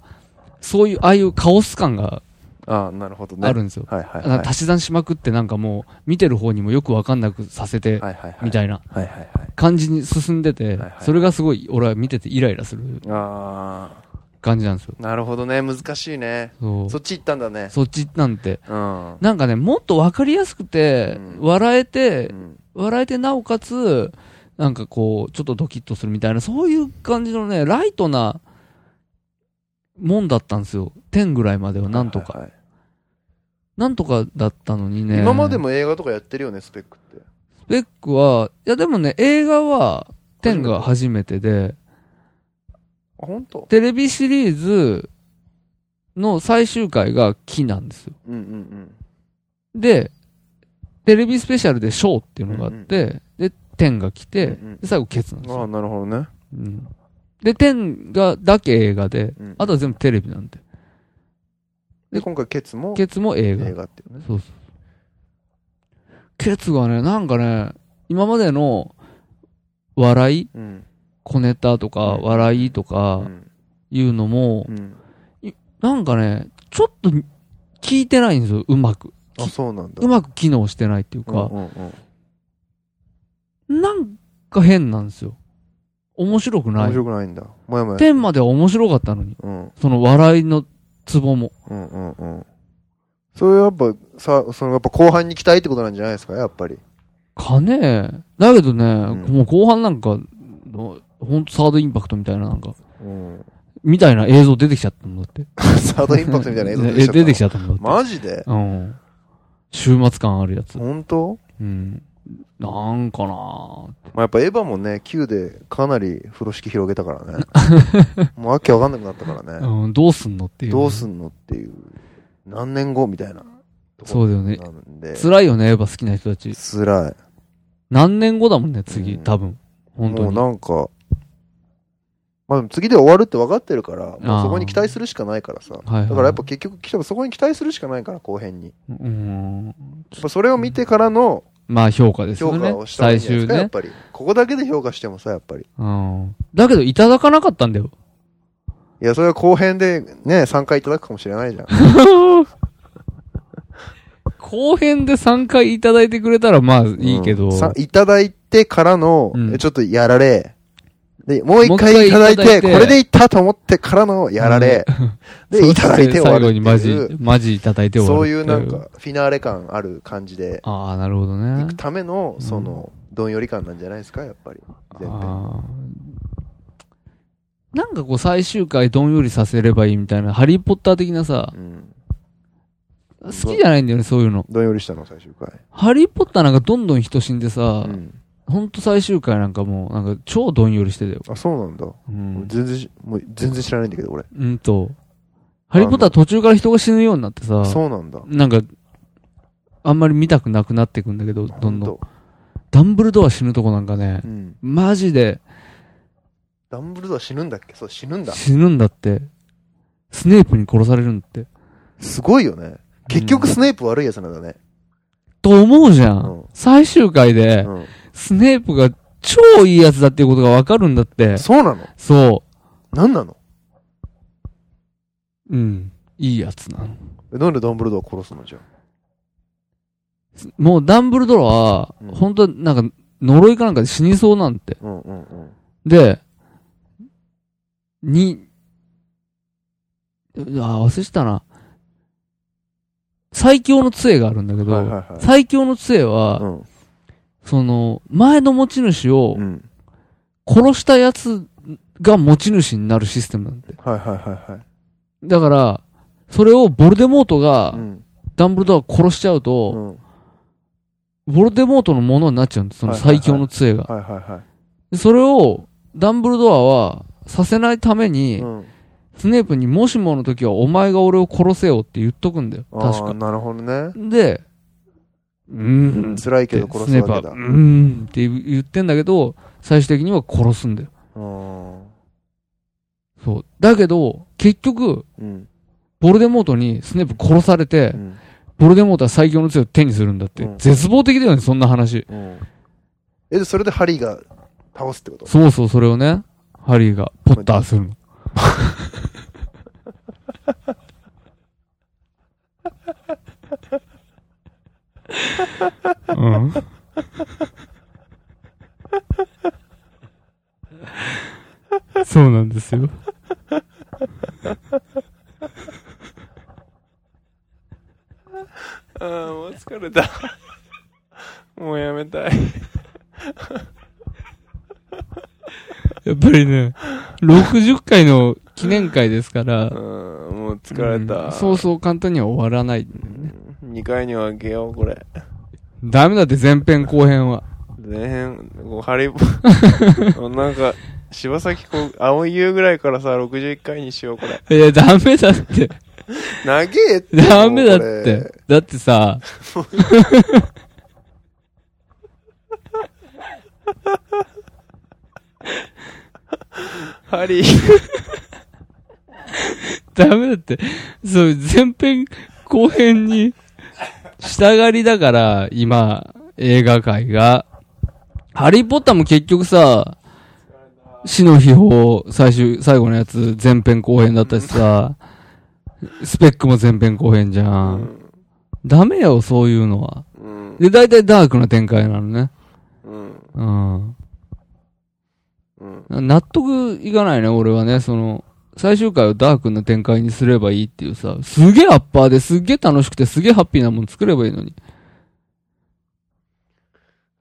そういう、ああいうカオス感があーなるほどね。あるんですよ。はいはいなんはかい。足し算しまくってなんかもう、見てる方にもよくわかんなくさせて、はいはいはい。みたいなはいはいはい。感じに進んでてはい、はいそれがすごい、俺は見ててイライラするあ感じなんですよ。ー、なるほどね。難しいね。そうそっち行ったんだね。そっちなんて。うん。なんかね、もっとわかりやすくてうん、笑えてう、ん笑えてなおかつ、なんかこう、ちょっとドキッとするみたいな、そういう感じのね、ライトな、もんだったんですよ。10ぐらいまではなんとか。はいはいなんとかだったのにね。今までも映画とかやってるよね、スペックって。スペックは、いやでもね、映画は、10が初めてで、あ、本当。テレビシリーズの最終回が木なんですよ。うんうんで、テレビスペシャルでショーっていうのがあって、で、10が来て、うんうんで最後ケツなんうですん。ああ、よ。なるほどね。うんで、10がだけ映画で、うんあとは全部テレビなんで。で、今回ケツもケツも映画。映画っていうね。そうそうケツがね、なんかね、今までの笑い、うん。小ネタとか、うん笑いとうかん。いうのもう、ん。なんかね、ちょっと聞いてないんですよ、うまく。あ、そうなんだ。うまく機能してないっていううんか、うんうん。なんか変なんですよ。面白くな面い。白くないんだ。もやもや。天までは面白かったのに、うん。その笑いのツボも。うんうんうん。それやっぱ、さ、そのやっぱ後半に期待ってことなんじゃないですか、やっぱり。かねえ。だけどね、んもう後半なんか、のほんとサードインパクトみたいななんか、 <laughs> うん。みたいな映像出てきちゃったんだって。サードインパクトみたいな映像ね出てきちゃったえ出てきちゃったんだって。マジでうん。週末感あるやつ。本当うん。なんかなぁまあやっぱエヴァもね、Q でかなり風呂敷広げたから <laughs> ね。もうわけわかんなくなったからね。うん、どうすんのっていう。どうすんのっていう。何年後みたいな。そうだよね。なんで、辛いよね、やっぱ好きな人たち。辛い。何年後だもんね、う次、ん多分。本当もうに。なんか、まあでも次で終わるって分かってるから、もうそこに期待するしかないからさ。はいはいだからやっぱ結局、きっとそこに期待するしかないから、後編に。うん。やっぱそれを見てからのまあ、評価ですよ評ね価を。した方がいい最んじゃないで終すか、やっね。ぱり。ここだけで評価してもさ、やっぱり。うん。だけど、いただかなかったんだよ。 <laughs> いや、それは後編でね、参加いただくかもしれないじゃん。後編で3回いただいてくれたら、まあ、いいけど。うんさいただいてからの、うんちょっとやられ。で、もうもう一一回回いただいて、いただいてこれでいったと思ってからのやられ。そ <laughs> で、しいただいて終わる最っ後ていにう。マジ、マジいただいて終そわういるっうていなん。か、フィナーレ感ある感じで、ああ、なるほど行ねく。ための、うんその、どんより感なんじゃないですか、やっぱり。全編。あーなんかこう最終回どんよりさせればいいみたいな、ハリーポッター的なさ、うん。好きじゃないんだよね、そういうの。どんよりしたの、最終回。ハリーポッターなんかどんどん人死んでさ、うん。ほんと最終回なんかもう、なんか超どんよりしてたよ。あ、そうなんだ。うん。全然し、もう全然知らないんだけど、俺。うんと、ハリーポッター途中から人が死ぬようになってさ、そうなんだ。なんか、あんまり見たくなくなっていくんだけど、どんどほとん。ダンブルドア死ぬとこなんかねう、ん。マジでダンブルドア死ぬんだっけそう、死ぬんだ。死ぬんだって。スネープに殺されるんだって。すごいよね。結局うんスネープ悪いやつなんだね。と思うじゃん。うん最終回で、うん。スネープが超いいやつだっていうことがわかるんだって。そうなのそなんなのう。うん。いいやつなの。えなんでダンブルドア殺すのじゃあもうダンブルドラは、うん本当なんか、呪いかなんかで死にそうなんて。うんうんうん。で、に、あ忘れてたな。最強の杖があるんだけど、はいはいはい最強の杖は、うんその、前の持ち主をうん。殺したやつが持ち主になるシステムなんだよはいはいはいはい。だから、それをボルデモートがうん。ダンブルドアを殺しちゃううと、ん。ボルデモートのものになっちゃうんです、そのはいはいは最い強の杖が。はいはいはでそれをダンブルドアはさせないためい。にう、ん。スネープにもしもの時はお前が俺を殺せよって言っとくんだよ、あ確あ、か。なるほどね。で、うーんって、辛いけど殺スすネープは、わうけだ。ーんって言ってんだけど、最終的には殺すんだよ。うん。そう。だけど、結局、うん。ボルデモートにスネープ殺されて、うん。ボルデモートは最強の杖を手にするんだって。うん絶望的だよね、そんな話。うん。え、でそれでハリーが倒すってことそうそう、それをね、ハリーがポッターするの。うん、そうなんですよ。あーもう疲れたもうやめたいやっぱりね、60回の記念会ですからうん、もう疲れた、うんそうそう簡単には終わらない。 2回に分けようこれダメだって前編後編は。前編こうハリーポ <laughs> なんか柴咲コウ青い優ぐらいからさ61回にしようこれいや、ダメだって。長えって。ダメだっもうこてれ。。だってさ。ハリーダメだって。そう、前編後編に従りだから、今、映画界が。ハリーポッターも結局さ、死の秘宝、最終、最後のやつ、前編後編だったしさ、スペックも前編後編じゃん。ダメよ、そういうのは。うんで、大体ダークな展開なのね。うんうん。うんな納得いかないね、俺はね、その、最終回をダークな展開にすればいいっていうさ、すげえアッパーですげえ楽しくてすげえハッピーなもん作ればいいのに。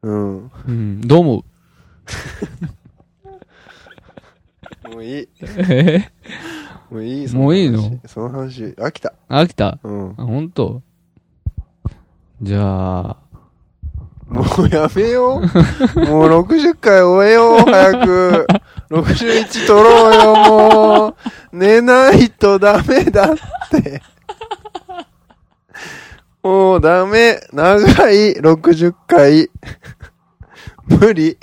うん。うん、どう思うもういい。えもういい。もういいのそ話その話、飽きた。飽きたうん。あ、ほんとじゃあ、もうやめよう。もう60回終えよう、早く。61取ろうよ、もう。寝ないとダメだって。もうダメ。長い、60回。無理。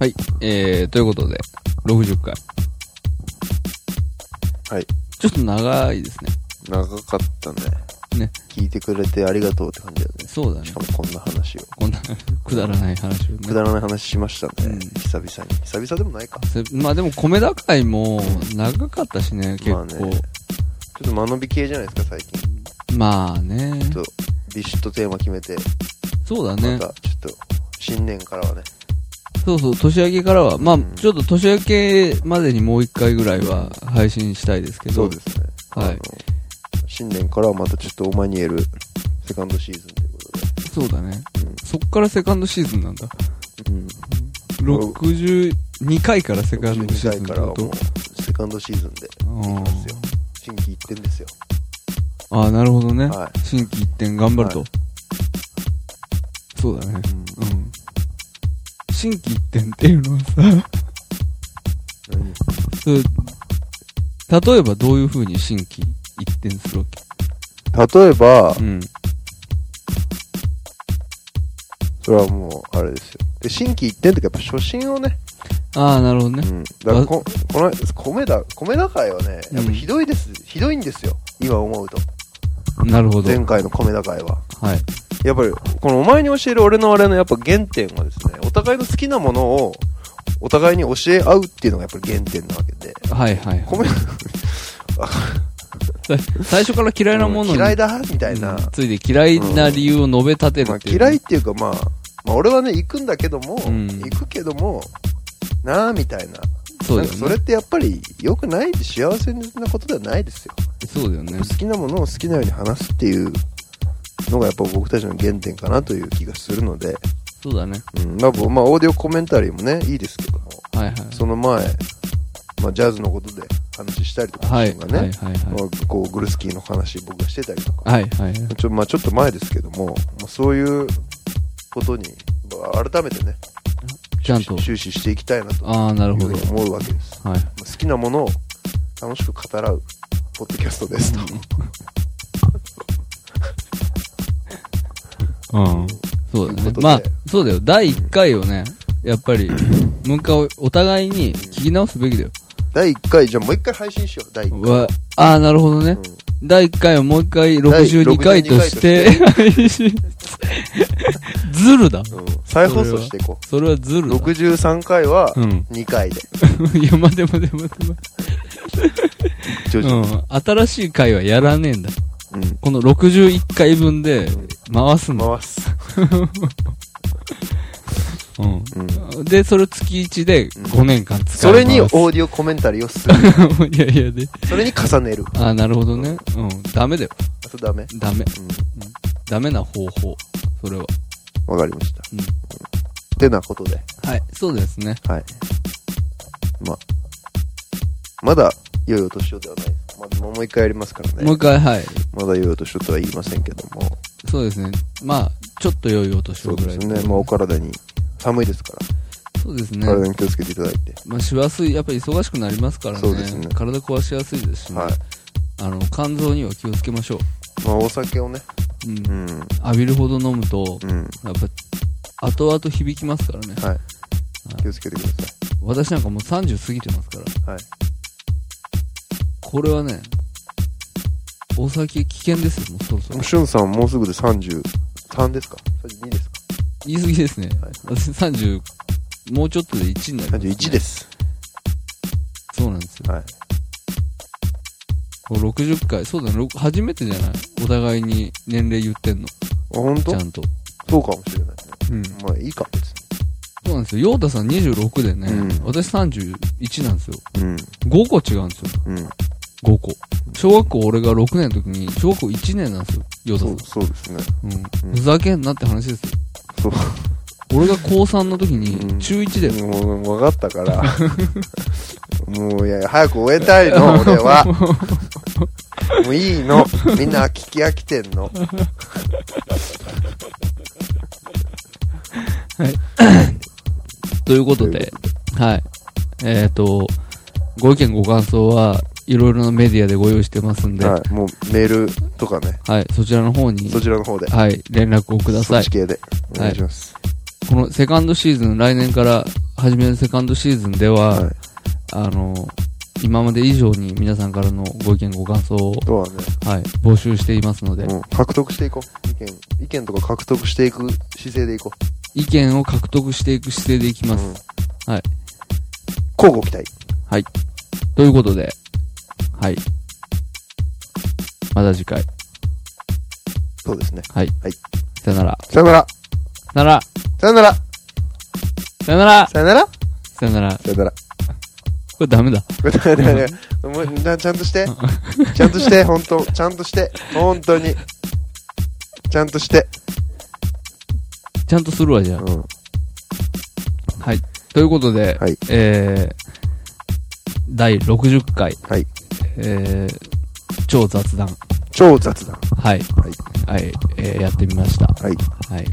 はい、えー、ということで、60回。はい。ちょっと長いですね。長かったね。ね。聞いてくれてありがとうって感じだよね。そうだねし。かもこんな話を。こんなくだらない話をねくだらない話しましたね。うん久々に。久々でもないか。せまあでも、米田会も長かったしね、結まあ構ね。ちょっと間延び系じゃないですか、最近。まあね。ちょっと、ビシッとテーマ決めて、そうだまね。た、ちょっと、新年からはね。そうそう、年明けからは、まあ、うんちょっと年明けまでにもう一回ぐらいは配信したいですけど。そうですね。はあいの。新年からはまたちょっとオマニエル、セカンドシーズンということで。そうだねうん。そっからセカンドシーズンなんだ。うん。 62回からセカンドシーズ62回ンってかこらはもとう、セカンドシーズンで、いきますよ。新規一点ですよ。ああ、なるほどね。は新規一点頑張ると。はそうだね。うんうん。新規一点っていうのはさ、何それ例えばどういう風に新規一点するわ例えばけ、うん。それはもう、あれですよ。で、新規一点ってかやっぱ初心をね、ああ、なるほどね。うん、だからここの米田米田会はねやっぱひどいです、ひどいんですよ今思うとなるほど。前回の米田会ははい。やっぱりこのお前に教える俺のあれのやっぱ原点はですねお互いの好きなものをお互いに教え合うっていうのがやっぱり原点なわけではいはい、は米田い。最初から <laughs> 嫌いなものに。嫌いだみたいな、うんついで嫌いな理由を述べ立てるまっあていう。嫌いっていうかまあ、まあ、俺はね行くんだけども、うん行くけどもなあみたいなそうなだんよかね。それってやっぱり良くないって幸せなことではないですよそうだよね好。きなものを好きなように話すっていうのがやっぱ僕たちの原点かなという気がするので、そうだね。うん、まあ、ぼまあオーディオコメンタリーもねいいですけどもはいはい。その前、まあ、ジャズのことで話したりとかはい。とかはいはねい、はい。まあこうグルスキーの話僕がしてたりとか、はいはい。ちょまあ、ちょっと前ですけども、まあ、そういうことにまあ改めてねちゃんと。終始していきたいなとああ、なるいうほふうど。に思うわけです、はい。まあ好きなものを楽しく語らうポッドキャストですと。うん。そうだということ。でねまあ、そうだよ。第1回をね、やっぱり、もう一回お互いに聞き直すべきだよ。第1回、じゃあもう1回配信しよう、第1回。わああ、なるほどね。第1回をもう一回62回として、 <laughs> ズルだ。うん再放送していこそれはズう。ルだ。 63回はうん。 2回で、 <laughs> いや、待て待て待て待て。徐々うに。ん。新しい回はやらねえんだ。うんこの61回分で回すの。回す。うん。うんで、それを月1で5年間使それにオおーディオコメンタリーをする。 <laughs> いやいやで。それに重ねる。ああ、なるほどね。うん。ダメだよ。あそれダメ。ダメ。うダメな方法。それは。ん。わかりました。うんってなことで、はい。そうですね。はい。まあ、まだ、良いお年をではない。まあ、もう一回やりますからもうね一。回、はい。まだ良いお年をとは言いませんけども。そうですね。まあ、ちょっと良いお年そをうぐでらいすね。まあ、お体に、寒いですかそうですら、ね。体に気をつけていただいて。まあ、しわすい、やっぱり忙しくなりますからね。そうですね体壊しやすいですしね。はい。あの、肝臓には気をつけましょう。まあ、お酒をね、うん。うん、浴びるほど飲むと、うん。やっぱ、後々響きますからね。はい。気をつけてください。私なんかもう30過ぎてますから。はい。これはね、お酒危険ですよ、もうそろそろ。しゅんさんもうすぐで33ですか ?32 ですか言い過ぎですね。はい私30、もうちょっとで1になります、ね。。?31 ですす。そうなんですよ。はい。こう60回、そうだね、ろく初めてじゃないお互いに年齢言ってんの。あ、ほんちとゃんと。そうかもしれないね。うん。まあいいか、別そうなんですよ。ヨータさん26でね、うん私31なんですよ。に。 5個違うんですよ。うん。うん。 5個。小学校俺が6年の時に、小学校1年なんですよ、ヨタさん。そうですね。うん。ふざけんなって話ですよ。そう。俺が高3の時に、中1だよ。もう分かったから。 <laughs> もういや、早く終えたいの、 <laughs> 俺は。もういいの。みんな聞き飽きてんの。ということで、はい。えっ、と、ご意見ご感想はいろいろなメディアでご用意してますんで、ははい。もうメールとかね、い、そちらの方にそ、ちらの方で。はい、連絡をくださそっいち。系で。お願いします。このセカンドシーズン、来年から始めるセカンドシーズンでは、はいあの、今まで以上に皆さんからのご意見ご感想を、とはね、はい、募集していますので、うん。獲得していこう。意見、意見とか獲得していく姿勢でいこう。意見を獲得していく姿勢でいきます。交互期待。ということで、はい。また次回、そうですね。さよなら。さよなら。さよなら。さよなら。さよなら。さよなら。さよなら。さよなら。これダメだ。これだめだめだめもうなちゃんとして。ちゃんとして、ほんと。ちゃんとして。ほんとに。ちゃんとして。ちゃんとするわ、じゃあ。うんはい。ということで、はいえー、第60回、はいえー、超雑談、超雑談。はい。はい。えーやってみました。はい。はい。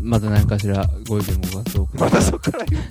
また何かしらご意見ご感想をください。またそっから言う。